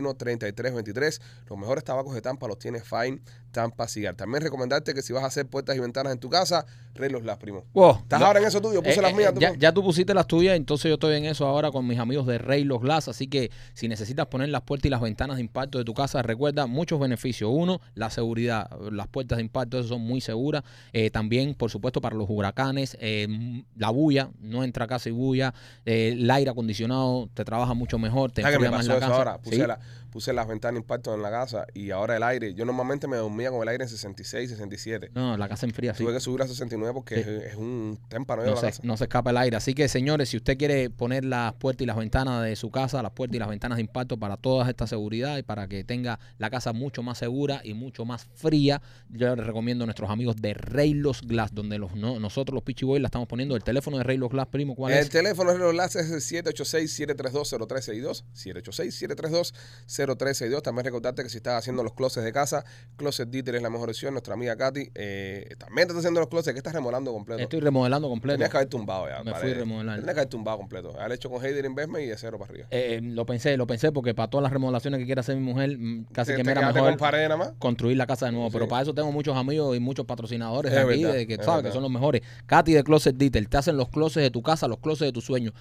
[SPEAKER 1] 813-461-3323. Los mejores tabacos de Tampa los tiene Fine Tampa Cigar. También recomendarte que si vas a hacer puertas y ventanas en tu casa, Relos Las, primo.
[SPEAKER 2] Wow.
[SPEAKER 1] ¿Estás
[SPEAKER 2] Yo-
[SPEAKER 1] ahora en eso tuyo? Puse
[SPEAKER 2] Eh,
[SPEAKER 1] las
[SPEAKER 2] eh,
[SPEAKER 1] mías. tú,
[SPEAKER 2] ya,
[SPEAKER 1] ¿no?
[SPEAKER 2] ya tú pusiste las tuyas, entonces yo estoy en eso ahora con mis amigos de Rey Los Glass. Así que si necesitas poner las puertas y las ventanas de impacto de tu casa, recuerda muchos beneficios. Uno, la seguridad. Las puertas de impacto esas son muy seguras. Eh, también, por supuesto, para los huracanes, eh, m- la bulla, no entra casi bulla. Eh, el aire acondicionado te trabaja mucho mejor, te
[SPEAKER 1] Ah, que me
[SPEAKER 2] enfría más
[SPEAKER 1] pasó
[SPEAKER 2] la
[SPEAKER 1] eso
[SPEAKER 2] casa.
[SPEAKER 1] ahora. Puse,
[SPEAKER 2] Sí.
[SPEAKER 1] la- puse las ventanas de impacto en la casa y ahora el aire. Yo normalmente me dormía con el aire en 66, 67.
[SPEAKER 2] No, la casa enfría, sí.
[SPEAKER 1] Tuve que subir a 69 porque
[SPEAKER 2] Sí.
[SPEAKER 1] es, es un témpano de
[SPEAKER 2] No
[SPEAKER 1] la
[SPEAKER 2] se,
[SPEAKER 1] casa.
[SPEAKER 2] no se escapa el aire. Así que, señores, si usted quiere poner las puertas y las ventanas de su casa, las puertas y las ventanas de impacto para toda esta seguridad y para que tenga la casa mucho más segura y mucho más fría, yo les recomiendo a nuestros amigos de Rey Los Glass, donde los no- nosotros los Pichi Boys la estamos poniendo. El teléfono de Rey Los Glass, primo, ¿cuál
[SPEAKER 1] el
[SPEAKER 2] es?
[SPEAKER 1] teléfono de enlace es el 786-732-0362. 786-732-0362. También recordarte que si estás haciendo los closets de casa, Closet Dieter es la mejor opción. Nuestra amiga Katy eh, también está haciendo los closets que estás remolando completo.
[SPEAKER 2] Estoy remodelando completo.
[SPEAKER 1] Tenías que haber tumbado ya.
[SPEAKER 2] Me
[SPEAKER 1] vale.
[SPEAKER 2] fui a remodelar.
[SPEAKER 1] Tenías que haber tumbado completo. Al hecho con Heider Investment y de cero para arriba.
[SPEAKER 2] Eh, eh, lo pensé, lo pensé, porque para todas las remodelaciones que quiera hacer mi mujer, mm, casi
[SPEAKER 1] Te-
[SPEAKER 2] que
[SPEAKER 1] te
[SPEAKER 2] me era
[SPEAKER 1] quedaste
[SPEAKER 2] mejor
[SPEAKER 1] con pared nada más.
[SPEAKER 2] construir la casa de nuevo. Pero
[SPEAKER 1] Sí.
[SPEAKER 2] para eso tengo muchos amigos y muchos patrocinadores
[SPEAKER 1] Es
[SPEAKER 2] aquí
[SPEAKER 1] verdad,
[SPEAKER 2] de que
[SPEAKER 1] es
[SPEAKER 2] sabes
[SPEAKER 1] verdad.
[SPEAKER 2] que son los mejores. Katy de Closet Detail, te hacen los closets de tu casa, los closets de tus sueños.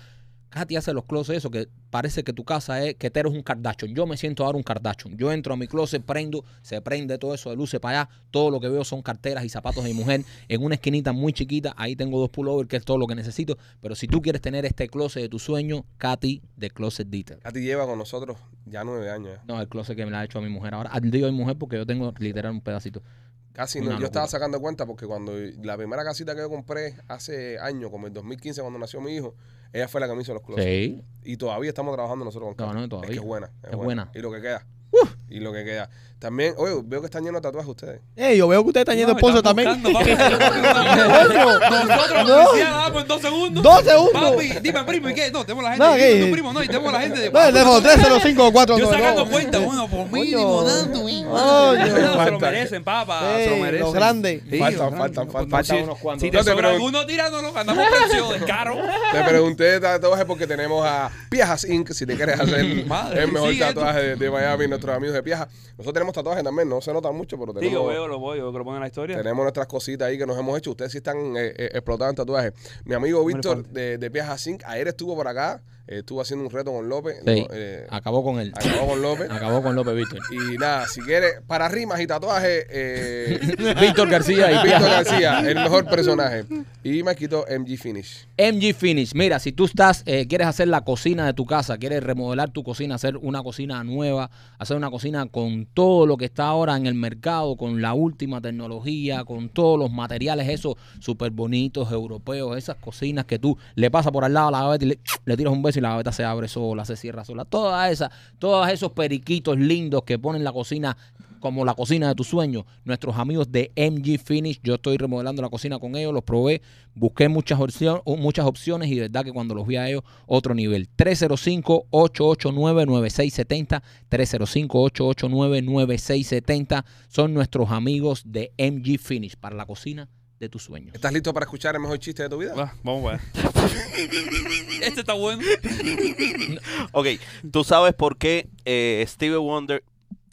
[SPEAKER 2] Katy hace los closets, eso que parece que tu casa es que te eres un Kardashian. Yo me siento ahora un Kardashian. Yo entro a mi closet, prendo, se prende todo eso de luces para allá. Todo lo que veo son carteras y zapatos de mi mujer en una esquinita muy chiquita. Ahí tengo dos pullovers, que es todo lo que necesito. Pero si tú quieres tener este closet de tu sueño, Katy de Closet Detail.
[SPEAKER 1] Katy lleva con nosotros ya nueve años. ya.
[SPEAKER 2] No, el closet que me la ha hecho a mi mujer ahora. Al día de mi mujer, porque yo tengo literal un pedacito.
[SPEAKER 1] Casi
[SPEAKER 2] Una
[SPEAKER 1] no, yo estaba
[SPEAKER 2] locura.
[SPEAKER 1] sacando cuenta porque cuando la primera casita que yo compré hace años, como el 2015 cuando nació mi hijo, ella fue la que me hizo los closets.
[SPEAKER 2] Sí.
[SPEAKER 1] Y todavía estamos trabajando nosotros con
[SPEAKER 2] No,
[SPEAKER 1] Katy.
[SPEAKER 2] no, todavía.
[SPEAKER 1] Es que es buena.
[SPEAKER 2] Es buena.
[SPEAKER 1] Y lo que queda. Y lo que queda. También, oye, veo que están llenos de tatuajes ustedes.
[SPEAKER 3] Eh, yo veo que ustedes están yendo
[SPEAKER 6] No,
[SPEAKER 3] esposo
[SPEAKER 6] están
[SPEAKER 3] también.
[SPEAKER 6] buscando, papi.
[SPEAKER 3] <laughs> Coño. <laughs>
[SPEAKER 6] Nosotros,
[SPEAKER 3] No.
[SPEAKER 6] la policía, la damos en dos segundos.
[SPEAKER 3] Dos segundos.
[SPEAKER 6] Papi, dime, primo, ¿y qué? No, tenemos la gente.
[SPEAKER 3] No,
[SPEAKER 6] aquí,
[SPEAKER 3] ¿qué?
[SPEAKER 6] no, primo, no, y tenemos la gente. De,
[SPEAKER 3] No, el teléfono 305-492.
[SPEAKER 6] Yo sacando cuenta, bueno, por mínimo,
[SPEAKER 3] Coño.
[SPEAKER 6] tanto, hijo.
[SPEAKER 3] Coño.
[SPEAKER 6] Se
[SPEAKER 1] Falta.
[SPEAKER 6] lo merecen, papá. se lo
[SPEAKER 3] Ey,
[SPEAKER 6] merecen.
[SPEAKER 3] los grandes.
[SPEAKER 1] Faltan,
[SPEAKER 6] Sí, los grandes.
[SPEAKER 1] faltan, faltan.
[SPEAKER 6] Si-
[SPEAKER 2] Faltan unos cuantos.
[SPEAKER 6] Si
[SPEAKER 1] No
[SPEAKER 6] te
[SPEAKER 1] te
[SPEAKER 6] sobra
[SPEAKER 1] pregun-
[SPEAKER 6] alguno, tíranos, andamos precio de caro.
[SPEAKER 1] Te pregunté de tatuajes porque tenemos a Piajas Inc. Si te quieres hacer
[SPEAKER 2] <laughs>
[SPEAKER 6] Madre,
[SPEAKER 1] el mejor
[SPEAKER 6] sigue tú.
[SPEAKER 1] tatuaje de, de Miami, nuestros amigos de Piajas. Nosotros tenemos tatuajes también, no se nota mucho, pero
[SPEAKER 6] Sí,
[SPEAKER 1] tenemos.
[SPEAKER 6] yo veo, lo voy, yo lo pongo en la historia.
[SPEAKER 1] Tenemos nuestras cositas ahí que nos hemos hecho. Ustedes sí están eh, eh, explotados en tatuajes. Mi amigo Víctor de, de Piaja Zinc, ayer estuvo por acá, eh, estuvo haciendo un reto con López.
[SPEAKER 2] Sí,
[SPEAKER 1] no, eh,
[SPEAKER 2] acabó con él.
[SPEAKER 1] acabó con López.
[SPEAKER 2] Acabó con
[SPEAKER 1] <laughs>
[SPEAKER 2] López Víctor.
[SPEAKER 1] Y nada, si quieres, para rimas y tatuajes,
[SPEAKER 2] <laughs>
[SPEAKER 1] eh,
[SPEAKER 2] Víctor García y
[SPEAKER 1] Víctor García, el mejor personaje. Y me quitó MG Finish.
[SPEAKER 2] MG Finish. Mira, si tú estás, eh, quieres hacer la cocina de tu casa, quieres remodelar tu cocina, hacer una cocina nueva, hacer una cocina con todo lo que está ahora en el mercado, con la última tecnología, con todos los materiales esos súper bonitos, europeos, esas cocinas que tú le pasas por al lado a la gaveta y le, le tiras un beso y la gaveta se abre sola, se cierra sola. Todas esas, todos esos periquitos lindos que ponen la cocina como la cocina de tus sueños. Nuestros amigos de MG Finish, yo estoy remodelando la cocina con ellos, los probé, busqué muchas, opcio- o muchas opciones y de verdad que cuando los vi a ellos, otro nivel. 305-889-9670, 305-889-9670, son nuestros amigos de MG Finish para la cocina de tus sueños.
[SPEAKER 1] ¿Estás listo para escuchar el mejor chiste de tu vida?
[SPEAKER 6] Va, Vamos, <laughs> a ver. Este está bueno.
[SPEAKER 5] Ok, ¿tú sabes por qué eh, Stevie Wonder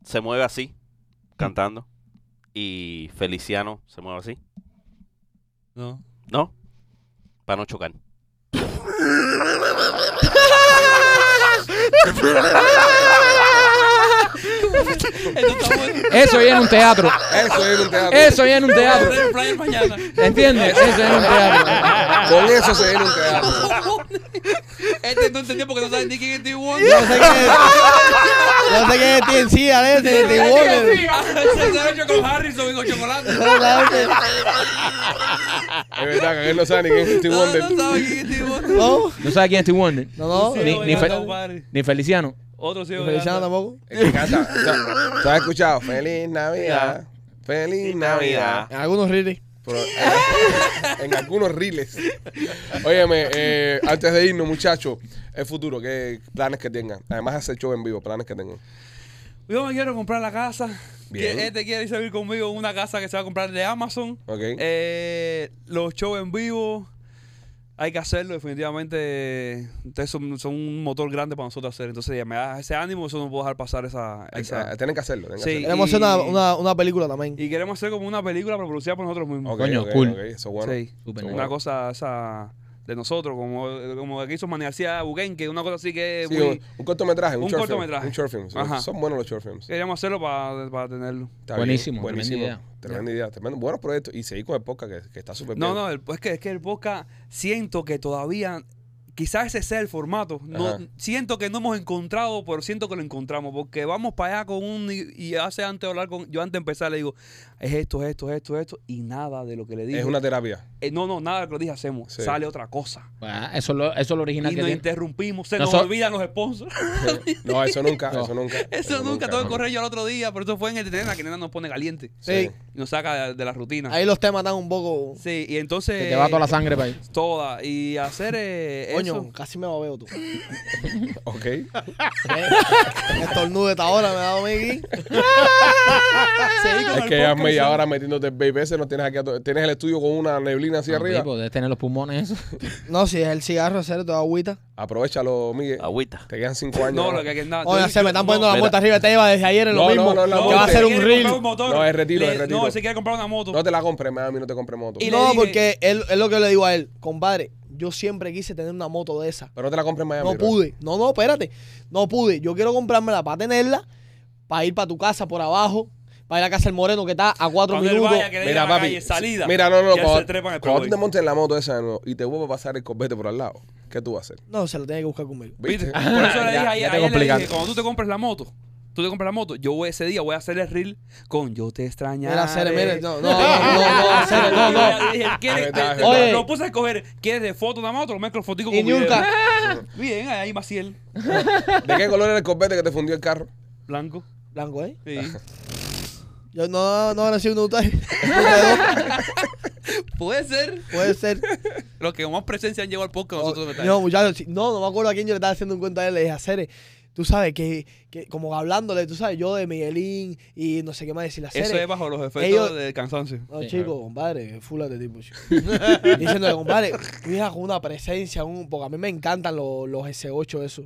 [SPEAKER 5] se mueve así, cantando, y Feliciano se mueve así?
[SPEAKER 6] No.
[SPEAKER 5] ¿No? Para no chocar.
[SPEAKER 6] Este
[SPEAKER 4] Esto está bueno.
[SPEAKER 2] Eso ya en un teatro.
[SPEAKER 1] Eso es un teatro.
[SPEAKER 2] Eso ya en un
[SPEAKER 4] Vamos a
[SPEAKER 2] teatro.
[SPEAKER 4] hacer el flyer
[SPEAKER 3] <laughs>
[SPEAKER 4] mañana.
[SPEAKER 2] ¿Entiendes? Eso ya en un teatro.
[SPEAKER 1] Con eso se viene un teatro.
[SPEAKER 4] Este no entendió porque no sabe ni quién es Steve
[SPEAKER 3] Yo
[SPEAKER 4] Wonder.
[SPEAKER 3] sé que. Yo sé que es TNC, ¿vale? De de Warner.
[SPEAKER 6] "Ah,
[SPEAKER 4] Se ha hecho con Harrison y con chocolate. No,
[SPEAKER 1] Es verdad que él no sabe ni quién es este Steve Wonder.
[SPEAKER 4] no sabe quién es Steve Wonder.
[SPEAKER 3] No,
[SPEAKER 2] ¿No sabes quién es Steve Wonder?
[SPEAKER 3] no, no.
[SPEAKER 2] Ni, ni Fe-
[SPEAKER 6] Bailando, padre.
[SPEAKER 2] ni Feliciano.
[SPEAKER 6] Otro sí.
[SPEAKER 3] Feliciano tampoco.
[SPEAKER 1] Es que canta. ¿Tú has escuchado? Feliz Navidad. Feliz Navidad.
[SPEAKER 3] En algunos rires.
[SPEAKER 1] Pero, eh, en algunos riles. Óyeme, eh, antes de irnos, muchachos, el futuro, ¿qué planes que tengan? Además, hacer show en vivo, planes que tengan.
[SPEAKER 6] Yo me quiero comprar la casa.
[SPEAKER 1] Bien.
[SPEAKER 6] Que Este quiere irse a vivir conmigo en una casa que se va a comprar de Amazon.
[SPEAKER 1] Ok.
[SPEAKER 6] Eh, los shows en vivo. Hay que hacerlo, definitivamente. Ustedes son, son un motor grande para nosotros hacer. Entonces, ya me da ese ánimo, eso no puedo dejar pasar esa.
[SPEAKER 1] Hay-
[SPEAKER 6] esa-
[SPEAKER 1] ah, tienen que hacerlo. Tienen que
[SPEAKER 6] Sí.
[SPEAKER 1] hacerlo.
[SPEAKER 3] Queremos hacer una,
[SPEAKER 6] Y-
[SPEAKER 3] una, una película también.
[SPEAKER 6] Y queremos hacer como una película, pero producida por nosotros mismos.
[SPEAKER 1] Ok,
[SPEAKER 2] Coño,
[SPEAKER 1] ok,
[SPEAKER 2] cool.
[SPEAKER 1] ok, eso es bueno.
[SPEAKER 6] Sí.
[SPEAKER 2] Súper
[SPEAKER 6] una
[SPEAKER 2] nice.
[SPEAKER 6] cosa esa de nosotros, como, como que hizo Maniacía Buquenque, una cosa así que. es
[SPEAKER 1] Sí,
[SPEAKER 6] Eh, muy-
[SPEAKER 1] un, un cortometraje, un,
[SPEAKER 6] Un
[SPEAKER 1] short film,
[SPEAKER 6] cortometraje.
[SPEAKER 1] un short film. Son-
[SPEAKER 6] Ajá.
[SPEAKER 1] Son buenos los short films.
[SPEAKER 6] Queríamos hacerlo para, para tenerlo.
[SPEAKER 1] Está
[SPEAKER 2] Buenísimo,
[SPEAKER 1] bien,
[SPEAKER 2] tremenda
[SPEAKER 1] buenísimo.
[SPEAKER 2] idea.
[SPEAKER 1] Tremenda idea. Tremendo, buenos proyectos. Y seguir con el podcast, que, que está súper
[SPEAKER 6] No,
[SPEAKER 1] bien.
[SPEAKER 6] no, el- es, que, es que el podcast siento que todavía, quizás ese sea el formato. No,
[SPEAKER 1] Ajá.
[SPEAKER 6] siento que no hemos encontrado, pero siento que lo encontramos, porque vamos para allá con un... Y, y hace antes de hablar con... Yo antes de empezar le digo, es esto, es esto, es esto, es esto, y nada de lo que le dije.
[SPEAKER 1] es una terapia.
[SPEAKER 6] Eh, no, no, nada de lo que le dije hacemos.
[SPEAKER 1] Sí.
[SPEAKER 6] Sale otra cosa.
[SPEAKER 2] Ah, eso, es lo, eso es lo
[SPEAKER 6] Y
[SPEAKER 2] original
[SPEAKER 6] nos
[SPEAKER 2] que tiene.
[SPEAKER 6] interrumpimos, se
[SPEAKER 2] No
[SPEAKER 6] nos
[SPEAKER 2] so-
[SPEAKER 6] olvidan los sponsors. <laughs>
[SPEAKER 1] no, eso nunca,
[SPEAKER 2] No.
[SPEAKER 1] eso nunca.
[SPEAKER 6] Eso nunca, tengo que
[SPEAKER 1] no.
[SPEAKER 6] correr yo al otro día, pero eso fue en el Nena, que Nena nos pone caliente.
[SPEAKER 1] Sí.
[SPEAKER 3] Sí.
[SPEAKER 6] Y nos saca de, de la rutina.
[SPEAKER 3] Ahí los temas están un poco.
[SPEAKER 6] Sí, y entonces...
[SPEAKER 2] Que te va toda la sangre para ahí.
[SPEAKER 6] Toda. Y hacer eh, eso.
[SPEAKER 3] Coño, casi me babeo tú.
[SPEAKER 1] Ok.
[SPEAKER 3] Estornude esta hora, me ha dado Miki.
[SPEAKER 1] Es que ya media hora metiéndote el baby ese, no tienes aquí a to- tienes el estudio con una neblina hacia
[SPEAKER 2] Ah,
[SPEAKER 1] arriba.
[SPEAKER 2] tipo, debes tener los pulmones eso.
[SPEAKER 3] No, si es el cigarro, hacer toda agüita.
[SPEAKER 1] Aprovechalo, Miguel.
[SPEAKER 5] Agüita.
[SPEAKER 1] Te quedan cinco años.
[SPEAKER 6] No, lo que, que nada.
[SPEAKER 3] Oye,
[SPEAKER 6] yo-
[SPEAKER 3] se me
[SPEAKER 6] yo-
[SPEAKER 3] están poniendo la
[SPEAKER 6] no,
[SPEAKER 5] mira.
[SPEAKER 3] muerte arriba. Te lleva desde ayer en lo
[SPEAKER 1] No, no,
[SPEAKER 3] mismo.
[SPEAKER 1] no, la
[SPEAKER 6] no,
[SPEAKER 3] que va a
[SPEAKER 1] muerte.
[SPEAKER 3] ser un
[SPEAKER 6] quiere
[SPEAKER 3] reel.
[SPEAKER 6] comprar un motor.
[SPEAKER 1] No, es retiro,
[SPEAKER 6] Le-
[SPEAKER 1] es retiro.
[SPEAKER 6] No, se quiere comprar una moto.
[SPEAKER 1] No te la compres, mami, no te compres moto.
[SPEAKER 6] Y- le
[SPEAKER 3] No,
[SPEAKER 6] dije-
[SPEAKER 3] porque él- es lo que le digo a él. Compadre, yo siempre quise tener una moto de esa.
[SPEAKER 1] Pero no te la compres en Miami.
[SPEAKER 3] No
[SPEAKER 1] bro.
[SPEAKER 3] pude. No, no, espérate. No pude. Yo quiero comprármela para tenerla, para ir para tu casa por abajo, para ir a casa del Moreno que está a cuatro
[SPEAKER 6] Cuando él
[SPEAKER 3] minutos.
[SPEAKER 6] vaya, que le
[SPEAKER 1] Mira,
[SPEAKER 6] diga la
[SPEAKER 1] papi.
[SPEAKER 6] calle, salida.
[SPEAKER 1] Mira, no, no,
[SPEAKER 6] Ya
[SPEAKER 1] cuando,
[SPEAKER 6] se trepan el
[SPEAKER 1] cuando tú te
[SPEAKER 6] Playboy.
[SPEAKER 1] montes en la moto esa de nuevo y te vuelve a pasar el copete por al lado, ¿qué tú vas a hacer?
[SPEAKER 3] No, se lo tiene que buscar conmigo.
[SPEAKER 1] ¿Viste?
[SPEAKER 6] Por
[SPEAKER 1] <laughs>
[SPEAKER 6] eso le dije
[SPEAKER 2] Ya-
[SPEAKER 6] ayer,
[SPEAKER 2] ya te
[SPEAKER 6] ayer le dije,
[SPEAKER 2] complicaste.
[SPEAKER 6] cuando tú te compres la moto, tú te compras la moto, yo voy ese día voy a hacer el reel con yo te extrañaré.
[SPEAKER 3] Mira, Cere, mira,
[SPEAKER 6] <laughs>
[SPEAKER 3] no, no, no, no, no, Cere, no, no.
[SPEAKER 6] Yo le dije, ¿quieres-
[SPEAKER 1] Es verdad, es
[SPEAKER 6] Oye.
[SPEAKER 3] verdad.
[SPEAKER 6] Lo puse a escoger, ¿quieres de foto nada más o te lo mezclo fotico
[SPEAKER 3] Y
[SPEAKER 6] con video?
[SPEAKER 3] nunca.
[SPEAKER 6] <laughs> Bien, ahí Maciel,
[SPEAKER 1] ¿De qué color era el copete que te fundió el carro?
[SPEAKER 6] blanco.
[SPEAKER 3] Blanco, ¿eh?
[SPEAKER 6] Sí.
[SPEAKER 3] Yo no, no, no soy un usuario.
[SPEAKER 4] Puede ser.
[SPEAKER 3] <laughs> Puede ser.
[SPEAKER 4] Los que con más presencia han llegado al
[SPEAKER 3] Oh,
[SPEAKER 4] podcast nosotros. ¿verdad?
[SPEAKER 3] No, muchachos, sí. no, no me acuerdo a quién yo le estaba haciendo un cuento a él. Le dije, Cere, tú sabes que, que como hablándole, tú sabes, yo de Miguelín y no sé qué más decir. La
[SPEAKER 6] Eso
[SPEAKER 3] Cere,
[SPEAKER 6] es bajo los efectos
[SPEAKER 3] ellos-
[SPEAKER 6] del cansancio.
[SPEAKER 3] No,
[SPEAKER 2] Sí.
[SPEAKER 3] chico, compadre, fula de tipo. chico. <laughs> Diciéndole, compadre, mira con una presencia, un, porque a mí me encantan los, los S8 eso.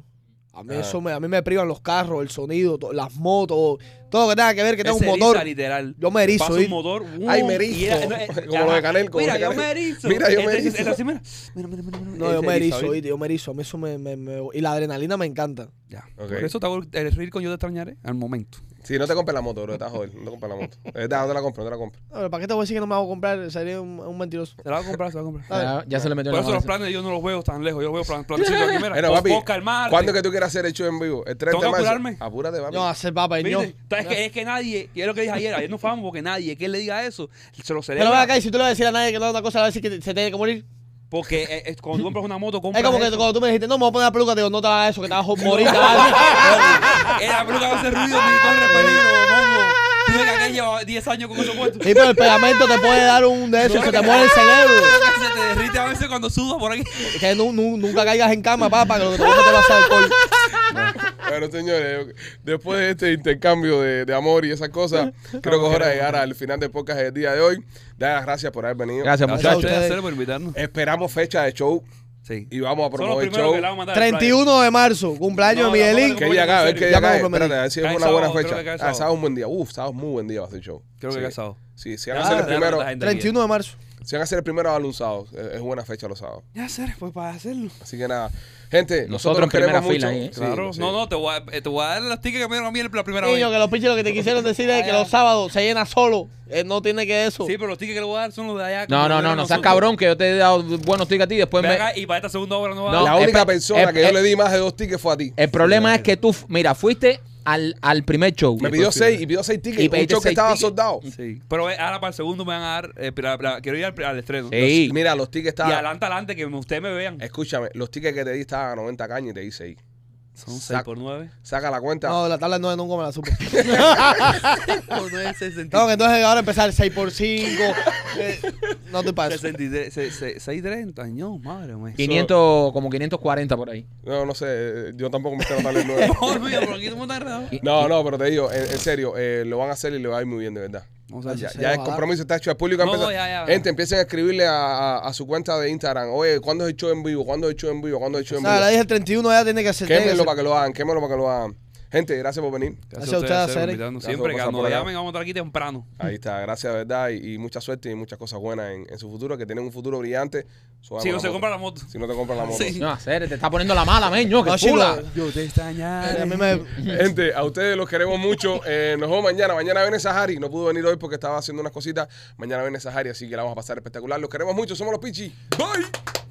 [SPEAKER 3] A mí,
[SPEAKER 1] Ah.
[SPEAKER 3] eso me, a mí me privan los carros, el sonido, to- las motos, todo lo que tenga que ver que tenga un
[SPEAKER 6] Ese
[SPEAKER 3] motor.
[SPEAKER 6] eriza, literal.
[SPEAKER 3] Yo me erizo,
[SPEAKER 6] Pasa
[SPEAKER 3] ¿eh?
[SPEAKER 6] un motor. ¡uh!
[SPEAKER 1] Ay, me
[SPEAKER 6] y
[SPEAKER 1] erizo.
[SPEAKER 6] era- no, eh,
[SPEAKER 1] Como
[SPEAKER 6] ajá.
[SPEAKER 1] lo de Canel, como
[SPEAKER 6] Mira,
[SPEAKER 1] lo de
[SPEAKER 6] yo
[SPEAKER 1] Canel.
[SPEAKER 6] me erizo.
[SPEAKER 1] Mira, yo me
[SPEAKER 6] Este-
[SPEAKER 1] erizo.
[SPEAKER 6] este así, mira. Mira, mira, mira, mira.
[SPEAKER 3] No, yo
[SPEAKER 6] Ese
[SPEAKER 3] me erizo,
[SPEAKER 6] eriza, ¿oíste?
[SPEAKER 3] ¿viste? yo me erizo. A mí eso me, me- me- Y la adrenalina me encanta.
[SPEAKER 6] Ya.
[SPEAKER 1] Ok.
[SPEAKER 6] Por eso te hago el- el reel con yo te extrañaré al momento.
[SPEAKER 1] Si no te compres la moto, bro, estás joder. No te compres la moto. Es verdad, no te la compres, no te la compres.
[SPEAKER 3] A ver, ¿Para qué te voy a decir que no me hago comprar? Sería un, un mentiroso.
[SPEAKER 6] Se la va a comprar, se la va a comprar.
[SPEAKER 2] Ya, ya se le metió
[SPEAKER 6] Por
[SPEAKER 2] en
[SPEAKER 6] eso
[SPEAKER 2] la
[SPEAKER 6] los
[SPEAKER 2] cabeza.
[SPEAKER 6] planes yo no los veo tan lejos. Yo los
[SPEAKER 1] <laughs>
[SPEAKER 6] veo plan, plancitos aquí, mira.
[SPEAKER 1] Bueno,
[SPEAKER 6] Pos-
[SPEAKER 1] papi,
[SPEAKER 6] posca el martes.
[SPEAKER 1] ¿cuándo es que tú quieres hacer el show en vivo? ¿El 30 de
[SPEAKER 6] ¿Tengo que
[SPEAKER 1] marzo?
[SPEAKER 6] apurarme?
[SPEAKER 1] Apúrate, papi.
[SPEAKER 3] No, va a ser papa
[SPEAKER 6] ¿Viste?
[SPEAKER 3] ño.
[SPEAKER 6] Entonces, es, que, es que nadie, y es lo que dije ayer, ayer nos famos porque nadie que él le diga eso, se lo celebra.
[SPEAKER 3] Pero ven acá, y si tú le vas a decir a nadie que no es una cosa, le vas a decir que se tiene que morir.
[SPEAKER 6] Porque eh, eh, cuando tú compras una moto, compras.
[SPEAKER 3] Es como que
[SPEAKER 6] <laughs> eso.
[SPEAKER 3] cuando tú me dijiste, no, me voy a poner la peluca, te digo, no te hagas eso, que te vas a morir, te vas
[SPEAKER 6] <laughs>
[SPEAKER 3] a-
[SPEAKER 6] Eh, la peluca va a hacer ruido ni corre peligro, mongo. Tú ves que aquel lleva 10 años con eso puesto.
[SPEAKER 3] Sí, pero el pegamento te puede dar un de eso, se te muere
[SPEAKER 4] <laughs>
[SPEAKER 3] el cerebro.
[SPEAKER 6] Se te derrite a veces cuando sudas por aquí.
[SPEAKER 3] Es Que nu- nu- nunca caigas en cama, papá, que lo que te gusta te va a hacer alcohol.
[SPEAKER 1] Bueno, señores, yo- después de este intercambio de, de amor y esas cosas,
[SPEAKER 2] <laughs>
[SPEAKER 1] creo que es hora de llegar al final del podcast del día de hoy. Dar las gracias por haber venido.
[SPEAKER 2] Gracias,
[SPEAKER 6] Gracias a
[SPEAKER 2] muchachos.
[SPEAKER 6] ustedes
[SPEAKER 3] ustedes.
[SPEAKER 6] hacer por invitarnos.
[SPEAKER 1] Esperamos fecha de show
[SPEAKER 6] Sí.
[SPEAKER 1] y vamos a
[SPEAKER 6] Son los
[SPEAKER 1] promover el
[SPEAKER 6] primeros
[SPEAKER 1] show.
[SPEAKER 6] que la vamos a mandar. al flyer.
[SPEAKER 3] 31 de marzo, cumpleaños
[SPEAKER 6] No,
[SPEAKER 3] de Miguelín.
[SPEAKER 1] Que día cae, a ver qué día
[SPEAKER 3] Ya vamos
[SPEAKER 1] cae.
[SPEAKER 3] a prometer.
[SPEAKER 1] Espérate, a ver si es
[SPEAKER 6] Cae
[SPEAKER 1] una buena
[SPEAKER 6] sábado, creo
[SPEAKER 1] fecha.
[SPEAKER 6] que cae
[SPEAKER 1] Ah,
[SPEAKER 6] sábado.
[SPEAKER 1] sábado es un buen día. Uf, sábado es muy buen día para hacer show.
[SPEAKER 6] Creo que
[SPEAKER 1] Sí.
[SPEAKER 6] casado.
[SPEAKER 1] Sí, si van a hacer el
[SPEAKER 6] Ah, Claro,
[SPEAKER 1] primero.
[SPEAKER 6] la gente aquí.
[SPEAKER 3] 31 de marzo.
[SPEAKER 1] Se van a hacer el primero a los sábados. Es es buena fecha los sábados.
[SPEAKER 6] Ya hacer, pues para hacerlo.
[SPEAKER 1] Así que nada. Gente, nosotros,
[SPEAKER 2] Nosotros
[SPEAKER 1] los
[SPEAKER 2] en primera
[SPEAKER 1] queremos mucho.
[SPEAKER 2] fila ahí, ¿eh?
[SPEAKER 1] Sí,
[SPEAKER 6] Claro.
[SPEAKER 1] pues sí.
[SPEAKER 4] No, no, te voy a, eh, te voy a dar los tickets que me dieron a mí la primera
[SPEAKER 3] Niño,
[SPEAKER 4] vez.
[SPEAKER 3] que los pinches lo que te quisieron decir es que los sábados se llena solo. Eh, no tiene que eso.
[SPEAKER 4] Sí, pero los tickets que le voy a dar son los de allá.
[SPEAKER 2] No, no, no, no seas cabrón que yo te he dado buenos tickets a ti después
[SPEAKER 4] Ven
[SPEAKER 2] me...
[SPEAKER 4] acá y para esta segunda obra no va
[SPEAKER 2] No,
[SPEAKER 4] a
[SPEAKER 1] La única
[SPEAKER 2] espe-
[SPEAKER 1] persona que
[SPEAKER 2] espe-
[SPEAKER 1] yo le di más de dos tickets fue a ti.
[SPEAKER 2] El problema es que tú, f- mira, fuiste al, al primer show.
[SPEAKER 1] Me pidió seis y pidió seis tickets.
[SPEAKER 2] Y
[SPEAKER 1] un
[SPEAKER 2] pediste
[SPEAKER 1] show que
[SPEAKER 2] seis
[SPEAKER 1] estaba
[SPEAKER 2] tickets.
[SPEAKER 1] soldado.
[SPEAKER 6] Sí.
[SPEAKER 4] Pero eh, ahora para el segundo me van a dar. eh, la- la- quiero ir al, al estreno.
[SPEAKER 2] Sí.
[SPEAKER 1] Mira, los tickets
[SPEAKER 4] Y
[SPEAKER 1] estaban.
[SPEAKER 4] adelante, adelante, que ustedes me vean.
[SPEAKER 1] Escúchame, los tickets que te di estaban a 90 cañas y te di seis.
[SPEAKER 4] Son
[SPEAKER 1] Sac-
[SPEAKER 4] 6 por 9.
[SPEAKER 1] Saca la cuenta.
[SPEAKER 3] No, la tabla no nunca me la supe. <laughs>
[SPEAKER 4] Por 9 es
[SPEAKER 3] no, que entonces ahora empezar 6 por 5 No te pases.
[SPEAKER 6] 63, se- se- 630, no,
[SPEAKER 4] <laughs>
[SPEAKER 6] madre mía.
[SPEAKER 2] 500, como 540 por ahí.
[SPEAKER 1] No, no sé, eh, yo tampoco me quiero darle el
[SPEAKER 3] <laughs>
[SPEAKER 1] nueve.
[SPEAKER 4] Por mío, por aquí estamos tardados.
[SPEAKER 1] No, no, pero te digo, en, en serio, eh, lo van a hacer y le va a ir muy bien, de verdad.
[SPEAKER 6] Vamos a ver.
[SPEAKER 1] Ya,
[SPEAKER 3] se
[SPEAKER 1] ya
[SPEAKER 3] va
[SPEAKER 1] el
[SPEAKER 3] a dar.
[SPEAKER 1] compromiso está hecho al público.
[SPEAKER 4] No, no,
[SPEAKER 1] empieza-
[SPEAKER 4] ya, ya.
[SPEAKER 1] Gente, empiecen a escribirle a, a- a su cuenta de Instagram. Oye, ¿cuándo es el show en vivo? ¿Cuándo es el show en vivo? ¿Cuándo es el show
[SPEAKER 3] O
[SPEAKER 1] en
[SPEAKER 3] sea, la
[SPEAKER 1] vivo?
[SPEAKER 3] dije el 31 ya tiene que hacer. tiene que
[SPEAKER 1] Quémelo
[SPEAKER 3] hacer.
[SPEAKER 1] para que lo hagan, quémelo para que lo hagan. Gente, gracias por venir.
[SPEAKER 3] Gracias a ustedes,
[SPEAKER 6] Hacer,
[SPEAKER 3] Cere.
[SPEAKER 6] invitarnos
[SPEAKER 1] Gracias
[SPEAKER 6] siempre.
[SPEAKER 1] por
[SPEAKER 4] Siempre que
[SPEAKER 1] pasar
[SPEAKER 4] nos
[SPEAKER 1] por acá.
[SPEAKER 4] llamen, vamos a estar aquí temprano.
[SPEAKER 1] Ahí está, gracias, de verdad, y, y mucha suerte y muchas cosas buenas en, en su futuro, que tienen un futuro brillante. Suban
[SPEAKER 4] Si
[SPEAKER 1] la
[SPEAKER 4] no se
[SPEAKER 1] moto.
[SPEAKER 4] compra la moto.
[SPEAKER 1] Si no te compran la moto.
[SPEAKER 4] Sí.
[SPEAKER 2] No, hacer, te está poniendo la mala, meño, que
[SPEAKER 3] No, chico,
[SPEAKER 2] chula.
[SPEAKER 6] Yo te extrañaré.
[SPEAKER 3] a mí me-
[SPEAKER 1] Gente, a ustedes los queremos mucho. Eh, nos vemos mañana. Mañana viene Sahari. No pudo venir hoy porque estaba haciendo unas cositas. Mañana viene Sahari, así que la vamos a pasar espectacular. Los queremos mucho. Somos los Pichi. Bye.